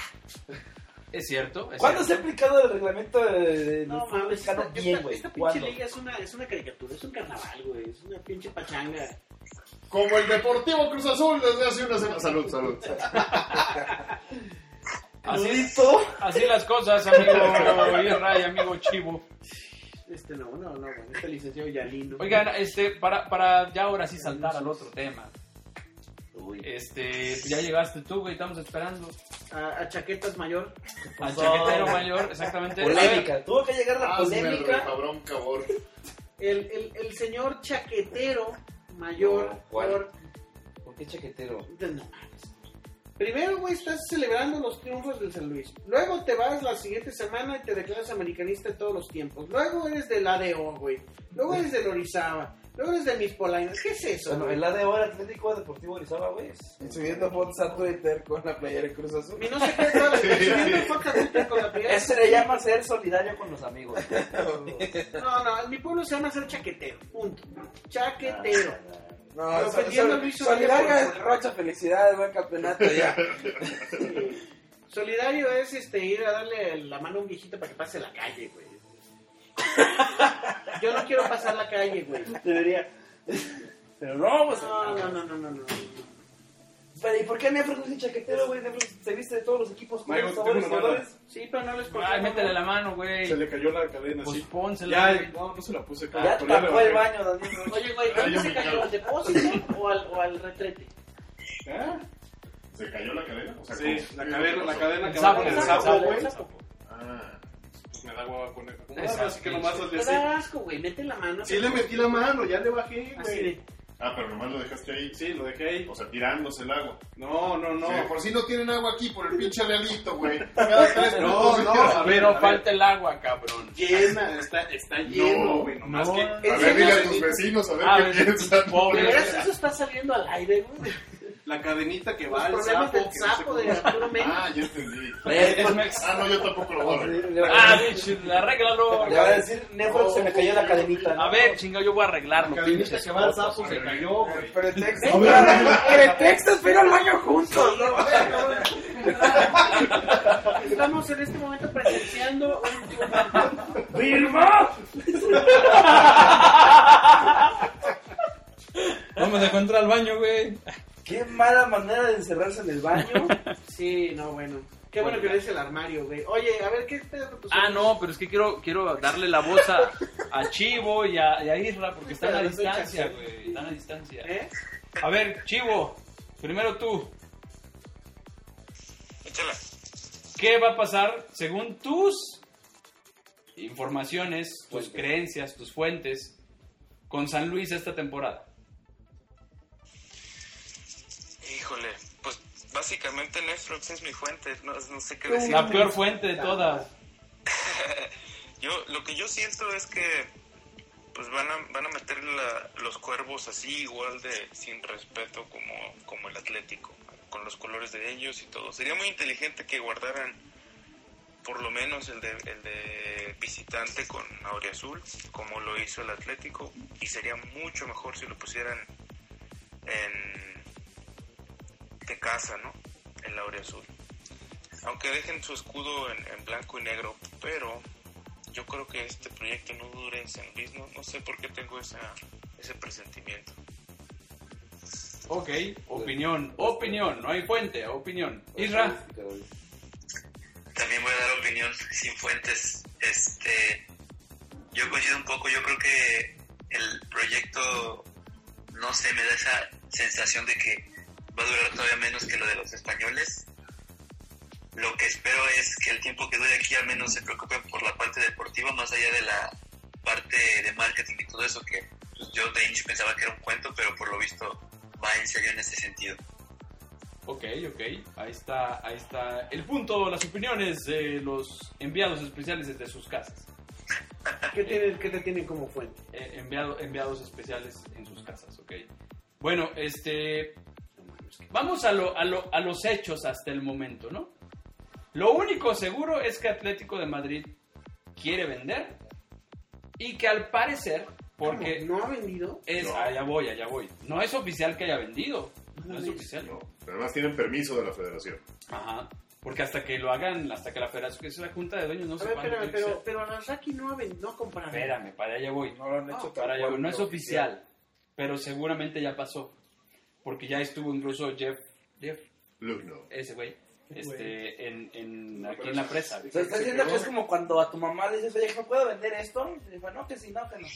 ¿Es cierto. es
¿Cuándo se ha
cierto.
aplicado el reglamento de
No
fútbol
mames, esta,
mexicano
esta-
bien, güey?
esta pinche
¿Cuándo?
liga es una, es una caricatura, es un carnaval, güey. Es una pinche pachanga.
Como el Deportivo Cruz Azul desde hace una semana. Salud, salud.
Así, así las cosas, amigo Israel, amigo Chivo.
Este no, no, no, güey. Este licenciado Yalino.
Oigan, este, para, para ya ahora sí saltar al otro tema. Este, ya llegaste tú, güey, estamos esperando.
A, a chaquetas mayor.
Al chaquetero mayor, exactamente. A
Polémica. Tuvo que llegar la
Hazme el
polémica.
recabrón, cabrón.
El, el, el señor chaquetero mayor.
No, ¿cuál?
por-
¿Por qué chaquetero?
Entonces, no mames. Primero, güey, estás celebrando los triunfos del San Luis. Luego te vas la siguiente semana y te declaras americanista de todos los tiempos. Luego eres del ADO, güey. Luego eres del Orizaba. Luego eres del Mispolaina. ¿Qué es eso?
Bueno,
güey?
el ADO era Atlético Deportivo Orizaba, güey.
Subiendo fotos a Twitter con la playera de Cruz Azul.
Y no sé qué es todo la subiendo el podcast Twitter con la primera-
Eso le llama ser solidario con los amigos.
No, no, en mi pueblo se llama ser chaquetero. Punto. Chaquetero.
No,
Pero
so-
ofendiendo
so-
a Luis
solidaria
Ortega.
es Rocha, felicidades, buen campeonato ya.
Solidario es este ir a darle la mano a un viejito para que pase la calle, güey. Yo no quiero pasar la calle, güey.
Debería. Pero no, pues.
No, no, no, no, no, no.
Pero, ¿Y por qué Nefros no es chaquetero, güey? Nefros se viste de todos los equipos, colores,
Mayo, tengo
sabores,
una mala.
colores.
Sí, pero no les
ver, Ay, métele la mano, güey.
Se le cayó la cadena,
Pues
sí.
pónsela.
Ya,
güey.
no, no se la puse.
Ya
pero le
tapó el
pues bajé.
baño, Daniel. Rocha.
Oye, güey,
Ay,
¿dónde
yo
se
me
cayó
cago.
al depósito o al, o al retrete?
¿Ah?
¿Se cayó la cadena? O sea,
Sí,
¿cómo?
la
¿Qué
cadena, la
pasó?
cadena que
El
va
sapo,
con el
el
sapo,
sapo,
güey.
el sapo.
Ah,
Pues me da hueva con él. Como,
Esa
ah, Así que
pinche.
nomás hazle
Te
así.
da asco, güey, mete la mano.
Sí le metí la mano, ya le bajé,
Así
güey.
de,
Ah, pero nomás lo dejaste ahí.
Sí, lo dejé ahí.
O sea, tirándose el agua.
No, no, no.
No, por si no tienen agua aquí, por el pinche realito, güey. Cada tres
No,
minutos.
no, a ver,
Pero
a ver.
falta el agua, cabrón.
Llena, está, está lleno, güey. Nomás
no.
que.
A ver, dile a tus vecinos a ver
Ah,
qué
ves,
piensan.
¿De
pobre.
veras eso está saliendo al aire, güey?
La cadenita que
Los
va al
problemas
sapo.
del
que no sé
sapo,
cómo-
de Arturo Mena.
Ah, ya entendí.
Es pues, mex-
Ah, no, yo tampoco lo voy a ver.
Ah, bitch, arréglalo.
Le va a decir, Nefros se me cayó la cadenita. ¿no?
A ver, chinga, yo voy a arreglarlo, pinches
que va al
fotos,
sapo se
güey.
cayó, güey.
Pretextos, pretextos, pero al baño juntos, ¿no?
Estamos en este momento presenciando un-
Vamos a encontrar al baño, güey.
Qué mala manera de encerrarse en el baño.
Sí, no, bueno. Qué bueno que no dice el armario, güey. Oye, a ver, ¿qué pedo con tus
Ah, no, pero es que quiero, quiero darle la voz a, a Chivo y a, y a Isra porque están a distancia, güey. Están a distancia.
¿Eh?
A ver, Chivo, primero tú.
Échala.
¿Qué va a pasar según tus informaciones, tus creencias, tus fuentes con San Luis esta temporada?
Híjole, pues básicamente Netflix es mi fuente, no, no sé qué decir.
La peor fuente de todas.
Yo, lo que yo siento es que pues van a, van a meter la- los cuervos así igual de sin respeto como, como el Atlético, con los colores de ellos y todo. Sería muy inteligente que guardaran por lo menos el de, el de visitante con Azul, como lo hizo el Atlético, y sería mucho mejor si lo pusieran en de casa, ¿no? En la Azul. Aunque dejen su escudo en- en blanco y negro, pero yo creo que este proyecto no dure en San Luis, no, no sé por qué tengo esa, ese presentimiento.
Ok, opinión, opinión, no hay fuente, opinión. Isra,
también voy a dar opinión sin fuentes. Este, yo coincido un poco, yo creo que el proyecto, no sé, me da esa sensación de que va a durar todavía menos que lo de los españoles. Lo que espero es que el tiempo que dure aquí al menos se preocupen por la parte deportiva, más allá de la parte de marketing y todo eso que pues, yo de inicio pensaba que era un cuento, pero por lo visto va en serio en ese sentido.
Ok, ok, ahí está, ahí está el punto, las opiniones de los enviados especiales desde sus casas.
¿Qué, tienen, ¿Qué te tienen como fuente?
Eh, enviado- enviados especiales en sus casas, ok. Bueno, este, vamos a, lo- a lo- a los hechos hasta el momento, ¿no? Lo único seguro es que Atlético de Madrid quiere vender y que al parecer, porque
¿No ha vendido?
es, allá voy, allá voy, no es oficial que haya vendido, no es oficial.
No, pero además tienen permiso de la federación.
Ajá. Porque hasta que lo hagan, hasta que la federación, que es la junta de dueños, no
A
se
ver, espérame, pero, pero Arasaki no ha vendido, no ha comprado.
Espérame, para allá voy.
No lo han hecho
Para allá voy.
tampoco
No es oficial, pero seguramente ya pasó. Porque ya estuvo incluso Jeff, Jeff
Lugno.
ese güey, este, en, en-
No,
aquí
pero
en la
eso-
presa.
O sea, estás diciendo que es como cuando a tu mamá le dices, oye, ¿no puedo vender esto? Y dice, no, que sí, no, que no.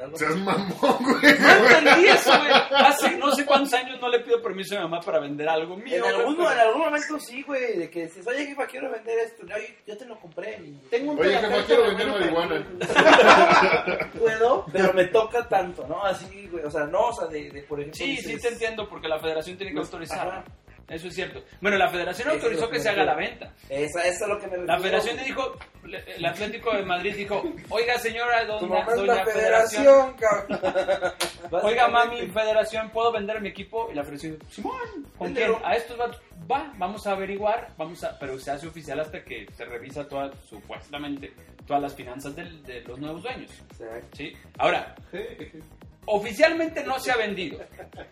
Algo
Seas
así.
mamón, güey.
No entendí eso, güey. Hace no sé cuántos años no le pido permiso a mi mamá para vender algo mío.
En
güey,
algún, en
pero-
algún momento sí, güey, de que dices, oye, jefa, quiero vender esto. No, yo, yo te lo compré. y-
Tengo un
Oye,
pedazo
jefa,
de
quiero vender
terreno para-
Puedo, pero me toca tanto, ¿no? Así, güey, o sea, no, o sea, de, de, por ejemplo...
Sí, sí
dices,
te entiendo, porque la federación tiene que
Los-
autorizar.
Ajá.
Eso es cierto. Bueno, la federación
Eso es
autorizó
lo
que
que
se
me
haga la
refiero.
venta.
Esa, esa es lo que me
La
refiero.
federación le dijo, le- el Atlético de Madrid dijo, oiga señora,
Tu
doña,
mamá es
doña
la
federación,
federación, cabrón.
oiga mami federación, ¿puedo vender mi equipo? Y la federación dijo, Simón, ¿con quién?
Véndelo.
A estos vatos, va, vamos a averiguar, vamos a, pero se hace oficial hasta que se revisa toda, supuestamente, todas las finanzas del- de los nuevos dueños,
Exacto.
¿sí? Ahora, oficialmente no se ha vendido,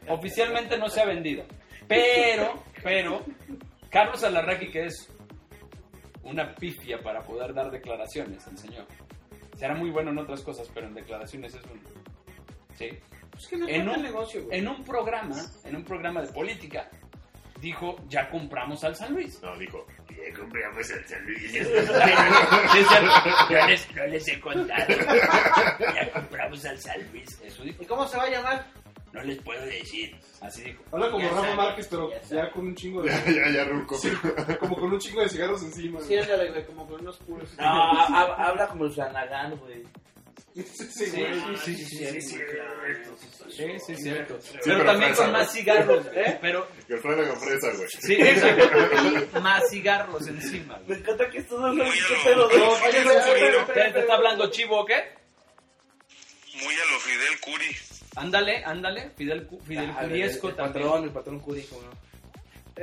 oficialmente no se ha vendido, pero, pero, Carlos Alarraqui, que es una pifia para poder dar declaraciones, el señor. Será muy bueno en otras cosas, pero en declaraciones es un... Sí.
Pues que no
En
en
un-
el negocio, güey.
En un programa, en un programa de política, dijo, ya compramos al San Luis.
No, dijo, ya compramos el San Luis.
no, les, no les he contado. Ya compramos al San Luis. Eso dijo.
¿Y cómo se va a llamar?
No les puedo decir. Así dijo.
Habla como
Ya
Rafa
sabe,
Márquez, pero
ya
ya,
sabe.
con un chingo de.
Ya, ya, ya, Ruco.
como con un chingo de cigarros encima.
Sí, ándale, güey, como con unos puros.
Pues,
No, ha- ha- habla como el Flanagan, güey.
sí, sí, sí, sí. Sí, sí, cierto. pero
pero
también
fresa,
con más
güey.
cigarros, ¿eh? Pero,
Que fue la compresa, güey.
sí, eso. Y más cigarros encima.
Me encanta que estos dos los
Oye,
pinches
no,
pedos,
no,
güey.
oye,
Oye,
no,
espera,
oye,
espera,
no.
¿Te,
espera,
te está hablando chivo o qué?
Muy a lo Fidel Curi.
Ándale, ándale. Fidel, Cu- Fidel
Ah, el-
Curiesco
el
también.
patrón, el patrón jurídico, ¿no?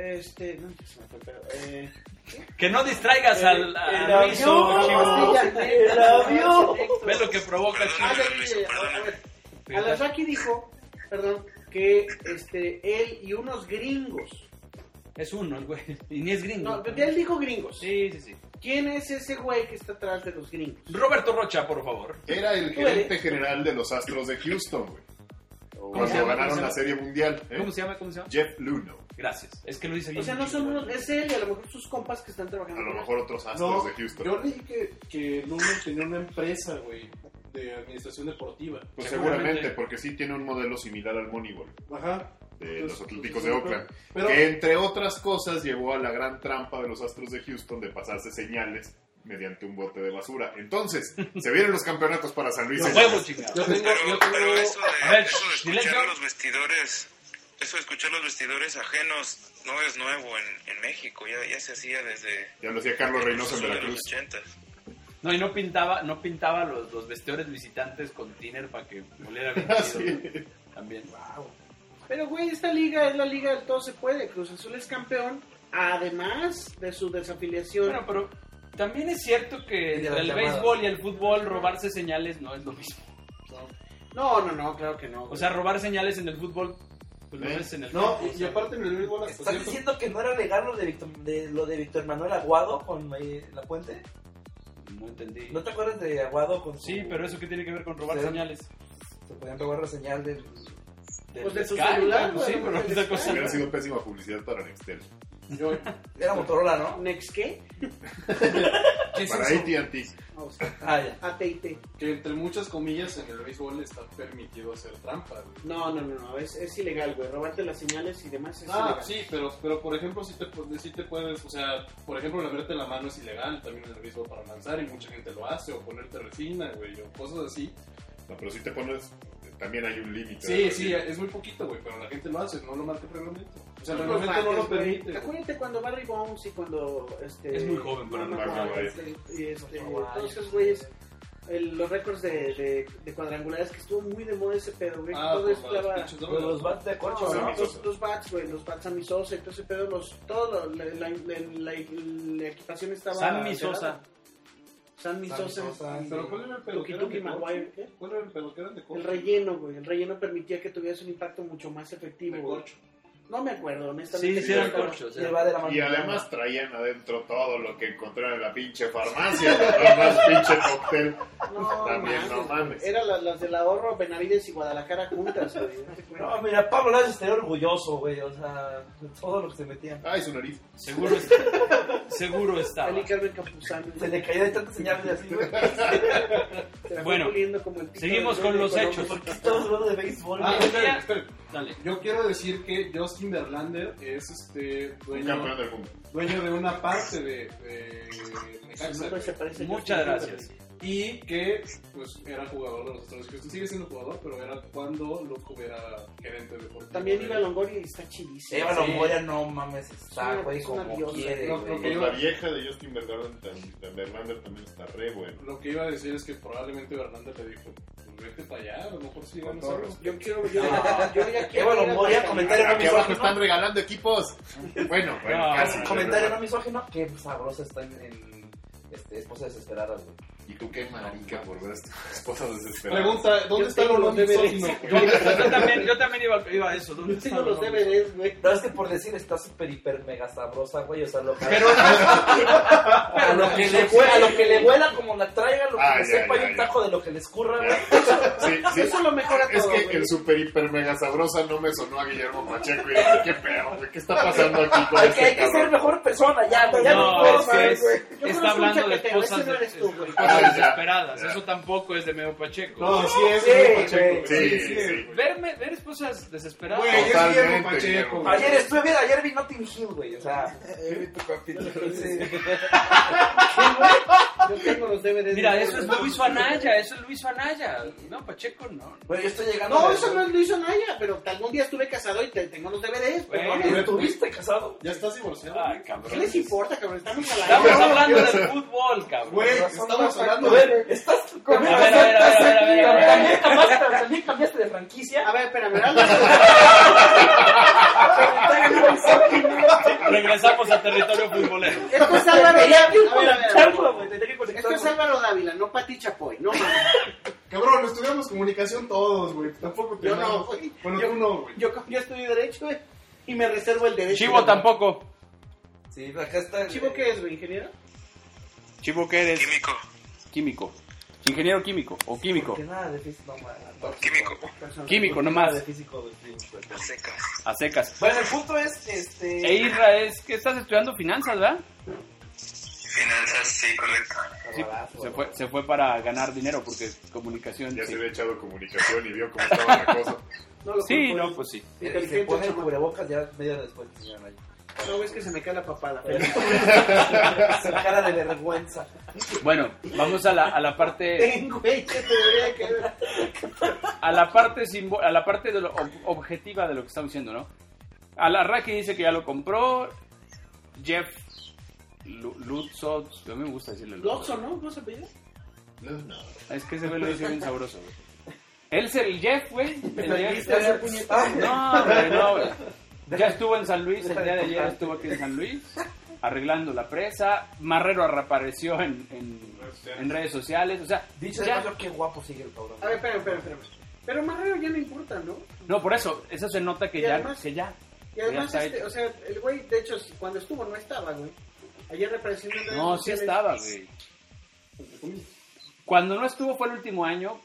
Este, no, se me fue, pero. Eh,
Que no distraigas al, al
el
Luiso,
avión,
chivo.
sí. el avión.
Ves lo que provoca, chivo.
Ah, ya,
Perdóname,
ya, ya,
perdóname.
a ver. Alasaki dijo, perdón, que este, él y unos gringos.
Es uno, el güey. Y ni es gringo.
No, él dijo gringos.
Sí, sí, sí.
¿Quién es ese güey que está atrás de los gringos?
Roberto Rocha, por favor.
Era el gerente general de los Astros de Houston, güey.
¿Cómo se
Cuando
llama?
ganaron
¿Cómo
la
se
Serie Mundial. ¿eh?
Oh, pues, ¿Cómo se llama? ¿Cómo se llama?
Jeff Luno.
Gracias. Es que lo dice bien.
O sea, no son unos, es él y a lo mejor sus compas que están
A
trabajando.
lo
con él.
mejor otros
No,
Astros de Houston.
yo leí que, que Luno tenía una empresa, güey, de administración deportiva.
Pues
seguramente.
seguramente, porque sí tiene un modelo similar al Moneyball
Ajá.
de los
Entonces,
Atléticos de
entonces,
Oakland.
Pero,
que entre otras cosas llevó a la gran trampa de los Astros de Houston de pasarse señales mediante un bote de basura. Entonces, se vienen los campeonatos para San Luis.
Los
señores.
huevos, chingado.
yo tengo,
Pero,
yo
pero eso,
tengo,
de,
A ver,
eso de
dile,
escuchar
John.
los vestidores, eso de escuchar los vestidores ajenos no es nuevo en, en México, ya, ya se hacía desde
Ya lo decía Carlos Reynoso en
de los
Veracruz.
80.
No, y no pintaba, no pintaba los, los vestidores visitantes con tiner para que oliera bien.
Ah,
chido,
sí.
También.
Pero, güey, esta liga es la liga del todo se puede. Cruz Azul es campeón, además de su desafiliación.
Bueno, pues- pero también es cierto que
Y de
entre el
las llamadas.
béisbol y el fútbol robarse señales no es lo mismo.
no, no, no, claro que no.
O sea, robar señales en el fútbol, pues no
¿Eh?
es en el
no,
fútbol, o
y, y
sea.
aparte en el béisbol hasta
¿Estás
cierto-
diciendo que no era legal lo de Víctor, de, lo de Víctor Manuel Aguado con eh, La Puente?
No entendí.
¿No te acuerdas de Aguado con su-
Sí, pero eso que tiene que ver con robar
Sí.
señales.
Se podían robar la señal del...
Del
Pues de tu
Sky,
celular,
pues sí,
güey,
pero
del
esa cosa-
Hubiera sido pésima publicidad para Nextel.
Yo,
Era Motorola, ¿no?
¿Next qué?
Para AT&T.
O sea,
Ah, ya.
AT&T.
que entre muchas comillas en el béisbol está permitido hacer trampa. güey.
No, no, no, no, es, es ilegal, güey. Robarte las señales y demás es
Ah,
ilegal.
sí, pero, pero por ejemplo, si te, pu- sí te puedes, o sea, por ejemplo, lavarte la mano es ilegal también en el béisbol para lanzar y mucha gente lo hace, o ponerte resina, güey, o cosas así.
No, pero si te pones, también hay un límite.
Sí, sí, es muy poquito, güey, pero la gente lo hace, no lo marca el reglamento. O sea, el reglamento no lo
Los bates, güey.
permite. güey.
Acuérdate cuando Barry Bonds y cuando... Este,
eh,
Es muy joven para
Norman
Barry
Powell, este, y este, todos esos güeyes... el- los récords de, de, de cuadrangulares que estuvo muy de moda ese pedo, güey.
Ah,
todo
por
esto
los
estaba...
pinches
Con
dólares.
pues los bats de corcho,
No,
¿no?
no, los, los bats, güey, los bats Sammy Sosa y todo ese pedo, los, todo, lo- la, la, la, la- la equipación estaba...
Sammy
alterada.
Sosa.
Sammy Sosa. y-
Pero ¿cuál era el pedo?
Tuki
que eran
Tuki
de corcho?
Maguire, ¿qué?
¿Cuál era el pedo? que eran de corcho?
El relleno, güey. El relleno permitía que tuvieras un impacto mucho más efectivo.
De
güey.
corcho.
No me acuerdo, honestamente.
Sí, sí eran corchos,
Le va de la mano.
Y además traían adentro todo lo que encontraron en la pinche farmacia, nada más pinche cóctel.
No,
También,
mames,
no
güey.
mames.
Eran las, las del ahorro, Benavides y Guadalajara juntas, güey.
No, mira, Pablo Lash estaría orgulloso, güey. O sea, de todo lo que se metía.
Ay, su nariz.
Seguro está. Seguro está.
Ali Carmen Campuzano.
Se le caía de tantas señales así, güey.
Se la fue
Bueno,
puliendo como el pito
seguimos
del
con
dueño
los
de Colombo.
hechos.
Porque estamos hablando de béisbol,
Ah,
güey.
esperen, esperen.
Dale.
Yo quiero decir que Justin Verlander es este
Un
dueño,
campeón del mundo.
dueño de una parte de, de Necaxa,
Su nombre
güey.
se parece a
Muchas
Justin
gracias.
y que pues era jugador de los Astros Houston. Sigue siendo jugador, pero era cuando Loco era gerente de deportivo.
También
de-
iba Longoria y está chidísimo.
Eva Longoria, no mames, está,
Es una-
güey,
es una
como
diosa.
quiere,
No,
güey.
no,
Pues la vieja de Justin Verlander, tam- Verlander también está re bueno.
Lo que iba a decir es que probablemente Verlander le dijo, pues vete para allá, a lo mejor sí van a hacerlo.
Yo quiero, yo,
Ah.
yo ya quiero.
Eva
ir a
Longoria,
Guadalajara.
comentario no
Aquí abajo
misógino.
están regalando equipos. Bueno, bueno,
No,
casi.
Comentario no misógino. Qué pues, sabrosa está en, en, este, Esposa Desesperada, güey.
Y tú qué marica por ver a tu esposa desesperada.
Pregunta, ¿dónde
Yo
está
tengo
lo
los DVDs.
misógino?
Yo también, yo también iba, iba a eso. ¿Dónde
Yo tengo
está?
los DVDs, güey.
No, es que por decir está súper, hiper, mega sabrosa, güey. O sea, lo que,
Pero,
a, lo que le vuela, a lo que le vuela, como la traiga, lo que
Ah,
le
ya,
sepa
ya,
y un
ya.
tajo de lo que le escurra, güey.
Sí, sí.
Eso lo mejora
Es
todo,
que
güey.
el super hiper mega sabrosa no me sonó a Guillermo Pacheco y dije, qué pedo, güey, ¿qué está pasando aquí con
Hay que,
este
hay que ser
cabrón?
mejor persona, ya, güey. Ya
No,
no, puedo
es que
más,
es-
güey.
Yo
está
conozco
hablando
un
de
chaquetero,
esposas,
ese no eres tú,
de- este
güey.
cosas
Ah, ya,
desesperadas.
ya.
Eso tampoco es de Meo Pacheco.
No, sí es
Sí,
Memo
güey.
Pacheco.
Sí,
sí,
sí,
es,
sí.
güey.
Verme, ver esposas desesperadas.
Güey, es
Totalmente,
Guillermo Pacheco.
Guillermo.
Ayer estuve bien, ayer vi Notting Hill, güey. O sea,
Eh,
Yo tengo los DVDs.
Mira,
de-
eso es Luis Anaya, eso es Luis Anaya. No, Pacheco no.
güey, yo estoy llegando.
No,
de-
eso no es Luis Anaya, pero algún día estuve casado y te- tengo los DVDs.
Güey,
Perdón,
¿Estuviste casado?
Ya estás divorciado.
Ay,
¿qué
cabrón.
les importa, cabrón? Estamos a la
Estamos hablando del fútbol, cabrón.
Güey,
Razón,
estamos
no,
hablando
güey,
de...
Estás con
A ver, a ver, a ver, a ver, a ver, a ver.
También cambiaste, también cambiaste de franquicia.
A ver, espérame, ¿verdad?
Regresamos a territorio futbolero.
Esto es Álvaro
Tenía que
Dávila. A ver, a ver, a ver.
conectarlo, güey. Tenía que
Esto es
conectarlo.
Álvaro Dávila, no Pati Chapoy. No, mames.
Cabrón, estudiamos comunicación todos, güey. Tampoco te
Yo no, güey.
Bueno,
Yo-
tú no, güey.
Yo, yo estudio Derecho, güey. Y me reservo el derecho.
Chivo tampoco.
Sí, acá está.
¿Chivo qué es, güey, ingeniero?
Chivo, ¿qué eres?
Químico,
Químico. Ingeniero químico o químico.
Que nada de físico, no, man.
químico,
Persona.
Químico
De
nomás,
físico, güey, químico.
pues.
a secas.
a secas.
Bueno, el punto es, este...
E Irra, es que estás estudiando finanzas, ¿verdad?
Finanzas, sí, correcto.
Sí, se fue, se fue para ganar dinero porque comunicación.
Ya
sí.
se había echado comunicación y vio cómo estaba la cosa.
No, lo
Sí,
culpo,
no,
es
pues sí.
Eh,
inteligente,
Se pone el
chamaco.
cubrebocas ya media hora después. señora.
No ves que se me cae la papada.
Su cara de vergüenza.
Bueno, vamos a la, a la parte
Ten, güey, que te debería quedar.
a la parte simbo- a la parte de lo ob- objetiva de lo que estamos diciendo, ¿no? A la Raki dice que ya lo compró. Jeff Lu- Lutzo, yo me gusta decirle Lutzo.
Lotso, ¿no? ¿Cómo se apellida?
No, no.
Es que ese güey lo dice bien sabroso, güey. Él es el Jeff, güey. El Jeff
Te hace puñetazo.
No, güey, no, güey. Ya estuvo en San Luis, el día de ayer estuvo aquí en San Luis, arreglando la presa. Marrero reapareció en, en, en redes sociales. O sea,
Dicho de
ya-
paso, qué guapo sigue el cabrón.
A ver, espérame, espérame, espérame. Pero Marrero ya no importa, ¿no?
no, por eso, eso se nota que
Y
ya,
además-
que ya.
Y además,
Ya está
este,
hecho.
o sea, el güey, de hecho, si- cuando estuvo no estaba, güey. Ayer reapareció en redes
No, sí
sociales.
estaba, güey. Cuando no estuvo fue el último año.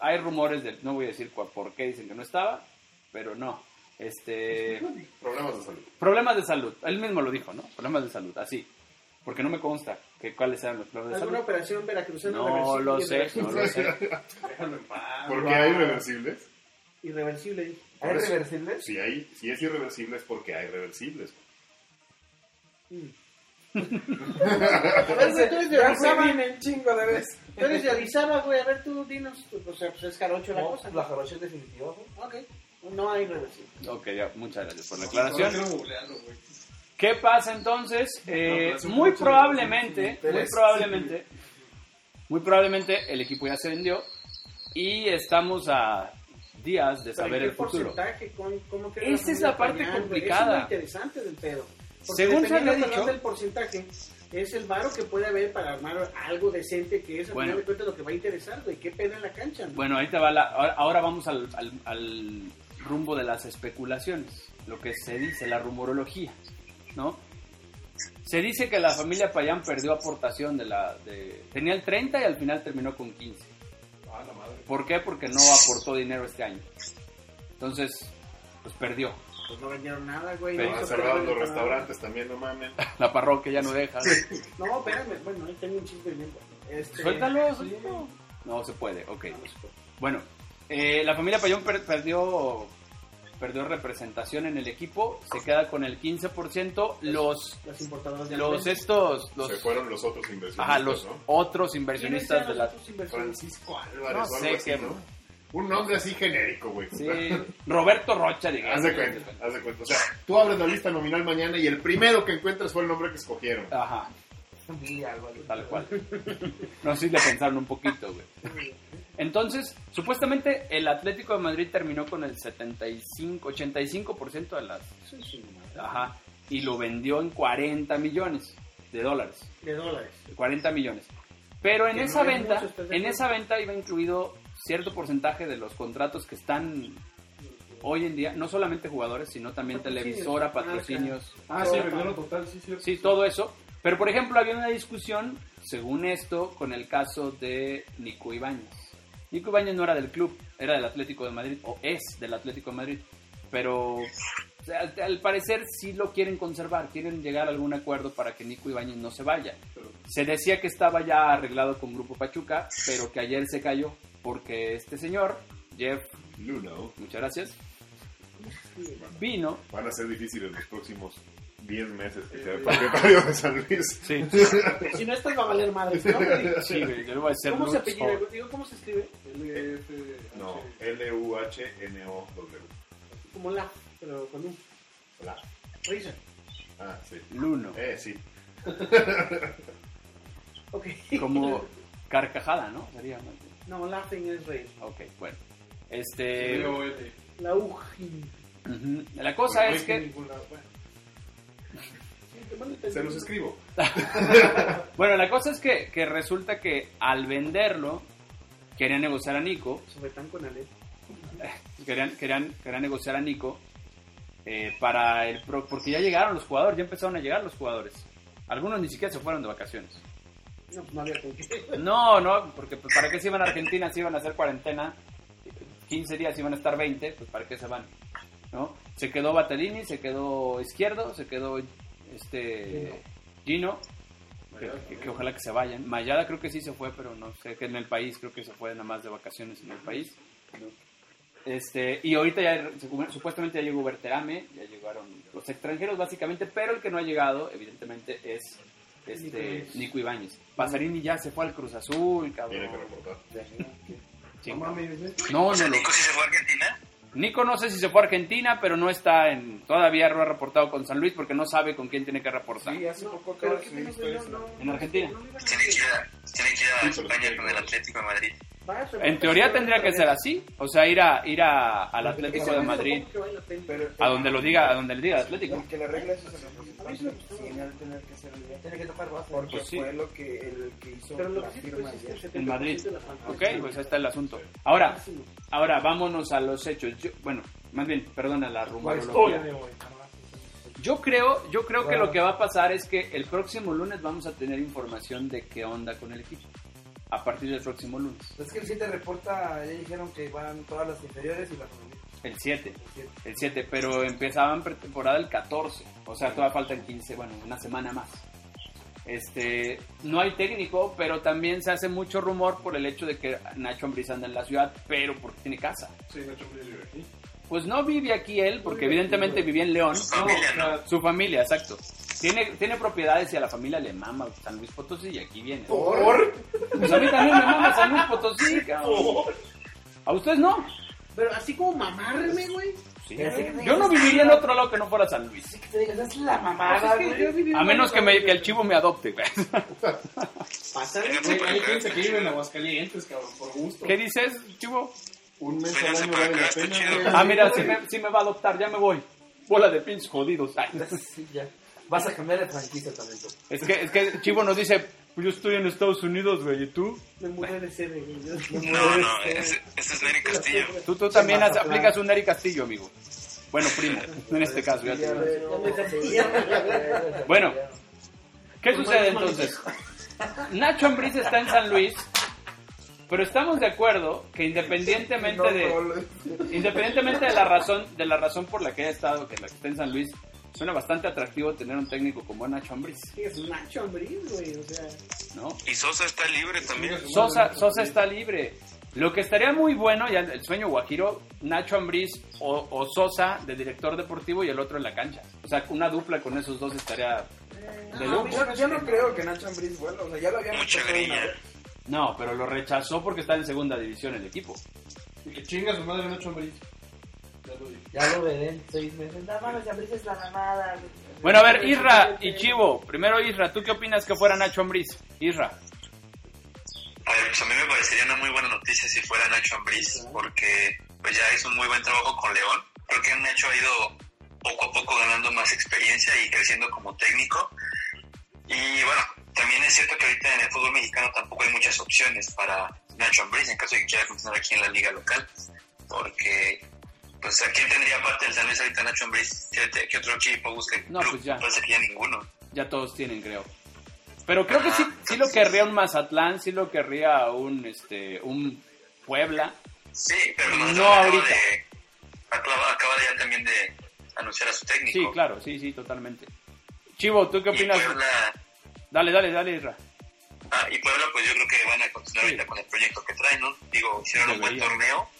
Hay rumores del, no voy a decir cua- por qué dicen que no estaba, pero no. Este,
Problemas de salud.
problemas de salud. Él mismo lo dijo, ¿no? Problemas de salud, así. Porque no me consta que cuáles eran los problemas de
¿Alguna
salud.
operación veracruzana?
No
reversible,
lo sé, no lo sé. Ah,
¿Por qué hay reversibles?
Irreversible.
¿Hay reversibles?
Si, hay, si es irreversible es porque hay reversibles.
A ver, güey, tú eres de
Pues
Ya se
Orizaba.
vienen chingo de veces.
Tú eres de Orizaba, güey. A ver, tú dinos. tú- O sea, pues es jarocho la cosa.
La jarocha es definitiva, güey.
Ok. No hay reversible.
Ok, ya, muchas gracias por la
No,
aclaración.
quiero googlearlo, güey.
¿Qué pasa entonces? Eh,
pero es un
muy
pinche-
probablemente,
interés.
muy probablemente, muy probablemente el equipo ya se vendió y estamos a días de
Pero,
saber
¿qué
el futuro.
porcentaje? ¿Cómo, cómo queda
Esa es la
familia
parte
Payán, güey? Eso
complicada.
Es lo interesante del pedo. Porque
Según se había
dependiendo
dicho-
del porcentaje, es el varo que puede haber para armar algo decente que es, al
Bueno.
final de cuentas, lo que va a interesar, güey. ¿Qué pedo en la cancha? güey?
Bueno, ahí te va la. Ahora, ahora vamos al, al- al rumbo de las especulaciones, lo que se dice, la rumorología, ¿no? Se dice que la familia Payán perdió aportación de la. de- tenía el 30 y al final terminó con 15. ¿Por qué? Porque no aportó dinero este año. Entonces, pues perdió.
Pues no vendieron nada, güey.
Pero
no
Han
hizo
cerrado
pedo,
los
no hizo nada.
restaurantes también, no mamen.
La parroquia ya no deja.
No, espérame. Bueno, ahí tengo un chiste bien. güey. Este,
Suéltalo, suéltalo. No se puede, ok. Bueno, eh, la familia Payón per- perdió, perdió representación en el equipo, se queda con el 15%, los,
Las importadoras de
los
alimentos.
estos, los,
Se fueron los otros inversionistas,
ajá, los
¿no?
otros
¿Quiénes
inversionistas
eran
de
los
la...
otros inversores?
Francisco Álvarez
No
o
sé
algo así,
qué,
¿no? Un nombre así genérico, güey.
Sí, Roberto Rocha, digamos.
Haz de cuenta, haz de cuenta. O sea, tú abres la lista nominal mañana y el primero que encuentras fue el nombre que escogieron.
Ajá,
Mira, algo así.
tal cual. No sé si le pensaron un poquito, güey. Entonces, supuestamente el Atlético de Madrid terminó con el 75, 85% de las... Ajá, y lo vendió en 40 millones de dólares.
De dólares.
40 millones. Pero en
Que no
esa
es
venta,
mucho, ¿estás de
en
acuerdo?
esa venta iba incluido cierto porcentaje de los contratos que están hoy en día, no solamente jugadores, sino también
Patrocinios,
televisora,
marca.
patrocinios.
Ah, sí,
todo.
vendieron total, sí, cierto.
Sí, todo eso. Pero por ejemplo, había una discusión, según esto, con el caso de Nico Ibáñez. Nico Ibáñez no era del club, era del Atlético de Madrid, o es del Atlético de Madrid. Pero o sea, al, al parecer sí lo quieren conservar, quieren llegar a algún acuerdo para que Nico Ibáñez no se vaya. Se decía que estaba ya arreglado con Grupo Pachuca, pero que ayer se cayó porque este señor, Jeff,
Luno.
muchas gracias, vino
Van a ser difíciles los próximos 10 meses que sea el propietario de San Luis.
Sí,
Si no, estas va a valer madre. ¿no, güey?
sí, güey, yo le voy a decir
¿Cómo se
Lutz
apellida?
Hall.
güey? Digo, ¿cómo se escribe?
No, L-U-H-N-O-W.
Como la, pero con un
La.
risa.
Ah, sí.
Luno.
Eh, sí.
Ok.
Como carcajada, ¿no? Sería más bien.
No, laughing es reír.
Ok, bueno.
Eh,
Este.
La uji.
ujú. La cosa es que.
Se los escribo.
Bueno, la cosa es que, que resulta que al venderlo, querían negociar a Nico.
Sobre tan con Ale.
Querían, querían, querían negociar a Nico. eh, para el pro- porque ya llegaron los jugadores, ya empezaron a llegar los jugadores. Algunos ni siquiera se fueron de vacaciones.
No, pues no había con qué.
No, no, porque pues, para qué se iban a Argentina si iban a hacer cuarentena, 15 días iban a estar 20, pues para qué se van, ¿no? Se quedó Batalini, se quedó Izquierdo, se quedó este Gino, que, que- que ojalá que se vayan. Mayada creo que sí se fue, pero no sé, que en el país creo que se fue nada más de vacaciones en el país. Este, y ahorita ya se- supuestamente ya llegó Berterame, ya llegaron los extranjeros básicamente, pero el que no ha llegado evidentemente es este, Nico Ibáñez. Pasarini ya se fue al Cruz Azul,
Tiene que
cabrón.
reportar.
Chinga. No, no, no.
¿Nico sí se fue a Argentina?
Nico no sé si se fue a Argentina, pero no está en. Todavía no ha reportado con San Luis porque no sabe con quién tiene que reportar.
Sí, hace poco acabo
Pero
de
qué
subir
menos,
historias.
güey, no, no.
En Argentina.
no me iban a
Tiene que ir a, tiene que ir a
Sí, pero
España
sí,
con el
sí.
Atlético de Madrid.
Vas,
En teoría tendría que ser así, o sea, ir a ir a, al Atlético de Madrid,
Pero el-
a donde lo diga, a donde le diga el Atlético.
el que la regla es esa representante, sí, al tener que ser el
Tiene que tocar base.
porque
Pues sí.
fue lo que el que hizo
Pero lo
la
que sí te
firma
puedo decir
ayer.
es que el
En Madrid.
70% de las fantasías-
Ok, pues ahí está el asunto. Ahora, ahora vámonos a los hechos. Yo- bueno, más bien, perdona la
Pues,
rumorología. Yo creo, yo creo que lo que va a pasar es que el próximo lunes vamos a tener información de qué onda con el equipo. a partir del próximo lunes.
Es que el 7 reporta, ya dijeron que van todas las inferiores y las juveniles.
El 7.
siete.
El 7, pero empezaban pretemporada el 14. O sea, todavía faltan 15, bueno, una semana más. Este, no hay técnico, pero también se hace mucho rumor por el hecho de que Nacho Ambriz anda en la ciudad, pero porque tiene casa.
Sí, Nacho Ambriz vive aquí.
Pues no vive aquí él, porque evidentemente vivía en León.
Su familia,
No, o sea, Su familia, exacto. Tiene, tiene propiedades y a la familia le mama San Luis Potosí y aquí viene. Pues a mí también me mama San Luis Potosí, cabrón. A ustedes no.
Pero así como mamarme, güey.
Sí.
Pero sí que me
Yo no
gusta.
viviría en otro lado que no fuera San Luis.
Así que te digas, es la
Pues
mamada,
es que yo he
güey.
vivido
A menos que, me-
en-
que el chivo me adopte, güey.
Pásale,
Vénganse
güey.
para
Hay
acá,
gente
está
que vive en
chido.
Aguascalientes, cabrón, por gusto.
¿Qué dices, chivo?
Un mes al
Vénganse
año
para
vale
acá,
la
está
pena.
chido.
güey.
Ah, mira, si me, sí me va a adoptar, ya me voy. Bola de pinches jodidos. Ay,
Sí, ya. Vas a cambiar de franquicia también, tú.
es, que, es que Chivo nos dice, yo estoy en Estados Unidos, güey, ¿y tú?
Me mudé de sede, güey. Yo-
No, no,
este,
ese, ese es Neri Castillo.
Tú, tú también has- aplicas un Eric Castillo, amigo. Bueno, primo, en este caso. ya te-
Ya me
pues,
sentía.
Bueno, ¿qué sucede entonces? Nacho Ambriz está en San Luis, pero estamos de acuerdo que independientemente de...
No, no,
Independientemente de la razón, de la razón por la que haya estado, que la que esté en San Luis, suena bastante atractivo tener un técnico como Nacho Ambriz,
Sí, Es Nacho Ambriz, güey. O sea,
¿no?
Y Sosa está libre también.
Sosa, Sosa está libre. Lo que estaría muy bueno, ya el sueño guajiro, Nacho Ambriz o, o Sosa de director deportivo y el otro en la cancha. O sea, una dupla con esos dos estaría de
no,
lujo.
yo, yo no creo que Nacho Ambriz vuelva, o sea, ya lo habíamos
Mucha
pasado una
greña.
vez.
No, pero lo rechazó porque está en segunda división el equipo.
Y que chinga su madre Nacho Ambriz. Ya lo dije.
Ya lo veré en seis meses. No mames, Ambriz es la mamada. güey.
Bueno, a ver, Isra y Chivo. Primero Isra, ¿tú qué opinas que fuera Nacho Ambriz? Isra.
A ver, pues a mí me parecería una muy buena noticia si fuera Nacho Ambriz, porque pues ya hizo un muy buen trabajo con León. Creo que Nacho ha ido poco a poco ganando más experiencia y creciendo como técnico. Y bueno, también es cierto que ahorita en el fútbol mexicano tampoco hay muchas opciones para Nacho Ambriz en caso de que quiera continuar aquí en la liga local, porque pues a quién tendría parte del San Luis ahorita Nacho Ambriz, ¿Qué, qué otro equipo busca el
No,
club?
pues ya.
Parece que ya ninguno.
Ya todos tienen, creo. Pero creo que sí, Ah, sí lo querría un Mazatlán, sí lo querría un, este, un Puebla.
Sí, pero
No
Mazatlán acaba
ahorita.
de- acaba, acaba ya también de anunciar a su técnico.
Sí, claro, sí, sí, totalmente. Chivo, ¿tú qué
Y
opinas?
Puebla,
Dale, dale, dale, Isra.
ah, y Puebla, pues yo creo que van a continuar
Sí.
ahorita con el proyecto que traen, ¿no? Digo, hicieron un buen
Deberían.
torneo.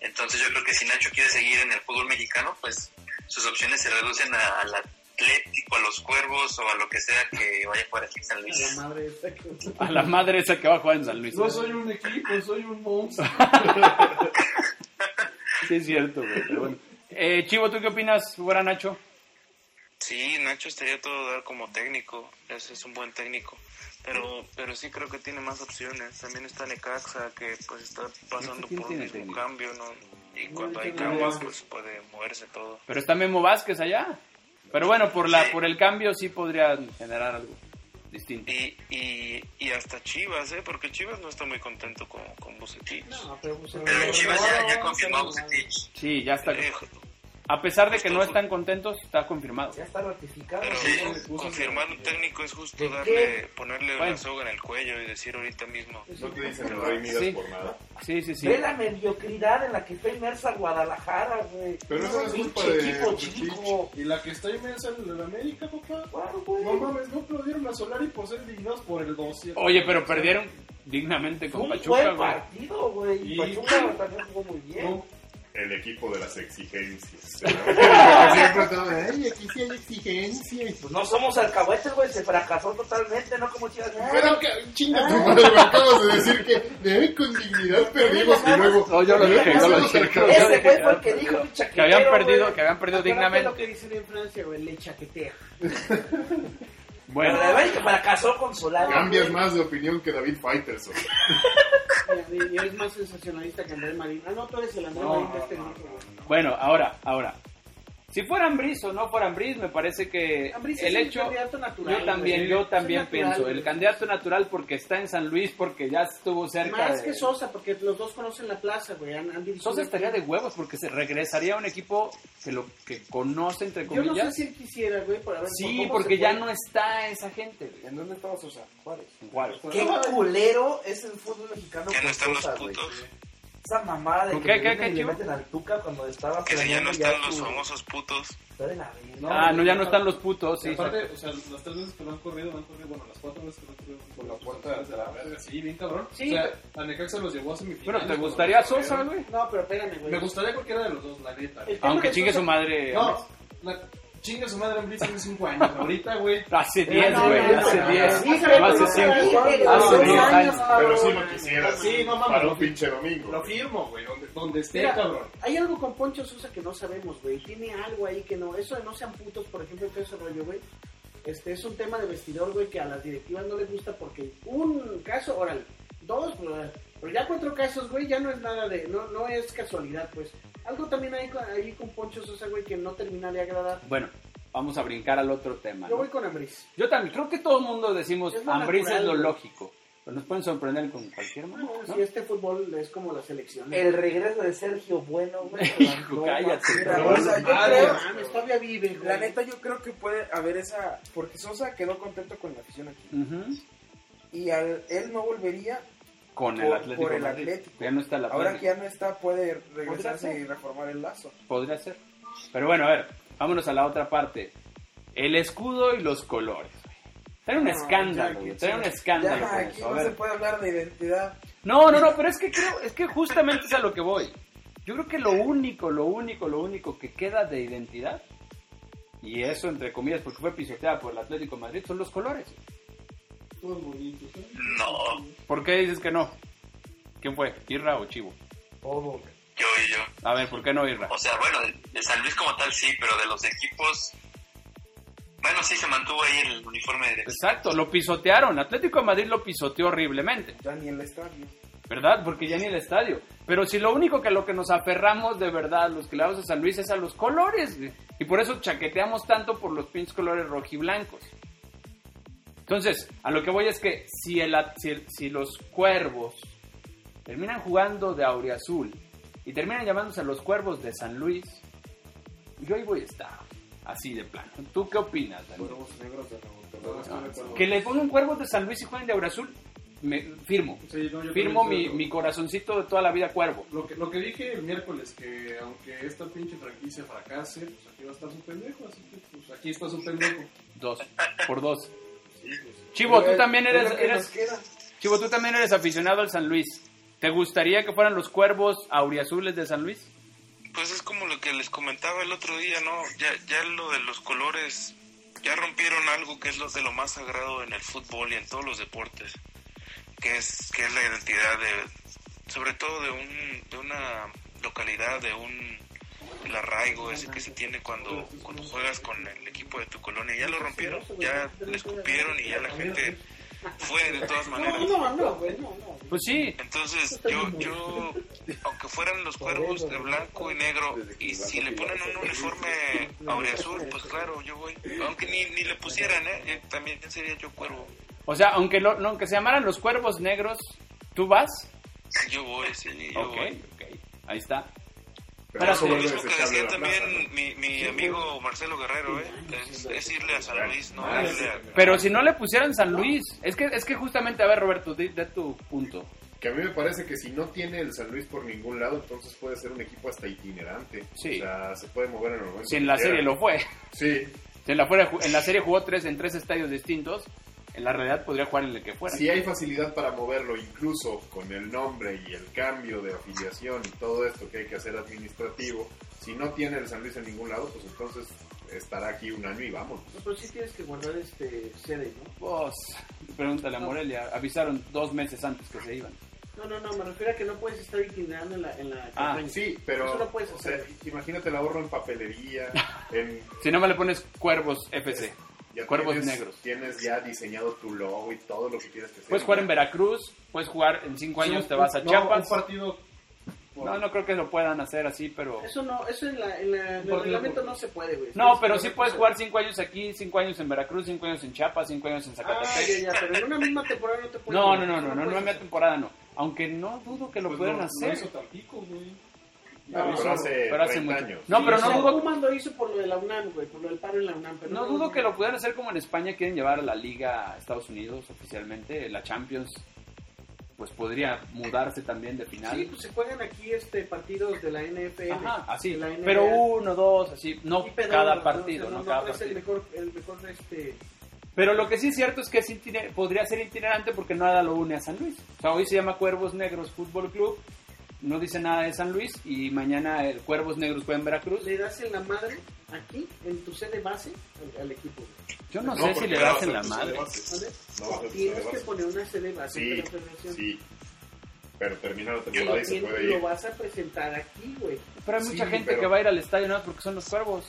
Entonces yo creo que si Nacho quiere seguir en el fútbol mexicano, pues sus opciones se reducen a- al Atlético, a los Cuervos o a lo que sea que vaya por aquí en San
a la
Luis.
madre esta que.
A la madre esa que va a jugar en San Luis.
No soy un equipo, soy un monstruo.
Sí, es cierto, güey, pero bueno. Eh, Chivo, ¿tú qué opinas, fuera Nacho?
Sí, Nacho estaría todo dar como técnico. Ese es un buen técnico. Pero, pero sí creo que tiene más opciones. También está Necaxa, que pues está pasando
quién
por un
tiene
mismo
técnico?
cambio, ¿no? Y cuando hay
tiene
cambios,
Vázquez.
pues puede moverse todo.
Pero está Memo Vázquez allá. Pero bueno, por, la,
Sí.
por el cambio sí podrían generar algo distinto.
Y, y, y hasta Chivas, ¿eh? Porque Chivas no está muy contento con, con Bucetich.
No, pero pues.
Pero Chivas ya, ya confirmó a Bucetich.
Sí, ya está.
Eh,
A pesar de que no están contentos, está confirmado.
Ya está ratificado.
Pero
Sí.
confirmar un técnico es justo
¿De
darle, ponerle
Bueno.
una soga en el cuello y decir ahorita mismo.
No te dicen no hay miras
Sí.
por nada.
Sí, sí, sí.
Ve la mediocridad en la que está inmersa Guadalajara, güey.
Pero eso no es
Pinche
culpa de
equipo
Bucetich.
chico.
Y la que está inmensa en la América, papá.
Claro, güey.
No mames, no aplaudieron a Solari por ser dignos por el 200.
Oye, pero perdieron dignamente
Fue
con
un
Pachuca,
buen
güey.
partido, güey.
Y-
Y Pachuca también jugó muy bien.
No,
El equipo de las exigencias. Siempre todo, ay, aquí sí hay exigencias.
Pues no somos alcahuetes, güey. Se fracasó totalmente, ¿no? Como chivas. Ah,
Pero que- chinga tu madre, me acabas de decir que eh, con dignidad perdimos y luego.
No, yo lo dije, yo lo
Luego
dije.
sacamos-
Ese güey fue el que dijo pinche
Que habían
chaquetero,
perdido,
güey.
que habían perdido
Acuérdate lo
dignamente.
que dicen en Francia, güey, le chaquetea.
Bueno,
Pero de verdad que fracasó con Solari.
Cambias
güey.
más de opinión que David Faitelson.
Y y eres más sensacionalista que Andrés Marín. Ah, no, tú eres el Andrés
No,
Marín de este grupo.
bueno, ahora, ahora. Si fuera Ambris o no fuera Ambris, me parece que
Ambriz
el
es un
hecho.
candidato natural,
yo también,
güey.
yo
Es
también
natural,
pienso.
güey.
El candidato natural porque está en San Luis, porque ya estuvo cerca.
Más
de-
que Sosa, porque los dos conocen la plaza, güey. han- han dirigido
Sosa estaría
aquí.
de huevos porque se regresaría a un equipo que lo que conoce entre
Yo no
comillas.
sé si él quisiera, güey, por haber
Sí, porque ya no está esa gente. güey.
¿En dónde estaba Sosa? Juárez.
Juárez.
Qué culero es el fútbol mexicano. Que no están los putos. Esa mamada de
¿Con
que
qué,
le
qué,
vienen
qué,
y le
Chivo?
meten al Tuca cuando estaba
Que si ya
planeando
no están los
su-
famosos putos.
Está de la verga.
ah, no, ya no están los putos.
Y
Sí,
aparte, o sea, las tres veces que lo han corrido, lo han corrido, bueno, las cuatro veces que lo han corrido. Por la puerta de la verga, sí, bien cabrón.
Sí.
O sea, a Necaxa los llevó a semifinal.
bueno, ¿te gustaría Sosa, güey?
No, pero espérame, güey.
Me gustaría cualquiera de los dos, la neta.
El tema
Aunque
de
chingue
Sosa-
su madre.
No, la chinga su madre en Blitz hace 5 años. Ahorita, güey.
Hace
No,
10,
no,
güey.
no,
Hace
no,
10.
no, no,
Hace
no, no,
5.
no,
Hace
no, no,
10
no, no,
años.
no, no,
Pero sí
no,
lo
no,
quisieras.
Sí, no mames.
Para un pinche domingo.
Lo firmo, güey. Donde, donde esté,
Mira,
cabrón.
Hay algo con Poncho Sosa que no sabemos, güey. Tiene algo ahí que no. Eso de no sean putos, por ejemplo, todo ese rollo, güey. Este es un tema de vestidor, güey, que a las directivas no les gusta porque un caso, órale, dos, pues, órale. pero ya cuatro casos, güey, ya no es nada de, no, no es casualidad, pues. Algo también hay con, ahí con Poncho Sosa, güey, que no termina de agradar.
Bueno, vamos a brincar al otro tema.
Yo
¿no?
voy con Ambriz.
Yo también, creo que todo el mundo decimos,
Es lo
Ambris es
natural,
lo
güey.
lógico. Pero nos pueden sorprender con cualquier
Ah, no,
mano.
si este fútbol es como la selección.
El regreso de Sergio Bueno, güey.
Hijo,
No,
cállate.
mira,
No,
o sea, yo
Ah,
creo-
no mames, todavía vive, güey.
La neta, yo creo que puede haber esa. Porque Sosa quedó contento con la afición aquí.
Ujú.
Y al- él no volvería.
Con el
Por-
Atlético.
por
de
el
Madrid.
Atlético.
Ya no está la
Ahora
Atlético.
que ya no está, puede
¿Podría
regresarse
ser?
y reformar el lazo.
Podría ser. Pero bueno, a ver, vámonos a la otra parte. El escudo y los colores. Trae un
No,
escándalo,
ya,
güey,
aquí,
trae un
sí.
escándalo.
Ya,
con
aquí
eso, a
no
ver.
se puede hablar de identidad.
No, no, no, pero es que creo, es que justamente es a lo que voy. Yo creo que lo único, lo único, lo único que queda de identidad, y eso entre comillas, porque fue pisoteada por el Atlético de Madrid, son los colores.
¿eh?
No,
¿Por qué dices que no? ¿Quién fue? ¿Irra o Chivo?
Todo,
yo y yo.
A ver, ¿por qué no Irra?
O sea, bueno, de San Luis como tal sí, pero de los equipos. Bueno, sí se mantuvo ahí el uniforme de.
Exacto, lo pisotearon. Atlético de Madrid lo pisoteó horriblemente.
Ya ni el estadio.
¿verdad? Porque ya ni el estadio. Pero si lo único que a lo que nos aferramos de verdad, los que le vamos a San Luis, es a los colores. güey. Y por eso chaqueteamos tanto por los pinches colores rojiblancos. Entonces, a lo que voy es que si, el, at- si, el- si los cuervos terminan jugando de aureazul y terminan llamándose los cuervos de San Luis, yo ahí voy a estar. Así de plano. ¿Tú qué opinas, Daniel?
Cuervos negros de nuevo. Cuervos
Ah,
negros.
Que le pongan cuervos de San Luis y jueguen de aureazul, me firmo.
Sí, no, yo
Firmo
también
mi,
estoy de
mi corazoncito de toda la vida cuervo.
acuerdo. Lo que, lo que dije el miércoles, que aunque esta pinche franquicia fracase, pues aquí va a estar su pendejo. Así que, pues aquí está su pendejo.
Dos, por dos.
Sí, pues.
Chivo, tú
Pero
también
es lo
eres,
que nos
eres-
queda.
Chivo, tú también eres aficionado al San Luis. ¿Te gustaría que fueran los cuervos auriazules de San Luis?
Pues es como lo que les comentaba el otro día, ¿no? Ya, ya lo de los colores, ya rompieron algo que es lo de lo más sagrado en el fútbol y en todos los deportes, que es, que es la identidad de, sobre todo de, un, de una localidad, de un el arraigo ese que se tiene cuando, cuando juegas con el equipo de tu colonia. Ya lo rompieron, ya le escupieron y ya la gente fue de todas maneras.
No, no, no, güey, no, no.
Pues sí.
Entonces, yo, yo, aunque fueran los cuervos de blanco y negro, y si le ponen un uniforme aureazul, pues claro, yo voy. Aunque ni, ni le pusieran, ¿eh? Eh, También sería yo cuervo.
O sea, aunque, lo, no, aunque se llamaran los cuervos negros, ¿tú vas?
Yo voy, sí, yo
Ok,
voy.
ok. Ahí está.
Pero
Lo
como
mismo
es
que
desechable
decía
la plaza,
también mi, mi amigo Marcelo Guerrero, ¿eh? Es, es irle a San Luis, no irle a...
Pero si no le pusieran San Luis, es que, es que justamente, a ver Roberto, di- de tu punto.
¿no? Que a mí me parece que si no tiene el San Luis por ningún lado, entonces puede ser un equipo hasta itinerante.
Sí.
O sea, se puede mover en el momento.
Si en la
que quiera.
serie lo fue.
Sí,
Si en la, fuera, en la serie jugó tres en tres estadios distintos, en la realidad podría jugar en el que fuera.
Si hay facilidad para moverlo, incluso con el nombre y el cambio de afiliación y todo esto que hay que hacer administrativo, si no tiene el San Luis en ningún lado, pues entonces estará aquí un año y vamos.
No, Pero Pues sí tienes que guardar este sede, ¿no?
Vos, pregúntale a Morelia, avisaron dos meses antes que se iban.
No, no, no, me refiero a que no puedes estar itinerando en la, en la
Ah,
campaña.
Sí, pero
Eso lo puedes
o sea,
hacer.
imagínate el ahorro en papelería, en
Si no me le pones cuervos FC.
ya
Cuervos
tienes,
pues negros.
Tienes ya diseñado tu logo y todo lo que quieras que sea.
Puedes jugar en Veracruz, puedes jugar en cinco años, te vas a
No,
Chiapas.
Un partido
No, no creo que lo puedan hacer así, pero...
Eso no, eso en, la, en, la- en el
Porque-
reglamento no se puede, güey.
No,
Sí,
pero
sí
sí puedes jugar 5 años aquí, 5 años en Veracruz, 5 años en Chiapas, 5 años en
Ah,
Zacatecas.
ya, ya, pero en una misma temporada no te puedes
No, no,
jugar,
no,
eso
no, no, no
puedes.
en media temporada no. Aunque no dudo que lo
pues,
puedan hacer.
Tampico, güey.
No,
No,
Ah, pero hace
pero hace
30
mucho.
años.
No, pero
Sí,
no
eso
dudo,
Pumas lo hizo por lo de la UNAM, güey, por lo del paro en la UNAM. Pero
no dudo que lo pudieran hacer como en España, quieren llevar a la liga a Estados Unidos oficialmente, la Champions, pues podría mudarse también de final.
Sí, pues se juegan aquí este, partidos de la NFL.
Ajá, así.
de la NBA.
Pero uno, dos, así, no
Y pedo,
cada
no,
partido,
o sea,
no, cada
traes
partido.
El mejor, el mejor este,
Pero lo que sí es cierto es que sí tiene- podría ser itinerante porque nada lo une a San Luis. O sea, hoy se llama Cuervos Negros Fútbol Club, no dice nada de San Luis y mañana el Cuervos Negros juega en Veracruz.
le das en la madre aquí, en tu sede base, al, al equipo. güey.
Yo no, sé si le das en la madre.
¿Vale?
No, vas a
Tienes
base.
que poner una sede base
Sí,
en la federación.
Sí. Pero termina la
Lo,
temporada y se
tienes-
puede
lo
ir.
vas a presentar aquí, güey.
Pero hay mucha
Sí,
gente
pero-
que va a ir al estadio nada más porque son los Cuervos.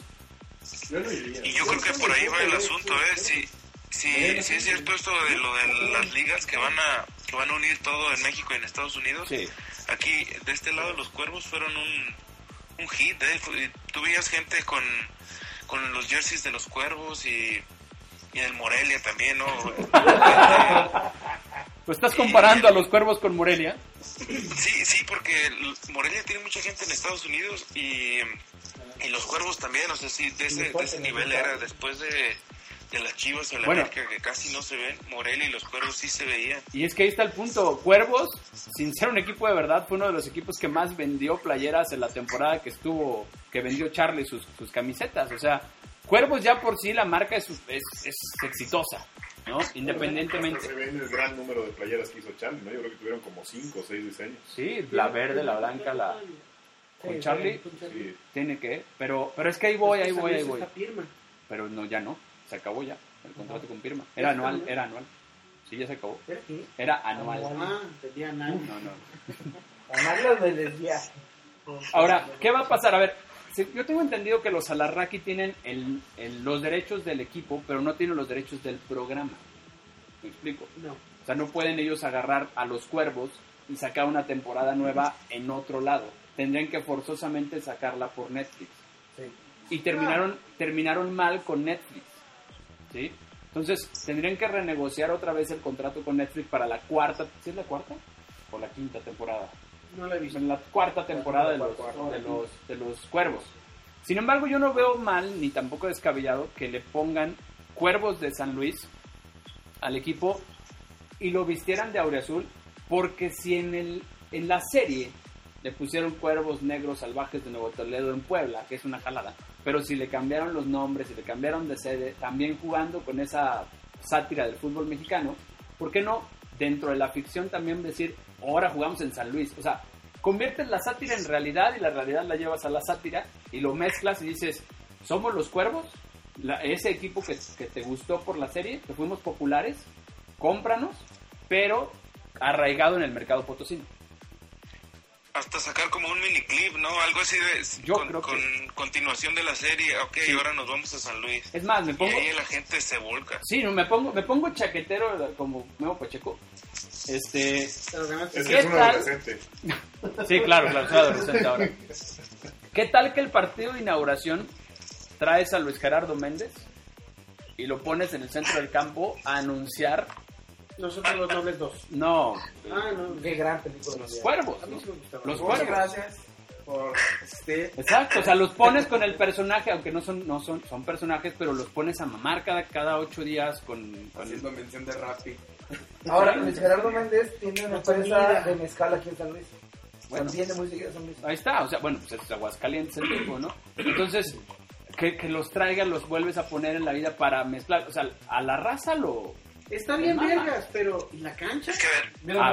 Yo no iría.
Y yo creo que por ahí va el asunto, ¿eh? Si, si, si es cierto esto de lo de las ligas que van a que van a unir todo en México y en Estados Unidos,
Sí.
aquí de este lado los cuervos fueron un, un hit, ¿eh? Fu- y Tú veías gente con, con los jerseys de los cuervos y, y el Morelia también, ¿no?
Pues estás comparando a los Cuervos con Morelia.
Sí, sí, porque l- Morelia tiene mucha gente en Estados Unidos y, y los cuervos también, o sea, sí, de ese, de ese nivel era después de, de las chivas o la
Bueno.
América que casi no se ven, Morelia y los cuervos sí se veían.
Y es que ahí está el punto. Cuervos, sin ser un equipo de verdad, fue uno de los equipos que más vendió playeras en la temporada que estuvo, que vendió Charlie sus, sus camisetas. O sea, Cuervos ya por sí la marca es, es, es exitosa, ¿no?
Hasta
Independientemente.
Se vende el gran número de playeras que hizo Charlie, ¿no? Yo creo que tuvieron como 5 o 6 diseños.
Sí, la verde, la blanca, la con Charlie
Sí.
tiene que, pero pero es que ahí voy, ahí
Esta
voy, ahí
es
voy.
esta firma.
Pero no ya no, se acabó ya. El contrato con firma. Era anual, era anual. Sí, ya se acabó.
¿Era qué?
Era anual.
Ah, tenía nada.
No, no.
Amarlas de lesbia.
Ahora, ¿qué va a pasar? A ver, si- yo tengo entendido que los Alarraqui tienen el- el- los derechos del equipo, pero no tienen los derechos del programa. ¿Me explico?
No.
O sea, no pueden ellos agarrar a los cuervos y sacar una temporada nueva en otro lado. Tendrían que forzosamente sacarla por Netflix. Y terminaron, terminaron mal con Netflix. ¿Sí? Entonces, tendrían que renegociar otra vez el contrato con Netflix para la cuarta. ¿Sí es la cuarta? ¿O la quinta temporada?
No la he visto.
en la cuarta temporada de los, de los, de los cuervos. Sin embargo, yo no veo mal ni tampoco descabellado que le pongan cuervos de San Luis al equipo y lo vistieran de aureazul, porque si en, el, en la serie le pusieron cuervos negros salvajes de Nuevo Toledo en Puebla, que es una jalada, pero si le cambiaron los nombres, si le cambiaron de sede, también jugando con esa sátira del fútbol mexicano, ¿por qué no dentro de la ficción también decir, ahora jugamos en San Luis? O sea, conviertes la sátira en realidad y la realidad la llevas a la sátira y lo mezclas y dices, somos los cuervos, La- ese equipo que, que te gustó por la serie, que fuimos populares, cómpranos, pero arraigado en el mercado potosino.
Hasta sacar como un miniclip, ¿no? Algo así de...
Yo
con,
creo que-
con continuación de la serie, ok, ahora nos vamos a San Luis.
Es más, me
Y
pongo...
ahí la gente se volca.
Sí, no, me pongo, me pongo chaquetero como Memo Pacheco. Este,
Te lo ganaste.
Ese
¿Qué
es un
tal?
adolescente.
Sí, claro, claro, soy adolescente ahora. ¿Qué tal que el partido de inauguración traes a Luis Gerardo Méndez y lo pones en el centro del campo a anunciar?
Nosotros los nobles dos.
No,
Ah, no.
Qué gran película.
los cuervos.
A
¿no?
mí sí me gustaba.
Los
Muchas
cuervos.
gracias por este.
Exacto, o sea, los pones con el personaje, aunque no son, no son, son personajes, pero los pones a mamar cada, cada ocho días con, con
Haciendo mención de Rappi.
Ahora, Luis Gerardo Méndez tiene una empresa de mezcal aquí en San Luis.
Bueno.
También muy seguido a San Luis.
Ahí está, o sea, bueno, pues es Aguascalientes el tipo, ¿no? Entonces, que, que los traigas, los vuelves a poner en la vida para mezclar, o sea, a la raza lo...
Está bien,
Mamá.
vergas, pero ¿y la cancha?
Es que a ver,
a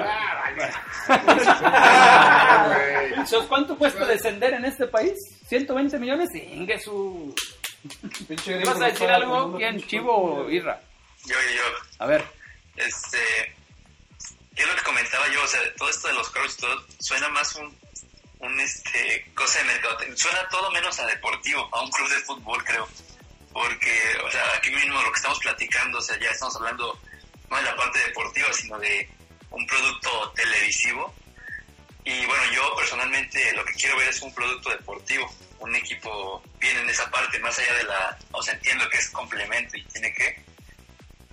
ver.
Ah, güey.
Entonces, ¿Cuánto cuesta descender en este país? ¿120 millones? Ingue su...
Pinche
¿Te vas a decir algo? ¿Quién? ¿Chivo o Irra?
yo, yo, yo,
A ver.
este yo lo que comentaba yo o sea todo esto de los coaches todo suena más un un este cosa de mercado suena todo menos a deportivo a un club de fútbol creo porque o sea aquí mismo lo que estamos platicando o sea ya estamos hablando no de la parte deportiva sino de un producto televisivo
Y bueno, yo personalmente lo que quiero ver es un producto deportivo, un equipo bien en esa parte, más allá de la, o sea, entiendo que es complemento y tiene que,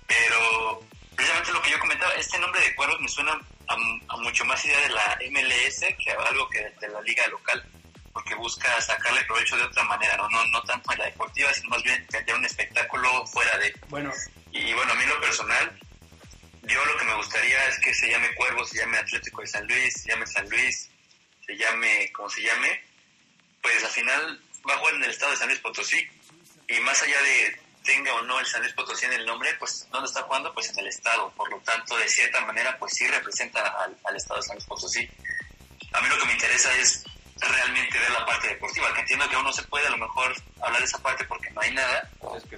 pero precisamente lo que yo comentaba, este nombre de cuervos me suena a, a mucho más idea de la MLS que a algo que de la liga local, porque busca sacarle provecho de otra manera, no, no, no tanto en la deportiva, sino más bien tener un espectáculo fuera de.
Bueno.
Y bueno, a mí en lo personal, yo lo que me gustaría es que se llame Cuervos, se llame Atlético de San Luis, se llame San Luis, se llame como se llame, pues al final va a jugar en el estado de San Luis Potosí. Y más allá de tenga o no el San Luis Potosí en el nombre, pues ¿dónde está jugando? Pues en el estado. Por lo tanto, de cierta manera, pues sí representa al, al estado de San Luis Potosí. A mí lo que me interesa es realmente ver la parte deportiva, que entiendo que aún no se puede a lo mejor hablar de esa parte porque no hay nada,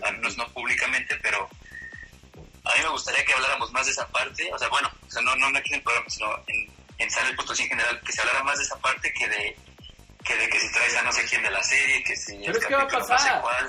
al menos no públicamente, pero a mí me gustaría que habláramos más de esa parte, o sea, bueno, o sea, no, no aquí en el programa, sino en, en San Luis Potosí en general, que se hablara más de esa parte que de que, de que si traes a no sé quién de la serie, que si...
Pero
el
es que va a
capítulo no sé
pasar.
cuál.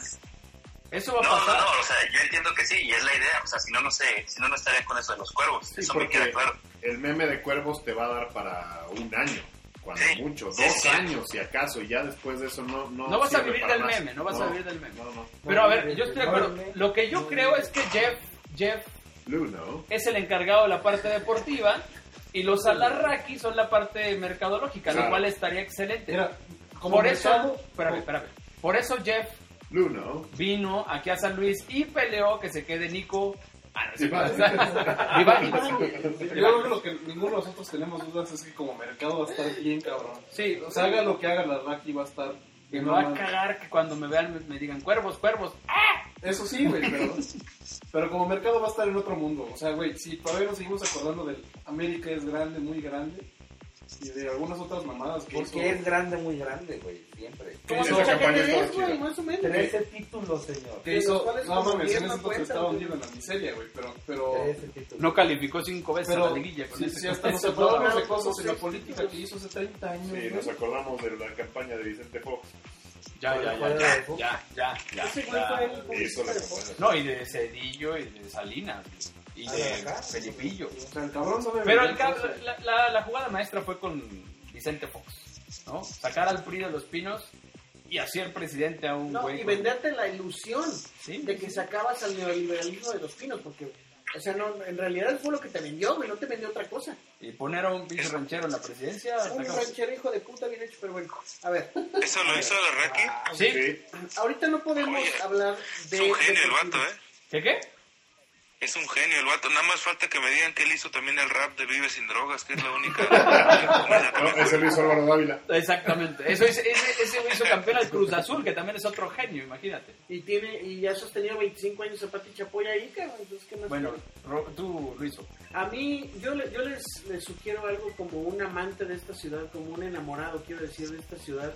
Eso va
no,
a pasar.
No, no, o sea, yo entiendo que sí, y es la idea, o sea, si no, no sé, si no, no estaría con eso de los cuervos,
Sí,
eso me
porque
queda claro.
el meme de cuervos te va a dar para un año, cuando mucho, dos
sí, sí.
años si acaso, y ya después de eso no... No,
No vas a
sirve
vivir
para
del
más.
meme, no vas a vivir del meme.
No, no.
Pero a ver, yo estoy de acuerdo. Lo que yo creo es que Jeff, Jeff
Blue, ¿no?
es el encargado de la parte deportiva y los alarraqui son la parte mercadológica,
Claro.
lo cual estaría excelente.
Mira, como
por eso,
mercado-
espérame, espérame. Por eso Jeff
Blue, ¿no?
vino aquí a San Luis y peleó que se quede Nico. Ah, no, es cierto. Ah,
Yo creo que lo que ninguno de nosotros tenemos dudas es que como mercado va a estar bien cabrón.
Sí,
O sea, haga lo que haga la Raki va a estar...
Y me va a cagar que cuando me vean me, me digan cuervos, cuervos.
Eso sí, güey, pero, pero como mercado va a estar en otro mundo. O sea, güey, si todavía nos seguimos acordando del América es grande, muy grande, y de algunas otras mamadas que hizo-
Porque es grande, muy grande, güey, siempre.
Como
Esa campaña estaba
Tres,
chida.
güey, más o menos.
13 títulos, señor.
que hizo,
los cuales
no
como
mames,
diez
en
no
ese entonces
cuentan,
estaba
güey.
hundido en la miseria, güey, pero, pero,
Eh,
13 títulos.
No calificó cinco veces a
pero,
la liguilla con
sí,
ese
sí, hasta nos
contexto.
acordamos de
No,
cosas en la
sí.
política que hizo hace 30 años,
Sí,
güey.
nos acordamos de la campaña de Vicente Fox.
Ya, ya, ya, ya, ya, ya, ya,
Ese güey fue el
Hizo la
publicista de Fox.
campaña.
No, y de Cedillo y de Salinas y
Ah,
de
acá.
Felipillo.
O sea, el cabrón sabe
Pero el
vender
cab-
cosas.
la, la- la jugada maestra fue con Vicente Fox, ¿no? Sacar al PRI de los pinos y hacer presidente a un
No,
güey.
y
con-
venderte la ilusión
Sí.
de que sacabas al neoliberalismo de los pinos, porque, o sea, no, en realidad fue lo que te vendió, güey, no te vendió otra cosa.
Y poner a un pinche ranchero en la presidencia.
Un
sacamos-
ranchero hijo de puta bien hecho, pero bueno, a ver,
Eso lo hizo la Raki.
¿Sí?
Sí,
ahorita no podemos
Oye,
hablar de...
Es un genio el vato, ¿eh?
¿Qué qué?
Es un genio el vato. Nada más falta que me digan que él hizo también el rap de Vive sin drogas, que es la única. la que
no,
me acuerdo.
ese lo hizo Álvaro Dávila.
Exactamente. Eso hizo- ese, ese güey hizo campeón al Cruz Azul, que también es otro genio, imagínate.
Y tiene, y ya ha sostenido 25 años Zapati Chapoya ahí, cabrón, entonces, ¿qué más
Bueno,
quieres?
Ro- tú, Luiso.
A mí, yo, le- yo les, les sugiero algo como un amante de esta ciudad, como un enamorado, quiero decir, de esta ciudad,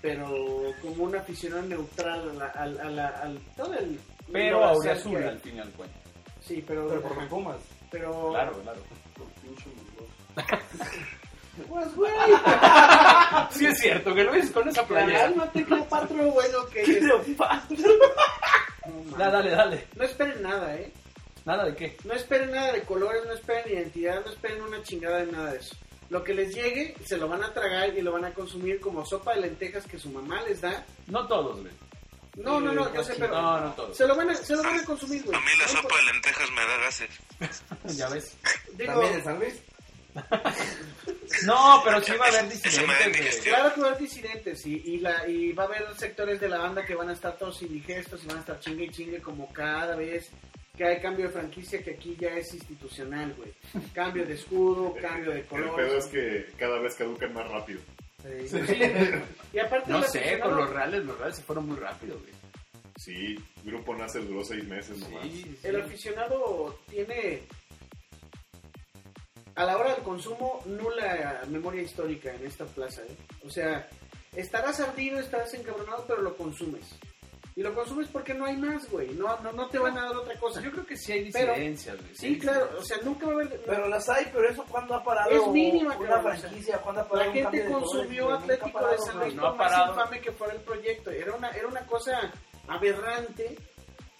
pero como un aficionado neutral a la, a la- a la- al todo el...
Pero
lo
Auriazul
que-
al fin y al cuento.
Sí, pero...
Pero por los Pumas.
pero-
Claro, claro.
Pues, güey,
Sí es cierto, que lo dices con esa playera.
cálmate, Cleopatra, bueno, que... No, mames.
Ya, dale, dale.
No esperen nada, ¿eh?
¿Nada de qué?
No esperen nada de colores, no esperen identidad, no esperen una chingada de nada de eso. Lo que les llegue, se lo van a tragar y lo van a consumir como sopa de lentejas que su mamá les da.
No todos, güey.
No, no, no, yo sé, pero...
No, no todos.
Se lo van a, se lo van a consumir, güey.
A mí la
No
sopa de lentejas me da gases.
Ya ves.
importa. pues, Digo,
También en San Luis.
No, pero sí va a haber
Eso me da
disidentes, güey.
indigestión.
claro que va a haber disidentes y, y, la, y va a haber sectores de la banda que van a estar todos indigestos y van a estar chingue y chingue como cada vez que hay cambio de franquicia que aquí ya es institucional, güey. Cambio de escudo, cambio de
El
color.
pedo es que cada vez caducan más rápido.
Y aparte
No
el
sé,
aficionado-
con los reales, los reales se fueron muy rápido, güey.
Sí, Grupo Nasser duró seis meses nomás.
Sí,
El
sí.
aficionado tiene a la hora del consumo nula memoria histórica en esta plaza. ¿eh? O sea, estarás ardido, estarás encabronado, pero lo consumes. Y lo consumes porque no hay más, güey. No, no, no te van a dar otra cosa.
Yo creo que sí hay
Pero-
disidencias, güey.
Sí, claro. O sea, nunca va a haber...
Pero las hay, pero eso cuando ha parado
Es mínima,
una
cabrón, o sea,
franquicia, cuando ha
La
parado un
gente
cambio de colores, güey,
consumió
nunca ha
Atlético de
parado,
San
güey.
Luis
no ha
por más
parado.
infame que fuera el proyecto. Era una, era una cosa aberrante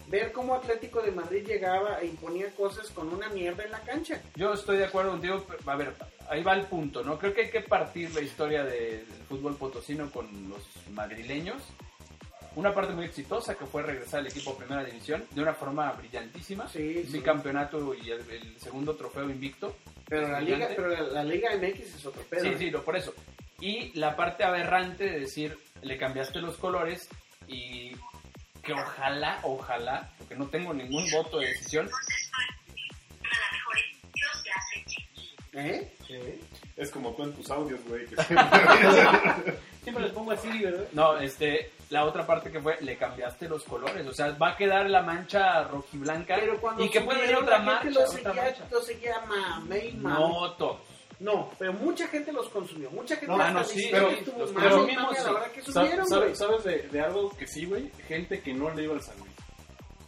ver cómo Atlético de Madrid llegaba e imponía cosas con una mierda en la cancha.
Yo estoy de acuerdo contigo, pero, a ver, ahí va el punto, ¿no? Creo que hay que partir la historia de- del fútbol potosino con los madrileños. Una parte muy exitosa que fue regresar al equipo a primera división de una forma brillantísima.
Sí, sí.
Bicampeonato y el, el segundo trofeo invicto.
Pero la liga,
Brillante.
pero la, la liga MX es otro pedo.
Sí, sí, lo- por eso. Y la parte aberrante de decir, le cambiaste los colores y que ojalá, ojalá, porque no tengo ningún voto de decisión,
¿Eh?
Es como tú en tus audios, güey. que-
Siempre les pongo así, ¿verdad?
No, este, la otra parte que fue, le cambiaste los colores. O sea, va a quedar la mancha rojiblanca.
Pero cuando
y que puede venir
subieron,
otra
la
mancha.
gente Lo
otra
seguía,
mancha.
lo seguía mame y mame.
No, todos.
No, pero mucha gente los consumió. Mucha gente
No,
hasta
no,
dice
sí,
que
pero-
estuvo
los-
mal,
pero
no
mismo
mames,
sí.
la verdad que
Sa-
subieron, güey.
¿Sabes, sabes de, de algo que sí, güey? Gente que no le iba al San Luis.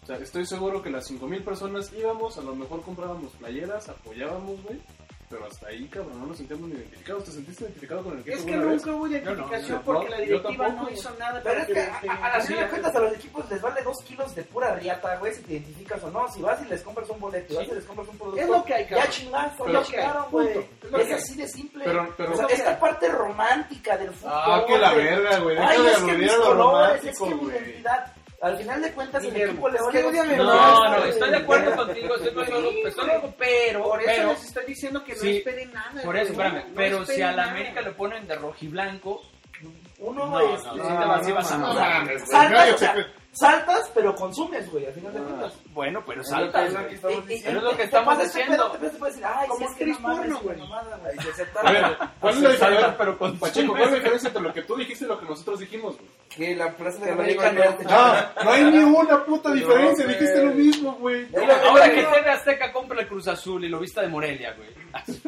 O sea, estoy seguro que las 5.000 personas íbamos, a lo mejor comprábamos playeras, apoyábamos, güey. Pero hasta ahí, cabrón, no nos sentíamos ni identificados. ¿Te sentiste identificado con el equipo
Es que
alguna vez?
nunca hubo identificación
yo no,
porque
no,
la
yo
directiva
tampoco.
no hizo nada.
Pero es que a,
te-
a- a las
Sí,
fin de cuentas a los equipos les vale dos kilos de pura riata, güey, si te identificas o no. Si vas y les compras un boleto, vas y les compras un producto.
Es lo que hay, cabrón.
Ya chingaste,
Pero-
ya chingaron,
Punto.
güey.
Es lo
Es
que hay.
así de simple.
Pero- pero-
O sea, esta parte romántica del fútbol.
Ah, que la
güey.
verga, güey. Deja
Ay,
de
es que
aludir
mis
a lo
colores, es
romántico,
que mi
güey.
identidad. Al final de cuentas, el
Guillermo,
equipo le
es
vale
que
dos
odiame
kilos.
No,
no,
no, estoy de
no,
acuerdo contigo. Estoy de acuerdo,
Sí,
estoy de acuerdo, pero.
Por eso
pero,
les estoy diciendo que no
Sí,
esperen nada.
por eso,
güey.
espérame.
No
pero si
esperen
a la
nada.
América le ponen de rojiblanco.
Uno,
No,
güey.
no,
este,
no, sí te vas- sí vas a
No
mamar.
mames, güey.
Saltas,
Nadie
o sea,
se-
saltas, pero consumes, güey, al final
Ah.
de cuentas.
Bueno, pero
Es lo que-
saltas.
es lo que
güey.
estamos
Y- y-
Pero
diciendo.
es lo
te-
que
te
estamos
pasa ese
diciendo.
pedo, Te puedes decir, ay,
Como
si es que
actriz
no mames,
porno,
güey,
güey.
no mames, güey, y aceptar-
A ver, ¿cuál es la diferencia?
pero con
Pacheco, ¿cuál es la diferencia entre lo que tú dijiste y lo que nosotros dijimos, güey?
Que la plaza de
Pero
América
América
no.
No, Ah, no hay ni una puta diferencia.
güey.
Dijiste lo mismo, güey.
Ahora que TV Azteca compra el Cruz Azul y lo vista de Morelia, güey.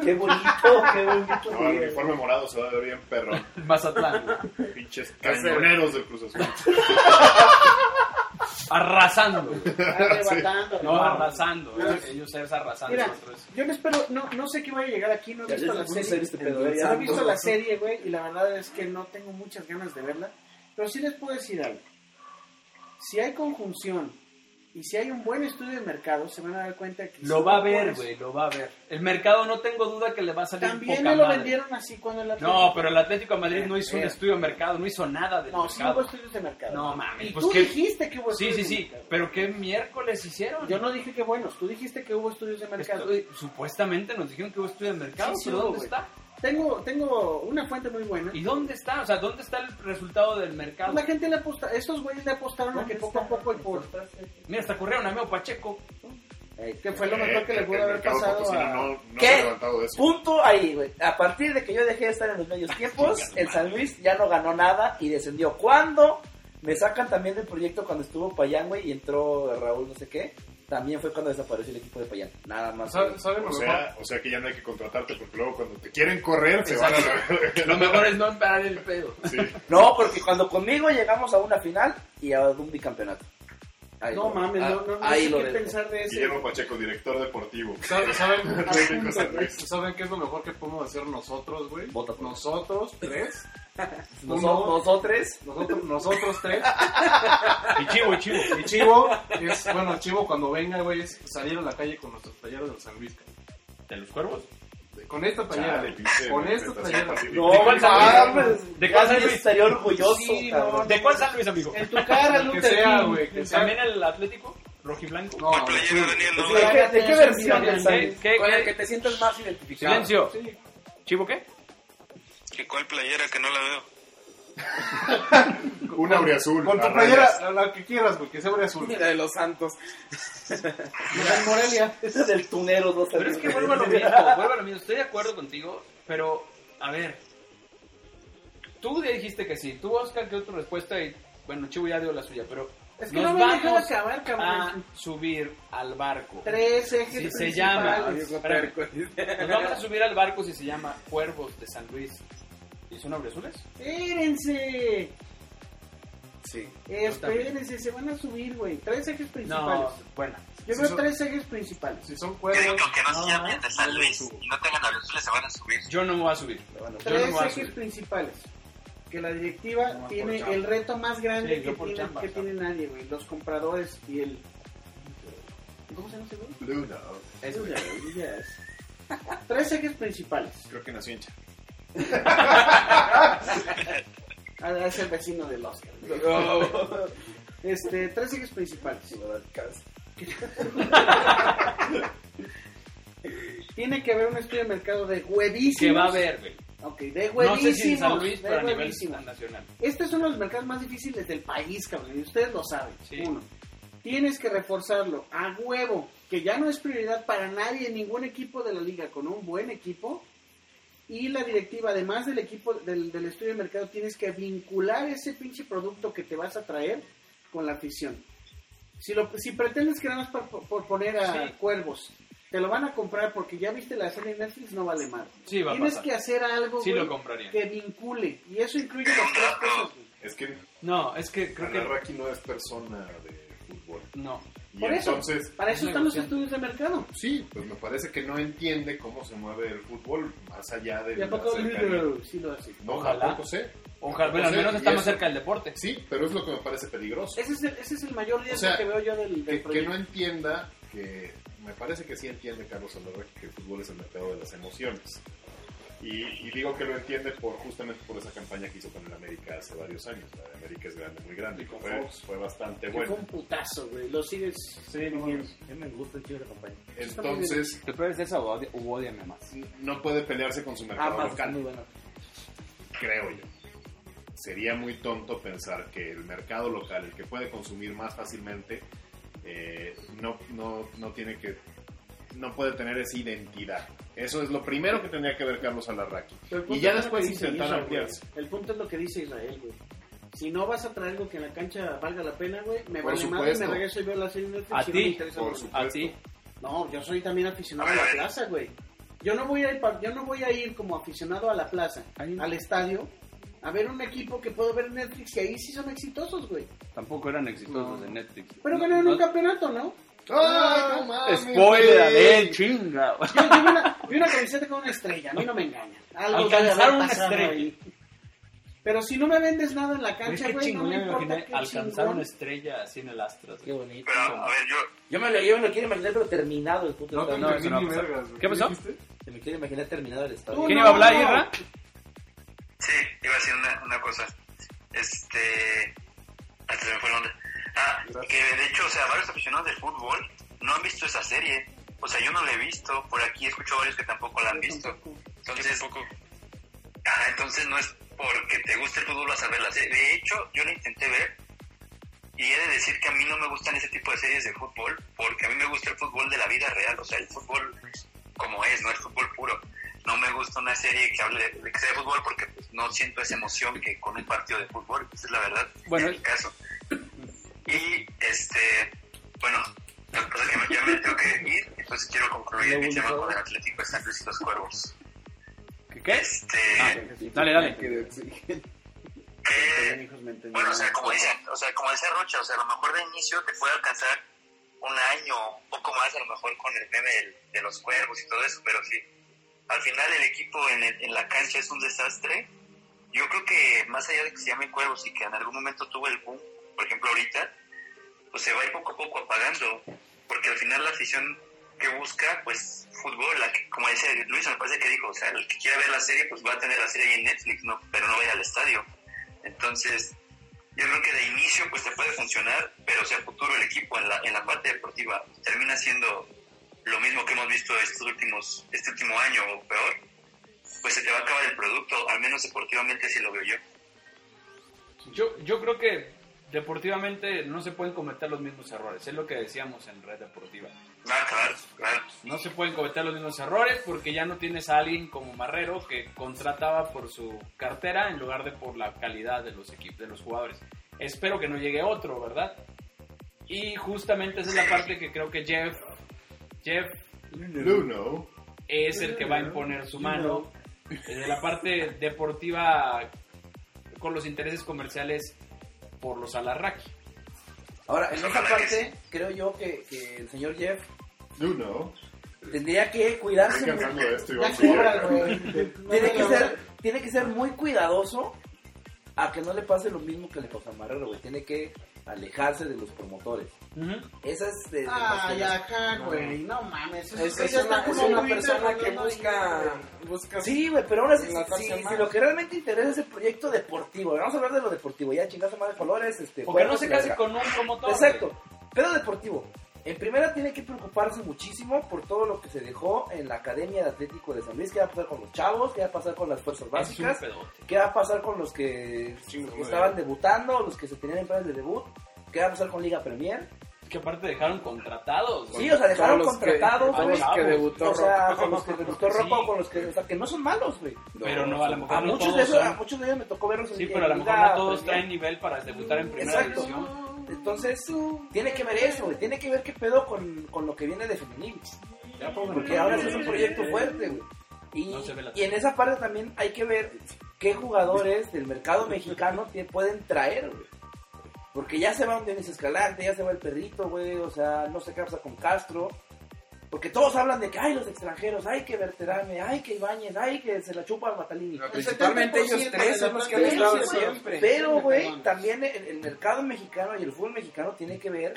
Qué bonito, qué bonito.
No,
güey.
el uniforme morado se va a ver bien perro.
Mazatlán. güey.
Pinches cañoneros del Cruz Azul.
Arrasando. güey.
Arrebatando.
No,
arrebatando.
arrasando. güey. Ellos es arrasando.
Mira,
nosotros-
yo no espero, no, no sé qué voy a llegar aquí, no he
Ya, ya
visto
se
la
puso
serie.
serio este pedo, ya.
No he visto la serie, güey, y la verdad es que no tengo muchas ganas de verla. Pero sí les puedo decir algo. Si hay conjunción y si hay un buen estudio de mercado, se van a dar cuenta que...
Lo
si
va a
tú
ver,
pones-
güey, lo va a ver. El mercado no tengo duda que le va a salir
También
poca
me lo
madre.
vendieron así cuando el Atlético-
No, pero el Atlético de Madrid no hizo un
Mira.
estudio de mercado, no hizo nada del
Eh. No, sí pues, hubo
mercado.
estudios de mercado.
No, mames,
Y
pues
tú
qué-
dijiste que hubo
Sí,
estudios
sí,
de
sí,
mercado.
pero ¿qué miércoles hicieron?
Yo no dije que buenos, tú dijiste que hubo estudios de mercado.
Estu- Supuestamente nos dijeron que hubo estudio de mercado,
Sí, sí,
pero ¿dónde
güey.
está?
Tengo, tengo una fuente muy buena.
¿Y dónde está? O sea, ¿dónde está el resultado del mercado?
La gente le aposta, estos güeyes le apostaron a que poco a poco y por
Mira, hasta corrieron a Meo Pacheco.
eh,
que fue lo mejor que le pudo haber
Eh, mercado
pasado
potosino
a...
No, no
¿Qué? Uh,
se ha levantado de eso.
Punto ahí, güey. A partir de que yo dejé de estar en los medios tiempos, el San Luis ya no ganó nada y descendió. ¿Cuándo? Me sacan también del proyecto cuando estuvo Payán, güey, y entró Raúl no sé qué. También fue cuando desapareció el equipo de Payán. Nada más.
¿Saben sabe lo
O
mejor?
sea, o sea que ya no hay que contratarte porque luego cuando te quieren correr se van a la
Lo mejor es no empeorar el pedo.
Sí.
No, porque cuando conmigo llegamos a una final y a un bicampeonato. Ahí
No
lo-
mames,
ah,
no, no, no
ahí
sé
lo
qué
dejo.
pensar de ese.
Guillermo Pacheco, director deportivo.
¿Saben, saben,
Atlético San Luis.
¿Saben qué es lo mejor que podemos hacer nosotros, güey?
Vota por mí.
Nosotros tres.
Noso-
Uno,
Nosotros.
nosotros, nosotros tres.
Y chivo, y chivo.
Y Chivo, es, bueno, Chivo cuando venga, güey, es salir a la calle con nuestros playeros del San Luis. cabrón.
¿De los cuervos?
Con esta playera.
Chale, pinche
con esta
representación
playera.
pacífica.
No,
¿De cuál San Luis?
mames.
Ah, ¿De cuál San
Ya
Luis?
Estaría orgulloso,
Sí,
cabrón.
no, ¿De cuál San Luis, amigo?
En tu cara,
Que
Luther
sea,
King.
güey, que sea.
¿También el Atlético? ¿Rojiblanco?
No,
¿Cuál playera, Daniel? No,
¿De qué, de qué versión
¿Qué-
del San Luis?
qué-
Con el
qué-
que te sientas más identificado.
Silencio. ¿Chivo qué?
¿Que ¿Cuál playera que no la veo?
Un aureazul.
Con tu
a
playera,
rayas.
la, la que quieras, güey, que sea verde azul.
Mira de los santos.
Ese del tunero, no
Pero es que vuelvo a lo mismo, vuelvo a lo mismo. Estoy de acuerdo contigo, pero a ver. Tú ya dijiste que sí. Tú, Oscar, ¿qué otra respuesta? Y bueno, Chivo ya dio la suya, pero
Es que
nos
no me dejan
vamos
acabar,
a
cabrón.
subir al barco.
Tres ejes
Si se
principales.
llama.
Diego
Espérame.
Terco.
Nos vamos a subir al barco si se llama Cuervos de San Luis. ¿Y son azules?
Espérense.
Sí.
Espérense, se van a subir, güey. Tres ejes principales.
No, bueno.
Yo
Sí,
veo
son-
tres ejes principales.
Si son
Yo
cuervos.
digo que aunque no
no,
se llamen de San
no,
Luis
no, no.
y no tengan a los se van a subir.
Yo no me voy a subir. Yo no me
Tres
voy a
ejes
subir.
principales. Que la directiva
No, por
tiene
chamba.
el reto más grande
Sí, yo
que,
por
tiene,
chamba,
que
chamba.
tiene nadie, güey. Los compradores y el ¿Cómo se llama ese güey?
Blue no.
Es una Tres ejes principales.
Creo que nació hincha.
Ah, Es el vecino del Oscar. Este, tres ejes principales. Tiene que haber un estudio de mercado de huevísimos.
Que va a haber, güey.
Ok, de
No
huevísimos.
sé si en San Luis,
de
pero a nivel
huevísimos.
nacional.
Este es uno de los mercados más difíciles del país, cabrón. Y ustedes lo saben.
Sí.
Uno. Tienes que reforzarlo a huevo, que ya no es prioridad para nadie, ningún equipo de la liga, con un buen equipo. Y la directiva, además del equipo del, del estudio de mercado, tienes que vincular ese pinche producto que te vas a traer con la afición. Si, lo, si pretendes que nada más por, por poner a
Sí.
cuervos, te lo van a comprar porque ya viste la serie en Netflix, no vale más.
Sí, va a
Tienes
pasar.
que hacer algo
Sí
güey,
lo compraría.
que vincule. Y eso incluye las tres cosas. güey.
Es que
No, es que creo que.
Anarraki no es persona de fútbol.
No.
Y
Por eso,
entonces,
para eso
es
están los
negociante.
estudios de mercado.
sí, pues me parece que no entiende cómo se mueve el fútbol más allá de.
Y a poco
la cercanía.
sí lo hace.
No,
Ojalá.
tampoco sé.
Ojalá, bueno, al
Entonces,
menos
y
está más
eso-
cerca del deporte.
Sí, pero es lo que me parece peligroso.
Ese es el, ese es el mayor riesgo
sea,
que veo yo del, del
Que, que
proyecto.
no entienda que. Me parece que sí entiende Carlos Anarraki que el fútbol es el mercado de las emociones. Y, y digo que lo entiende por justamente por esa campaña que hizo con el América hace varios años. La de América es grande, muy grande.
Y con
Fue,
Fox.
fue bastante
Que
bueno.
fue un putazo, güey. Lo sigues.
Sí, no, me gusta el chido de compañía.
Entonces,
Te puedes esa o odia- o odiame más.
no puede pelearse
Ah,
con su mercado
Ambas
local.
están muy buenas.
creo yo. Sería muy tonto pensar que el mercado local, el que puede consumir más fácilmente, eh, no, no, no tiene que no puede tener esa identidad. Eso es lo primero que tendría que ver Carlos Alarraqui.
Pero el punto
Y ya
es lo
después
que dice
intentar
Israel,
ampliarse.
güey. El punto es lo que dice Israel, güey. Si no vas a traer algo que en la cancha valga la pena, güey, me
Por
vale madre, me
supuesto.
regreso y veo la serie en Netflix
A
y
ti,
no me interesa
por
verla.
supuesto.
A ti.
No, yo soy también aficionado a la plaza, güey. Yo no voy a ir, pa- yo no voy a ir como aficionado a la plaza,
Ahí no.
al estadio, a ver un equipo que puedo ver en Netflix y ahí sí son exitosos, güey.
Tampoco eran exitosos en Netflix.
Pero
No,
ganaron
no-
un campeonato, ¿no?
¡Ah,
Spoiler, a ver, chinga.
Yo, yo vi, una, vi una camiseta con una estrella, a mí no me engaña. Algo debe
Alcanzaron
haber
una
pasado
estrella.
ahí. Pero si no me vendes nada en la
Es
cancha,
que
güey, no
chingón,
me
me imaginé
importa qué
alcanzar
chingón.
una estrella así en el Astros.
Qué bonito.
Pero, a ver, yo,
Yo me lo, yo me lo quiero imaginar, pero terminado el puto
No te
estadio.
no, eso
entendí
no
ni
va a pasar.
vergas, güey.
¿Qué pasó?
dijiste?
Se me quiero imaginar terminado el estadio.
Tú
¿Quién
no,
iba a hablar,
no.
Irra?
sí, iba a decir una, una cosa. Este. Antes se me fue el nombre. Ah, que de hecho, o sea, varios aficionados del fútbol no han visto esa serie. O sea, yo no la he visto. Por aquí escucho varios que tampoco la han visto. Entonces, Ah, entonces no es porque te guste el fútbol vas a verla. De hecho, yo la intenté ver y he de decir que a mí no me gustan ese tipo de series de fútbol porque a mí me gusta el fútbol de la vida real, o sea, el fútbol como es, no el fútbol puro. No me gusta una serie que hable de, que sea de fútbol porque pues, no siento esa emoción que con un partido de fútbol, esa es la verdad,
Bueno,
en mi caso. Y este, bueno, la cosa es que me- ya me tengo que ir, entonces quiero concluir mi tema con el Atlético de San Luis y los Cuervos.
¿Qué? qué?
Este,
Dale, dale.
que-
Hijos, me entendieron.
Bueno, o sea, como dice, o sea, como dice Rocha, o sea, a lo mejor de inicio te puede alcanzar un año, un poco más, a lo mejor con el meme del- de los cuervos y todo eso, pero sí. Al final el equipo en, el- en la cancha es un desastre. Yo creo que más allá de que se llamen cuervos y que en algún momento tuvo el boom, por ejemplo ahorita, pues se va a ir poco a poco apagando, porque al final la afición que busca, pues fútbol, la que- como dice Luis, me parece que dijo, o sea, el que quiera ver la serie, pues va a tener la serie ahí en Netflix, no, pero no vaya al estadio. Entonces, yo creo que de inicio pues te puede funcionar, pero si a futuro el equipo en la, en la parte deportiva termina siendo lo mismo que hemos visto estos últimos, este último año o peor, pues se te va a acabar el producto, al menos deportivamente así lo veo yo.
Yo, yo creo que deportivamente no se pueden cometer los mismos errores. Es lo que decíamos en Red Deportiva.
Ah, claro, claro.
No se pueden cometer los mismos errores porque ya no tienes a alguien como Marrero que contrataba por su cartera en lugar de por la calidad de los equipos, de los jugadores. Espero que no llegue otro, ¿verdad? Y justamente esa es la parte que creo que Jeff, Jeff
Luno.
es el que va a imponer su mano desde la parte deportiva con los intereses comerciales por los alarraqui.
Ahora, en esa parte, creo yo que, que el señor Jeff
Luno.
tendría que
Estoy
cuidarse.
cansando de esto y
Ya
vamos a
cobra,
llegar.
güey. No
Tiene
me
que
lo-
ser, tiene que ser muy cuidadoso a que no le pase lo mismo que le pasó a Marrero, güey. Tiene que alejarse de los promotores. Esa es de, de
Ah,
las-
ya, ja, güey. No mames.
Es,
eso
es
ya
una,
está
es
como
una
muy
persona que
internacional,
busca,
güey.
busca
Sí, güey, pero ahora sí,
La
sí,
parte
sí,
más.
lo que realmente interesa es el proyecto deportivo. Vamos a hablar de lo deportivo, ya chingazo más de colores, este
Porque no
juegos y
se
la
case
verga.
con un promotor.
Exacto, pero deportivo. En primera tiene que preocuparse muchísimo por todo lo que se dejó en la Academia de Atlético de San Luis, qué va a pasar con los chavos, qué va a pasar con las fuerzas
güey. Es un
básicas,
pedo.
qué va a pasar con los que
Chingo,
que
güey.
estaban debutando, los que se tenían en planes de debut, qué va a pasar con Liga Premier.
Que aparte dejaron contratados. güey.
Sí, o sea, dejaron
Todos los que-
contratados,
a los
güey.
que debutó
O sea,
Rocco.
con los que debutó
Sí.
Rocco, con los que, o sea, que no son malos, güey.
Pero no, a lo mejor
A
no
muchos
todos
de esos, a
son.
muchos de ellos me tocó verlos en
Sí,
en
pero a lo mejor
Liga
pues
no todos
Premier.
traen nivel para debutar en primera
Exacto.
división.
Entonces, tiene que ver eso, güey. Tiene que ver qué pedo con, con lo que viene de femenil. Porque ahora sí es un proyecto fuerte, güey. Y,
No se ve la
y en esa parte también hay que ver qué jugadores del mercado mexicano te pueden traer, güey. Porque ya se va un Denis Escalante, ya se va el perrito, güey. O sea, no sé qué pasa con Castro. Porque todos hablan de que, ay, los extranjeros, ay, que Berterame, ay, que Ibáñez, ay, que se la chupa Matalini.
Pero Principalmente ellos
70%
tres son los que han
de la
estado
plantilla, güey.
siempre.
Pero,
Sí,
güey,
perdón.
también el, el mercado mexicano y el fútbol mexicano tiene que ver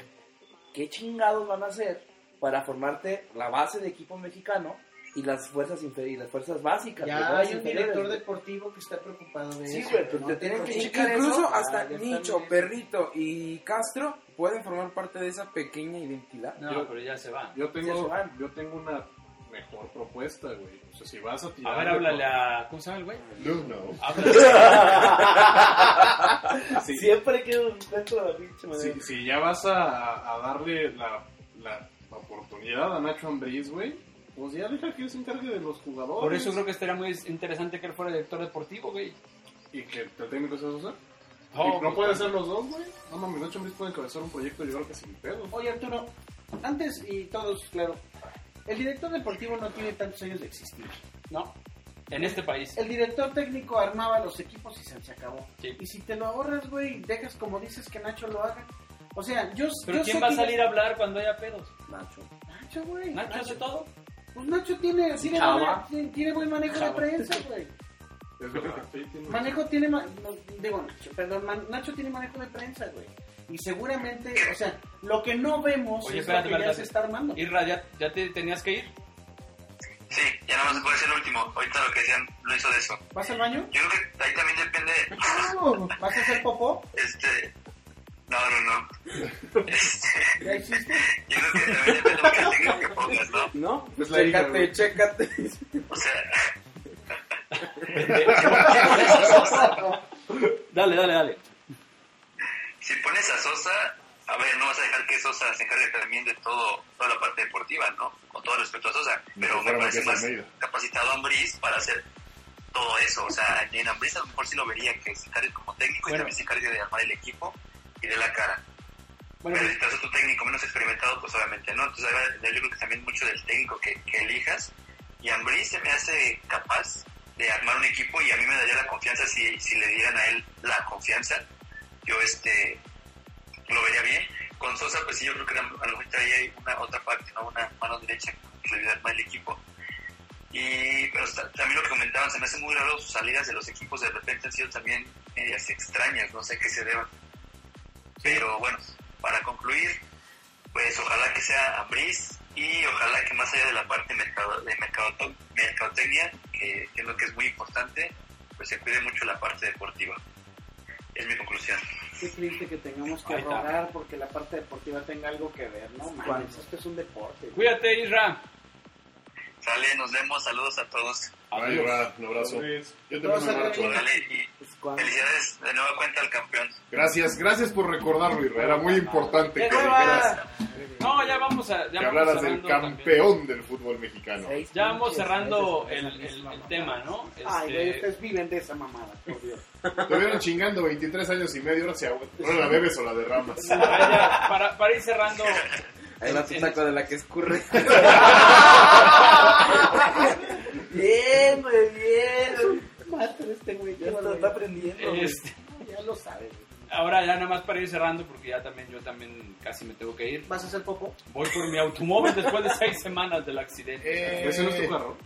qué chingados van a hacer para formarte la base de equipo mexicano y las fuerzas inferiores, las fuerzas básicas. las
Ya
fuerzas
hay un
inferiores,
director
güey.
deportivo que está preocupado de
Sí,
eso.
güey, pero te tienen que
Y-
checar
Incluso
eso.
hasta
Ah, ya está
Nicho,
bien.
Perrito y Castro pueden formar parte de esa pequeña identidad.
No, pero ya se va.
Yo
se
tengo,
van.
yo tengo una mejor propuesta, güey. O sea, si vas a tirar.
A ver, háblale a. ¿Cómo se llama el güey?
Luno.
Ah,
Háblale.
Sí.
Siempre quedo dentro de la pinche madre.
si, si ya vas a, a darle la, la oportunidad a Nacho Ambriz, güey, pues ya deja que él se encargue de los jugadores.
Por eso creo que estaría muy interesante que él fuera director deportivo, güey.
Y que el técnico se usa.
Oh,
No, pues,
y no pueden ser los dos, güey. No mames, Nacho Ambriz puede encabezar un proyecto, yo creo que sin pedo.
Oye, Arturo, antes y todos, claro, el director deportivo no tiene tantos años de existir, ¿no?
En este país.
El director técnico armaba los equipos y se, se acabó.
Sí.
Y si te lo ahorras, güey, y dejas como dices que Nacho lo haga. O sea, yo,
Pero
yo
¿quién
sé
va a
que-
salir a hablar cuando haya pedos?
Nacho.
Nacho, güey.
Nacho hace todo.
Pues Nacho tiene, tiene,
Chava.
buena- tiene, tiene buen manejo de prensa, güey.
Es verdad. Sí, tiene-
Manejo tiene, ma- no, digo Nacho, perdón, man- Nacho tiene manejo de prensa, güey. Y seguramente, o sea, lo que no vemos
Oye,
es
espérate,
lo que ya
espérate.
se está armando.
Y ya, ya te tenías que ir.
Sí, ya nada más se puede ser el último. Ahorita lo que decían lo hizo de eso.
¿Vas al baño?
Yo creo que ahí también depende,
¿Vas a hacer popó?
este... No, no, no.
¿Ya hiciste?
Yo creo que también depende porque el técnico que pongas, ¿no?
¿No?
Es la hija,
chécate,
güey.
chécate.
O sea,
Dale, dale, dale.
si pones a Sosa, a ver, no vas a dejar que Sosa se encargue también de todo, toda la parte deportiva, ¿no? Con todo respeto a Sosa, pero me
Mejor
parece
que sea
más
Almeida.
capacitado a Ambriz para hacer todo eso. O sea, en Ambriz a lo mejor sí lo vería que se encargue como técnico y
Bueno.
también se encargue de armar el equipo y de la cara.
Bueno,
pues,
Pero si estás otro este técnico menos experimentado, pues obviamente no. Entonces ahí va a depender, yo creo que también mucho del técnico que, que elijas. Y Ambrí se me hace capaz de armar un equipo y a mí me daría la confianza si, si le dieran a él la confianza. Yo este lo vería bien. Con Sosa, pues sí, yo creo que era- a lo mejor traía una otra parte, ¿no? Una mano derecha que le ayudara más el equipo. Y pero está- también lo que comentaban, se me hace muy raro sus salidas de los equipos, de repente han sido también medias extrañas, no sé qué se deban. Pero bueno, para concluir, pues ojalá que sea Ambris y ojalá que más allá de la parte mercado, de mercadoto- mercadotecnia, que entiendo que es muy importante, pues se cuide mucho la parte deportiva. Es mi conclusión.
Qué triste que tengamos que
Ahí está.
rogar porque la parte deportiva tenga algo que ver, ¿no? Mames, esto es un deporte. güey.
cuídate, Isra.
Sale, nos vemos, saludos a todos.
Ahí va, un
Pues,
abrazo. Yo te mando un abrazo.
Sale y
Pues, cuando-
felicidades de nueva cuenta al campeón.
Gracias, gracias por recordarlo, Irra. Era muy importante que,
¡Qué
dijeras-
No, ya vamos a. Ya
que
vamos
hablaras del
cerrando
campeón
también.
del fútbol mexicano.
seis
Ya vamos
pinches
cerrando
meses
el,
con esa
el-
misma
el
mamá.
tema, ¿no? Este,
Ay, güey, ustedes viven de esa mamada, por Dios.
Te vieron chingando 23 años y medio, ahora se agua- ahora la bebes o la derramas.
a ver, ya, para, para ir cerrando.
Ahí va tu saco de la que escurre.
Bien, güey, bien.
Mátale este güey,
Ya está,
llévalo,
está
güey.
aprendiendo. güey.
este,
Ya lo sabes.
ahora ya nada más para ir cerrando, porque ya también yo también casi me tengo que ir.
¿Vas a hacer poco?
Voy por mi automóvil después de seis semanas del accidente.
Eh,
Ese no es tu carro.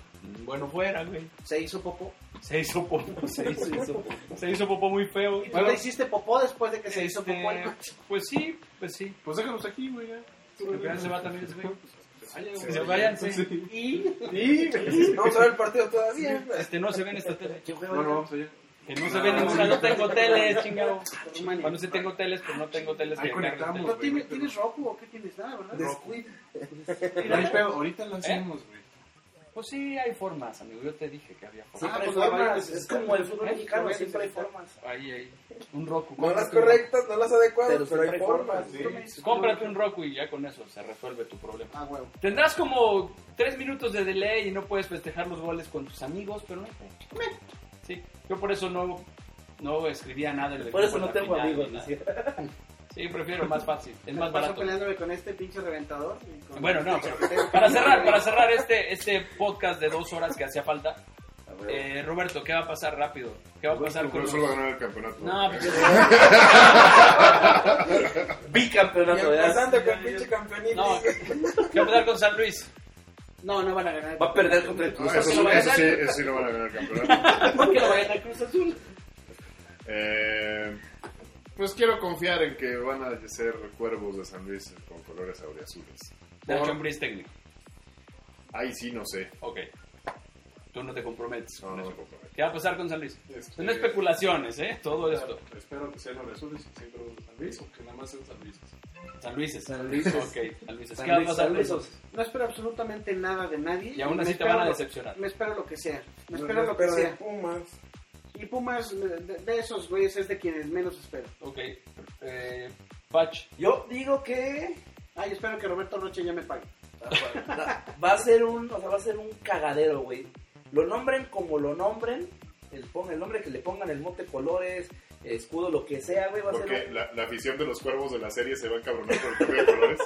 Bueno, fuera, güey.
¿Se hizo poco?
Se hizo popó, se hizo, se hizo- se hizo popó muy feo.
¿Y tú
Bueno,
le hiciste popó después de que se hizo
este,
popó el macho?
Pues sí, pues sí.
Pues déjanos aquí, güey. ya.
Que vean, se va también ese güey.
Se
Se
vayan.
váyanse.
Y
Y,
Vamos a ver el partido todavía.
este, no se ve en esta tele.
No, no, vamos allá.
Que no se ve ninguna, no tengo tele, chingado. Bueno, sí tengo teles, pero no tengo teles
Ahí
que carguen
conectamos.
tele.
¿No tiene- tienes Roku o qué tienes? Nada, ¿verdad?
Descuida.
No hay pedo, ahorita lo hacemos, güey.
Pues sí, hay formas, amigo. Yo te dije que había formas.
Ah,
Siempre hay
pues la
formas,
vaina es-
es
es
como
como el fútbol
¿Eh?
mexicano, siempre hay formas.
Ahí, ahí. Un Roku.
No las
Cómprate
correctas, no las adecuadas,
Pero
pero,
siempre
hay
hay
formas.
formas,
Sí.
un- Cómprate un Roku y ya con eso se resuelve tu problema.
Ah, huevo.
Tendrás como tres minutos de delay y no puedes festejar los goles con tus amigos, pero no hay pedo. Sí, yo por eso no, no escribía nada. del
Por eso
equipo
no
en la
tengo
final ni
amigos,
nada.
decía.
Sí, prefiero más fácil, es más
Me paso
barato.
peleándome con este pinche reventador. y con-
Bueno, no, pero para cerrar, para cerrar este, este podcast de dos horas que hacía falta, eh, Roberto, ¿qué va a pasar rápido? ¿Qué va a pasar con
Pero
los...
solo ganar el campeonato.
No, pues,
Y
Bicampeonato, ¿verdad?
empezando con pinche campeonitis.
no, ¿qué va a pasar con San Luis?
No, no van a ganar.
Va a perder contra el
Ah,
Cruz
eso,
Azul.
sí, eso sí, eso sí no van a ganar el campeonato.
No que lo vayan al Cruz Azul.
Eh, pues quiero confiar en que van a ser cuervos de San Luis con colores auriazules.
Nacho Ambriz técnico.
Ahí sí, no sé.
Ok. Tú no te comprometes
No,
con
no
eso.
me comprometo.
¿Qué va a pasar con San Luis?
Este,
Son especulaciones, ¿eh? Todo esto.
Espero que sean los azules y siempre los de San Luis, o que nada más sean San Luis.
San Luis.
San Luises.
Ok, San Luis.
San
¿Qué va a
Luis,
pasar
San
con
Luis.
eso?
No espero absolutamente nada de nadie.
Y aún así
Me
te van a
espero-
decepcionar.
Me espero lo que sea. Me
Yo
espero
no
lo que
espero de
sea.
Pumas.
Y Pumas, de, de esos güeyes, es de quienes menos espero.
Ok. Eh, Pach.
Yo digo que
Ay, espero que Roberto Roche ya me pague.
Ah, va a ser un, o sea, va a ser un cagadero, güey. Lo nombren como lo nombren, el, pon- el nombre que le pongan, el monte colores, escudo, lo que sea, güey, va a
Porque
ser
la, la afición de los cuervos de la serie se va a encabronar por el cambio de colores.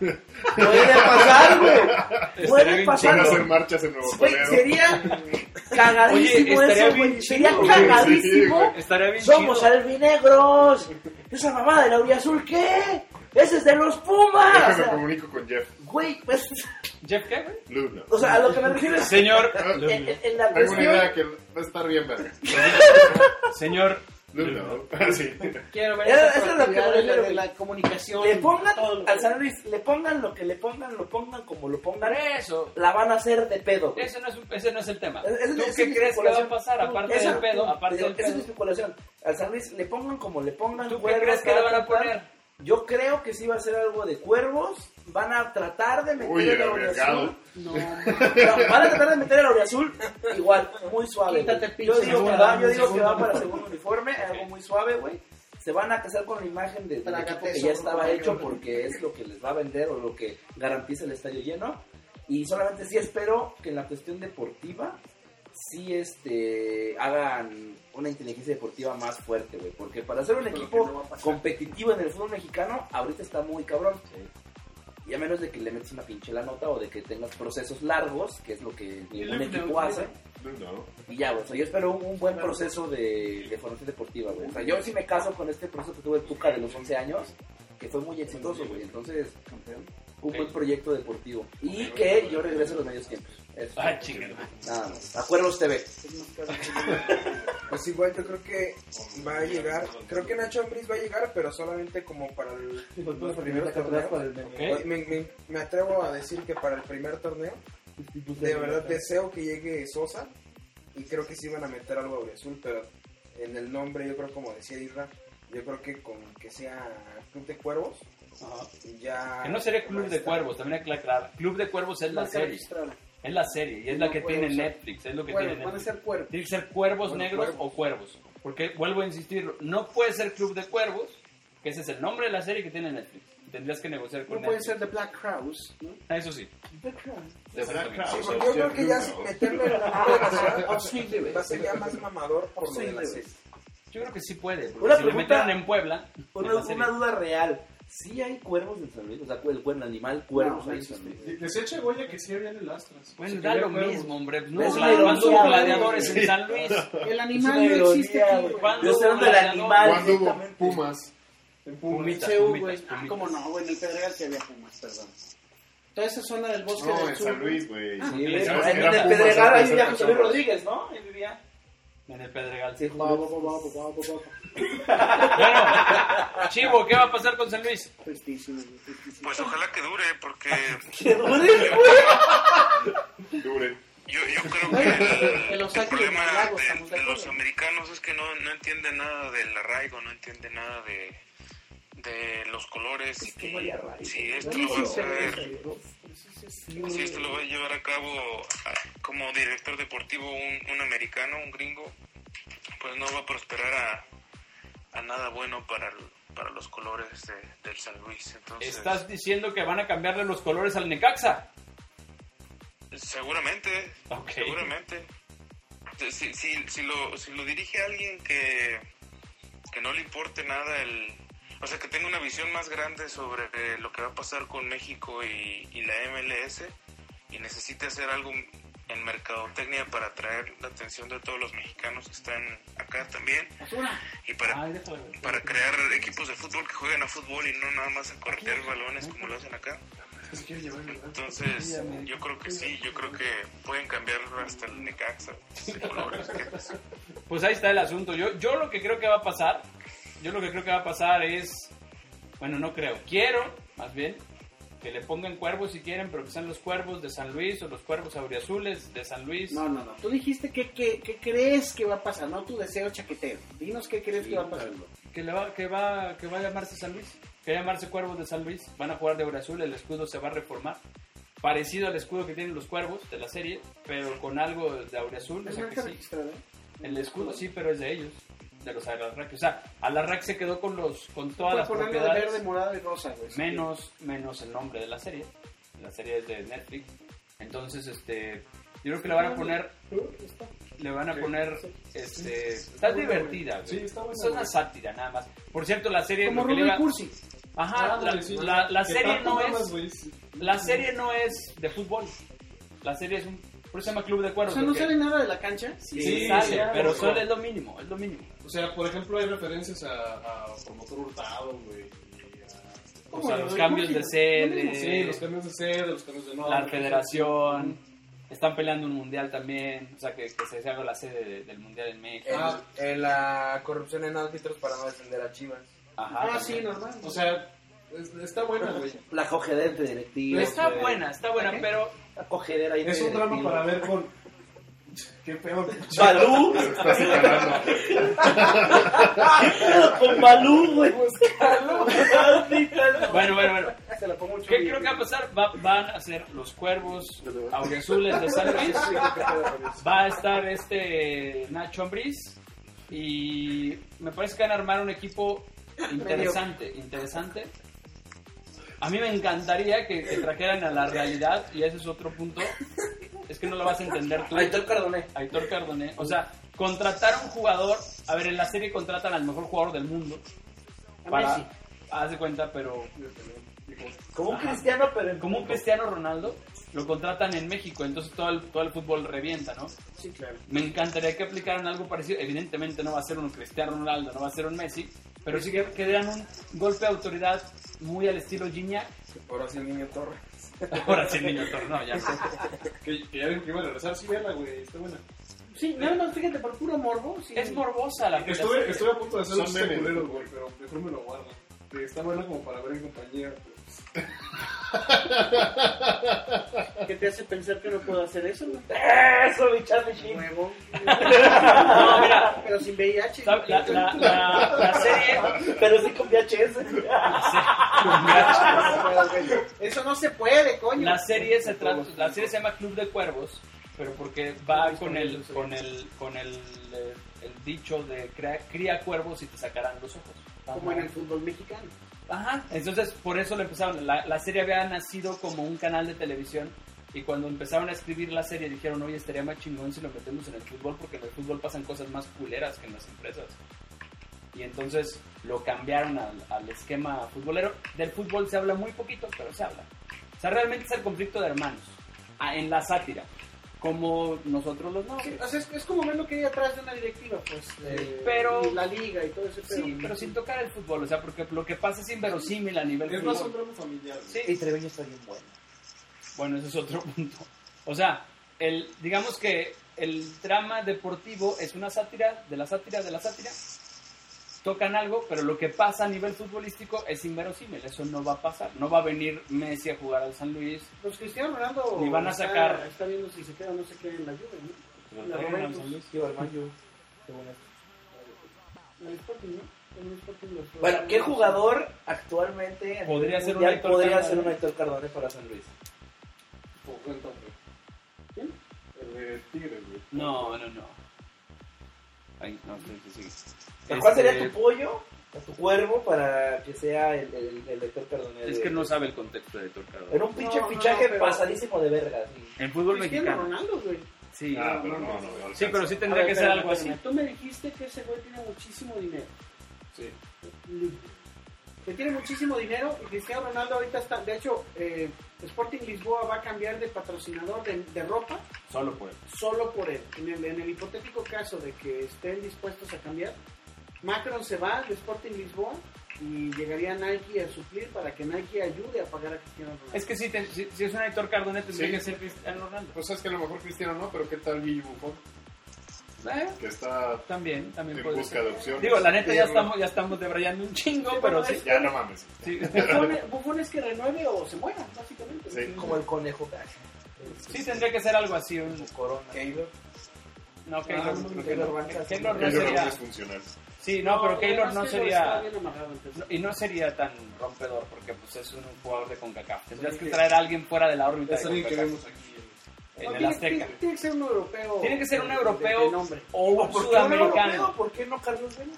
un... Puede pasar, güey.
Estaría
Puede
bien
Van a
pasar.
hacer marchas en Nuevo
Güey,
Toledo.
sería cagadísimo
Oye, estaría
eso,
bien
güey. Sería
chido,
güey. Sí,
cagadísimo.
güey.
Estaría bien
Somos
chido.
albinegros. Esa mamada del auriazul, ¿qué? Ese es de los Pumas.
Déjame comunico con Jeff.
Güey, pues,
¿Jeff qué, güey?
Luna.
o sea, a lo que me refiero es
Señor,
en, en- en la
Tengo una
cuestión
idea que va a estar bien, verga.
señor.
Luna. Así.
Quiero ver
Era-
esas
eso es lo que
actividades
voy a ver,
de, de la comunicación.
le pongan
todo lo que-
al San Luis, le pongan lo que le pongan, lo pongan como lo pongan,
Eso.
la van a hacer de pedo. güey.
Ese no, es, un- ese no es el tema.
Ese- ese-
¿Tú
esa es
qué
mi
crees que va a
especulación.
pasar? Aparte
Esa-
del pedo, aparte
esa
del
es mi
pedo.
especulación. Al San Luis le pongan como le pongan.
¿Tú qué
cuervos,
crees que le van a
tal, tal.
poner?
Yo creo que sí va a ser algo de cuervos. Van a tratar de meter
Uy,
el
el
auriazul.
arriesgado.
No, pues,
No, van a tratar de meter el auriazul igual, muy suave.
Quítate,
güey. Yo
pinche
digo, que
segundo,
va, yo digo que
segundo.
va para segundo uniforme, algo muy suave, güey. Se van a casar con la imagen del del
Trágate
equipo que
eso,
ya estaba
güey.
hecho porque es lo que les va a vender o lo que garantiza el estadio lleno. Y solamente sí espero que en la cuestión deportiva sí este, hagan una inteligencia deportiva más fuerte, güey. Porque para ser un equipo competitivo en el fútbol mexicano, ahorita está muy cabrón. Y a menos de que le metas una pinche la nota o de que tengas procesos largos, que es lo que ningún equipo hace.
Luna.
Y ya, güey. O sea, yo espero un, un buen proceso de, de formación deportiva, güey. O sea, yo sí me caso con este proceso que tuvo el Tuca de los 11 años, que fue muy exitoso, güey. Entonces, un buen proyecto deportivo. Y que yo regrese a los medios tiempos. Eso.
Ah, chingada.
Nada más. Acuerdos TV.
Pues igual yo creo que va a llegar. Creo que Nacho Ambriz va a llegar, pero solamente como para el,
pues,
los primeros torneos.
Ok.
Me, me- me atrevo a decir que para el primer torneo,
pues,
de verdad deseo que llegue Sosa. Y creo que sí van a meter algo azul, pero en el nombre, yo creo, como decía Isra, yo creo que con que sea Club de Cuervos,
Ajá.
ya.
Que no sería Club de
Ah, está.
Cuervos, también hay que aclarar. Club de Cuervos es la
marca
serie.
registrada.
Es la serie y es la que
Cuervos,
tiene
o sea,
Netflix. Es lo que tiene
Cuervos, van a
Netflix.
ser cuervos.
Tiene que ser cuervos
Bueno,
negros
cuervos.
o cuervos. Porque vuelvo a insistir, no puede ser Club de Cuervos, que ese es el nombre de la serie que tiene Netflix. Tendrías que negociar con
No puede
Netflix.
ser de Black Crowes, ¿no?
Ah, Eso sí.
Black Crowes.
Exactamente.
Sí, porque yo creo que ya si meterlo en el nombre de la ciudad,
Auxilio, güey.
va a ser ya más mamador por lo de la
Auxilio.
serie.
Yo creo que sí puede. porque
Una
si lo
pregunta-
metieran en Puebla,
Una,
en la serie.
una duda real. ¿Sí hay cuervos en San Luis? O sea, el, el animal cuervos
No,
ahí en
no
San Luis.
De- Decía Chagoya que sí habían el Astras.
Pues
Sí,
da
que
lo
ya fueron.
mismo, hombre. No,
Es una
¿cuándo
ironía,
hubo
güey.
gladiadores en San Luis?
El
Es una
animal no
ironía,
existe aquí,
güey.
güey.
¿Cuándo
Yo estoy hablando del
gladiador?
animal.
¿Cuándo hubo
directamente.
Pumas?
En Pumas.
Pumitas,
CU,
pumitas,
güey. Ah,
pumitas.
¿Cómo no, güey? En el Pedregal se había Pumas, perdón. Toda esa zona del bosque
No,
del
en
sur.
San Luis, güey.
Sí,
Ah,
Era
güey,
Pumas,
en
era
el
Pumas,
Pedregal ahí
era
vivía
San
José Luis
Luis.
Rodríguez, ¿no? Ahí vivía.
En el Pedregal.
Sí,
Va, va, va,
jugaba.
va, va, va, va.
Bueno, Chivo, ¿qué va a pasar con San Luis?
Tristísimo, güey, tristísimo.
Pues ojalá que dure, porque
¿Qué dure, güey?
Dure.
yo, yo creo que el,
Que los
el
saquen
problema
del lago,
de-
estamos de
de los
acuerdo.
americanos es que no, no entienden nada del arraigo, no entienden nada de, de los colores. y si esto lo va a hacer Si esto lo va a llevar a cabo a- como director deportivo un, un americano, un gringo, pues no va a prosperar a, a nada bueno para, el- para los colores de- del San Luis. Entonces,
¿Estás diciendo que van a cambiarle los colores al Necaxa?
Seguramente,
Ok.
seguramente. Si, si, si, lo, si lo dirige alguien que, que no le importe nada el... O sea, que tenga una visión más grande sobre eh, lo que va a pasar con México y, y la MLS y necesite hacer algo en mercadotecnia para atraer la atención de todos los mexicanos que están acá también y
Ah,
para, para crear equipos de fútbol que jueguen a fútbol y no nada más a corretear balones como lo hacen acá. Entonces, yo creo que sí, yo creo que pueden cambiar hasta el Necaxa. de colores.
Pues ahí está el asunto. Yo, yo lo que creo que va a pasar, yo lo que creo que va a pasar es, bueno, no creo, quiero, más bien, que le pongan cuervos si quieren, pero que sean los cuervos de San Luis o los cuervos auriazules de San Luis.
No, no, no. Tú dijiste que, que, que crees que va a pasar, no tu deseo chaquetero. Dinos qué crees que va a pasar.
Que, le va, que, va, que va a llamarse San Luis, que va a llamarse cuervos de San Luis, van a jugar de auriazul, el escudo se va a reformar. Parecido al escudo que tienen los cuervos de la serie, pero con algo de auriazul. o
Es
sea que
marca
sí.
registrada. ¿eh?
El escudo sí, pero es de ellos, de los Alarrac. O sea, Alarrac se quedó con los con todas
Fue
las
por algo de
propiedades,
verde, morado y rosa, güey.
menos menos el nombre de la serie. La serie es de Netflix. Entonces, este, yo creo que le van a poner le van a poner este, está divertida, güey. Es una sátira nada más. Por cierto, la serie
Como
lo que le
Rubio
iba-
Cursi.
Ajá, la, la- la serie no es la serie no es de fútbol. La serie es un por eso se llama Club de
O
Cuervos.
sea, ¿no
porque-
sale nada de la cancha?
Sí,
Sí,
sale,
sí,
pero
sí.
solo es lo mínimo, es lo mínimo.
O sea, por ejemplo, hay referencias a, a Promotor Hurtado, güey. y a-
O sea,
lo
los
de
cambios de
Cursi,
sede,
Sí, los cambios de sede, los cambios de nombre.
Eh, la federación, están peleando un mundial también, o sea, que, que se haga la sede de- del mundial en México.
En, Ah, en la corrupción en árbitros para no defender a Chivas.
Ajá,
Ah,
también.
sí, normal.
O sea, es- está buena, güey.
La cogedera entre directivos.
Está
güey.
buena, está buena,
¿Qué?
pero
La cogedera ahí
Es
entre
un drama
directivos.
para ver con... Qué pedo.
Balú.
Estás señalando.
Pero con Balú, güey. Búscalo.
bueno, bueno, bueno.
Se la pongo mucho.
¿Qué creo que va a pasar? Va- van a ser los cuervos auriazules de San Luis. Va a estar este Nacho Ambriz y me parece que van a armar un equipo interesante, interesante. A mí me encantaría que, que trajeran a la realidad y ese es otro punto. Es que no lo vas a entender tú.
Aitor Cardoné.
Aitor Cardoné. O sea, contratar a un jugador. A ver, en la serie contratan al mejor jugador del mundo.
A Messi.
Para, haz de cuenta, pero
Como un cristiano, pero en
como un Cristiano Ronaldo, lo contratan en México, entonces todo el, todo el fútbol revienta, ¿no?
Sí, claro.
Me encantaría que aplicaran algo parecido. Evidentemente no va a ser un Cristiano Ronaldo, no va a ser un Messi, pero sí que, que dieran un golpe de autoridad muy al estilo Gignac.
Por así el niño Torres.
Ahora sí, niño torno, ya sé.
Que, que ya dijo que iba a regresar. Sí, vela, güey. Está buena.
Sí, nada más fíjate, por puro morbo. sí.
Es morbosa la
Estuve, estuve a punto de hacer
Son
un chiste
memes.
culero, güey, pero mejor me lo guardo. Que Está bueno como para ver en compañía. pues.
que te hace pensar que no puedo hacer eso, güey.
Eso, mi Charlie Sheen.
Nuevo.
No, mira.
Pero sin VIH.
La, la, la- la- la serie...
Pero sí con VHS.
Eso no se puede, coño.
La serie se trata, la serie se llama Club de Cuervos, pero porque va con el con el con el, eh, el dicho de crea- cría cuervos y te sacarán los ojos.
Como en el fútbol mexicano.
Ajá. Entonces por eso lo empezaron. La, la serie había nacido como un canal de televisión y cuando empezaron a escribir la serie dijeron oye estaría más chingón si lo metemos en el fútbol porque en el fútbol pasan cosas más culeras que en las empresas. Y entonces lo cambiaron al, al esquema futbolero. Del fútbol se habla muy poquito, pero se habla. O sea, realmente es el conflicto de hermanos. Ah, en la sátira. Como nosotros los no.
Sí, o sea, es, es como ver lo que hay atrás de una directiva, pues. de-
Pero-
La liga y todo ese pedo.
Sí, pero sin tocar el fútbol. O sea, porque lo que pasa es inverosímil a nivel
Es más
fútbol.
un drama familiar. güey.
Sí.
Y Treviño está bien bueno.
Bueno, ese es otro punto. O sea, el, digamos que el drama deportivo es una sátira de la sátira de la sátira. Tocan algo, pero lo que pasa a nivel futbolístico es inverosímil. Eso no va a pasar. No va a venir Messi a jugar al San Luis.
Los Cristiano Ronaldo.
Ni van a
está-
sacar-
Está viendo si se queda o no se queda en la lluvia, ¿no?
Pero
En La
lo traigan al
Juventus.
San Luis.
Tío, hermano, yo- qué bueno.
En el Sporting, ¿no? En el Sporting los-
Bueno, ¿qué jugador actualmente a
Podría
nivel
ser un
mundial
Héctor
podría
Cardona.
ser un Héctor Cardone para San Luis?
¿Quién?
El de Tigres, güey.
No, no, no. Ay, no, sí, sí, sí.
¿Cuál
Este,
sería tu pollo o tu cuervo para que sea el, el, el Héctor Cardone?
Este, Es
de-
que no sabe el contexto de Héctor Cardona.
Era un pinche
No, no,
fichaje
no, pero-
pasadísimo de verga. sí.
En fútbol
Cristiano
mexicano.
Ronaldo, güey.
Sí.
Ah, pero no, no, no
sí, pero sí
A
tendría
ver,
que ser
espérame,
algo así.
espérame. pues, Tú me dijiste que ese güey tiene muchísimo dinero.
Sí.
Que tiene muchísimo dinero y Cristiano Ronaldo ahorita está. De hecho, eh, Sporting Lisboa va a cambiar de patrocinador de, de ropa
Solo por él.
solo por él. En el, en el hipotético caso de que estén dispuestos a cambiar, Macron se va de Sporting Lisboa y llegaría Nike a suplir para que Nike ayude a pagar a Cristiano Ronaldo.
Es que si, te- si, si es un Héctor Cardona tendría
Sí.
que ser Cristiano Ronaldo.
Pues es que a lo mejor Cristiano no, pero ¿qué tal Guille Buffon?
Eh,
Que está
también, también
en
puede
busca
ser.
de opciones.
Digo, la neta ya
Pirlo.
estamos, ya estamos debrayando un chingo,
Sí,
pero
bueno,
sí.
es-
Ya no mames.
Sí,
Bufón, Bufón es que renueve o se muera, básicamente.
Sí.
Como el conejo. ah,
sí tendría que ser algo así. Un,
Corona.
Keylor.
no, Keylor, creo que
Keylor
no.
Vance.
Keylor no
Yo creo que
sería.
es funcional.
Sí, no, pero Keylor
además
no
está
sería.
bien amarrado, entonces.
no- Y no sería tan rompedor porque pues es un jugador de CONCACAF. Tendrías que traer a alguien fuera de la órbita de
Es alguien que
CONCACAF.
vemos aquí.
En
No,
el
tiene-
Azteca.
Tiene, tiene que ser un europeo.
Tiene que ser un
de-
europeo.
de nombre.
O un
¿Por qué no lo
sudamericano.
veo? ¿Por qué no Carlos Vela?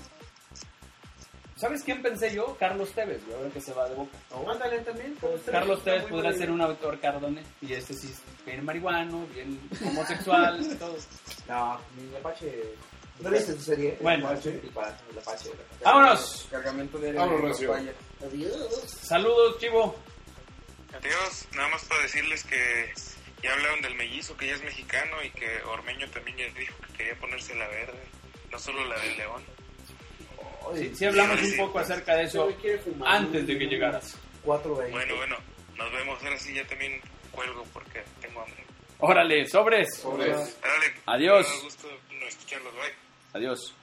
¿Sabes quién pensé yo? Carlos Tevez, yo creo que se va de boca.
Ándale también.
Carlos
Tevez
Tevez podrá ser un autor cardone y este sí es bien marihuano, bien homosexual, y todo.
No, mi Apache. ¿No viste tu serie?
Bueno.
el Apache. El pa- el Apache.
¡Vámonos!
Cargamento de
Vámonos, Rocío.
papaya.
Adiós.
Saludos, Chivo.
Adiós, nada más para decirles que ya hablaron del mellizo, que ya es mexicano y que Ormeño también ya dijo que quería ponerse la verde, no solo la del león.
Sí, sí hablamos un poco acerca de eso antes de que llegaras.
4.20.
Bueno, bueno, nos vemos, ahora sí ya también cuelgo porque tengo hambre.
Órale, sobres.
Pobres.
Dale,
Adiós.
Un gusto no escucharlos, bye.
Adiós.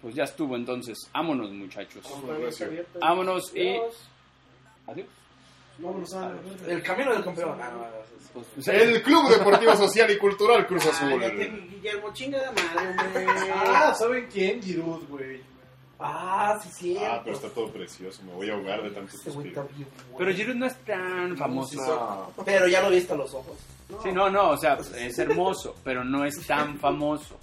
Pues ya estuvo entonces. Vámonos, muchachos. Vámonos y adiós.
Vámonos a
El camino del campeón. Ah, no, no, no, sí, sí.
Pues, pues,
El Club Deportivo Social y Cultural
Ah,
Cruz Azul.
Guillermo, chinga de madre, hombre.
Ah, ¿saben quién? Giroud, güey.
Ah, sí, sí.
Ah, pero está todo precioso. Me voy a ahogar de tanto
Este güey está
suspiro.
bien, güey.
Pero Giroud no es tan famoso.
No.
Pero ya lo viste a los ojos.
Sí, no, no, o sea, es hermoso, pero no es tan famoso.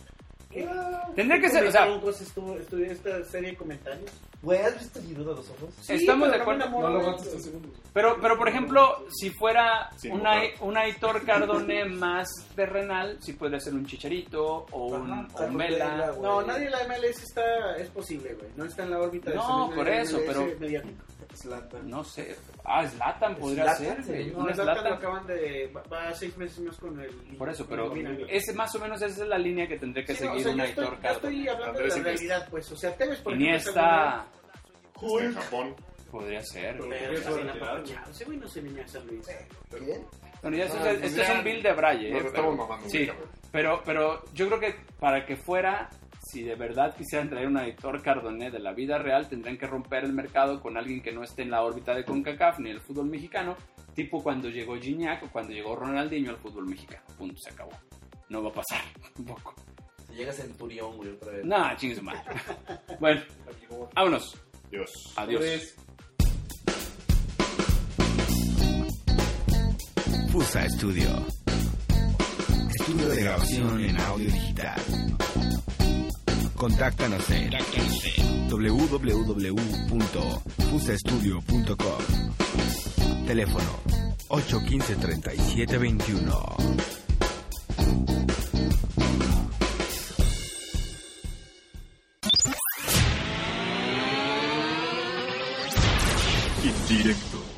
¿Qué?
Tendría que ser, o sea,
Troncos estuvo- estudié esta serie de comentarios.
Güey, ¿has visto Giroud a los ojos?
estamos de
pero no me
acuerdo.
enamoro
No lo
de-
aguantas este segundo.
Pero, pero por ejemplo, si fuera
Sin
una,
botar.
una Aitor Cardone más terrenal, si podría ser un Chicharito o un,
Ajá,
o un Vela.
güey.
No, nadie en la MLS está, es posible, güey. No está en la órbita de
No,
Selena,
por
la
eso,
MLS
pero-
mediático.
Slatan.
No sé. Ah, Zlatan podría
Zlatan,
ser. güey,
sí.
No,
un
es Zlatan lo
Zlatan.
acaban de. Va, va seis meses más con el.
Por eso,
con el
pero
Milan.
ese más o menos esa es la línea que tendría que
Sí, no,
seguir
o sea,
un
yo estoy,
Aitor
yo estoy
Cardone.
hablando de
Andrés
la
Iniesta.
realidad, pues. O sea, Tevez, por ejemplo,
Iniesta
Está en Japón.
podría ser.
está
Pero
bien,
eso
pero
era
está bien
tirado.
aprovechado. Ese güey no se venía a San Luis.
¿Bien?
Bueno, ya esto,
Ah,
es, esto es
ya.
un Bill de Braille.
Nos
eh,
estamos
pero-
mamando,
Sí,
cabrón.
pero, pero yo creo que para que fuera, si de verdad quisieran traer un editor Cardoné de la vida real, tendrían que romper el mercado con alguien que no esté en la órbita de CONCACAF ni el fútbol mexicano, tipo cuando llegó Gignac o cuando llegó Ronaldinho al fútbol mexicano. Punto, se acabó. No va a pasar, tampoco.
Si llega Centurión, güey, otra vez.
Nada, chingue su madre. Bueno, vámonos.
Dios.
Adiós.
Fusa Studio. Estudio de grabación en audio digital. Contáctanos en www.fusastudio.com. Teléfono 815-3721.
Indirecto.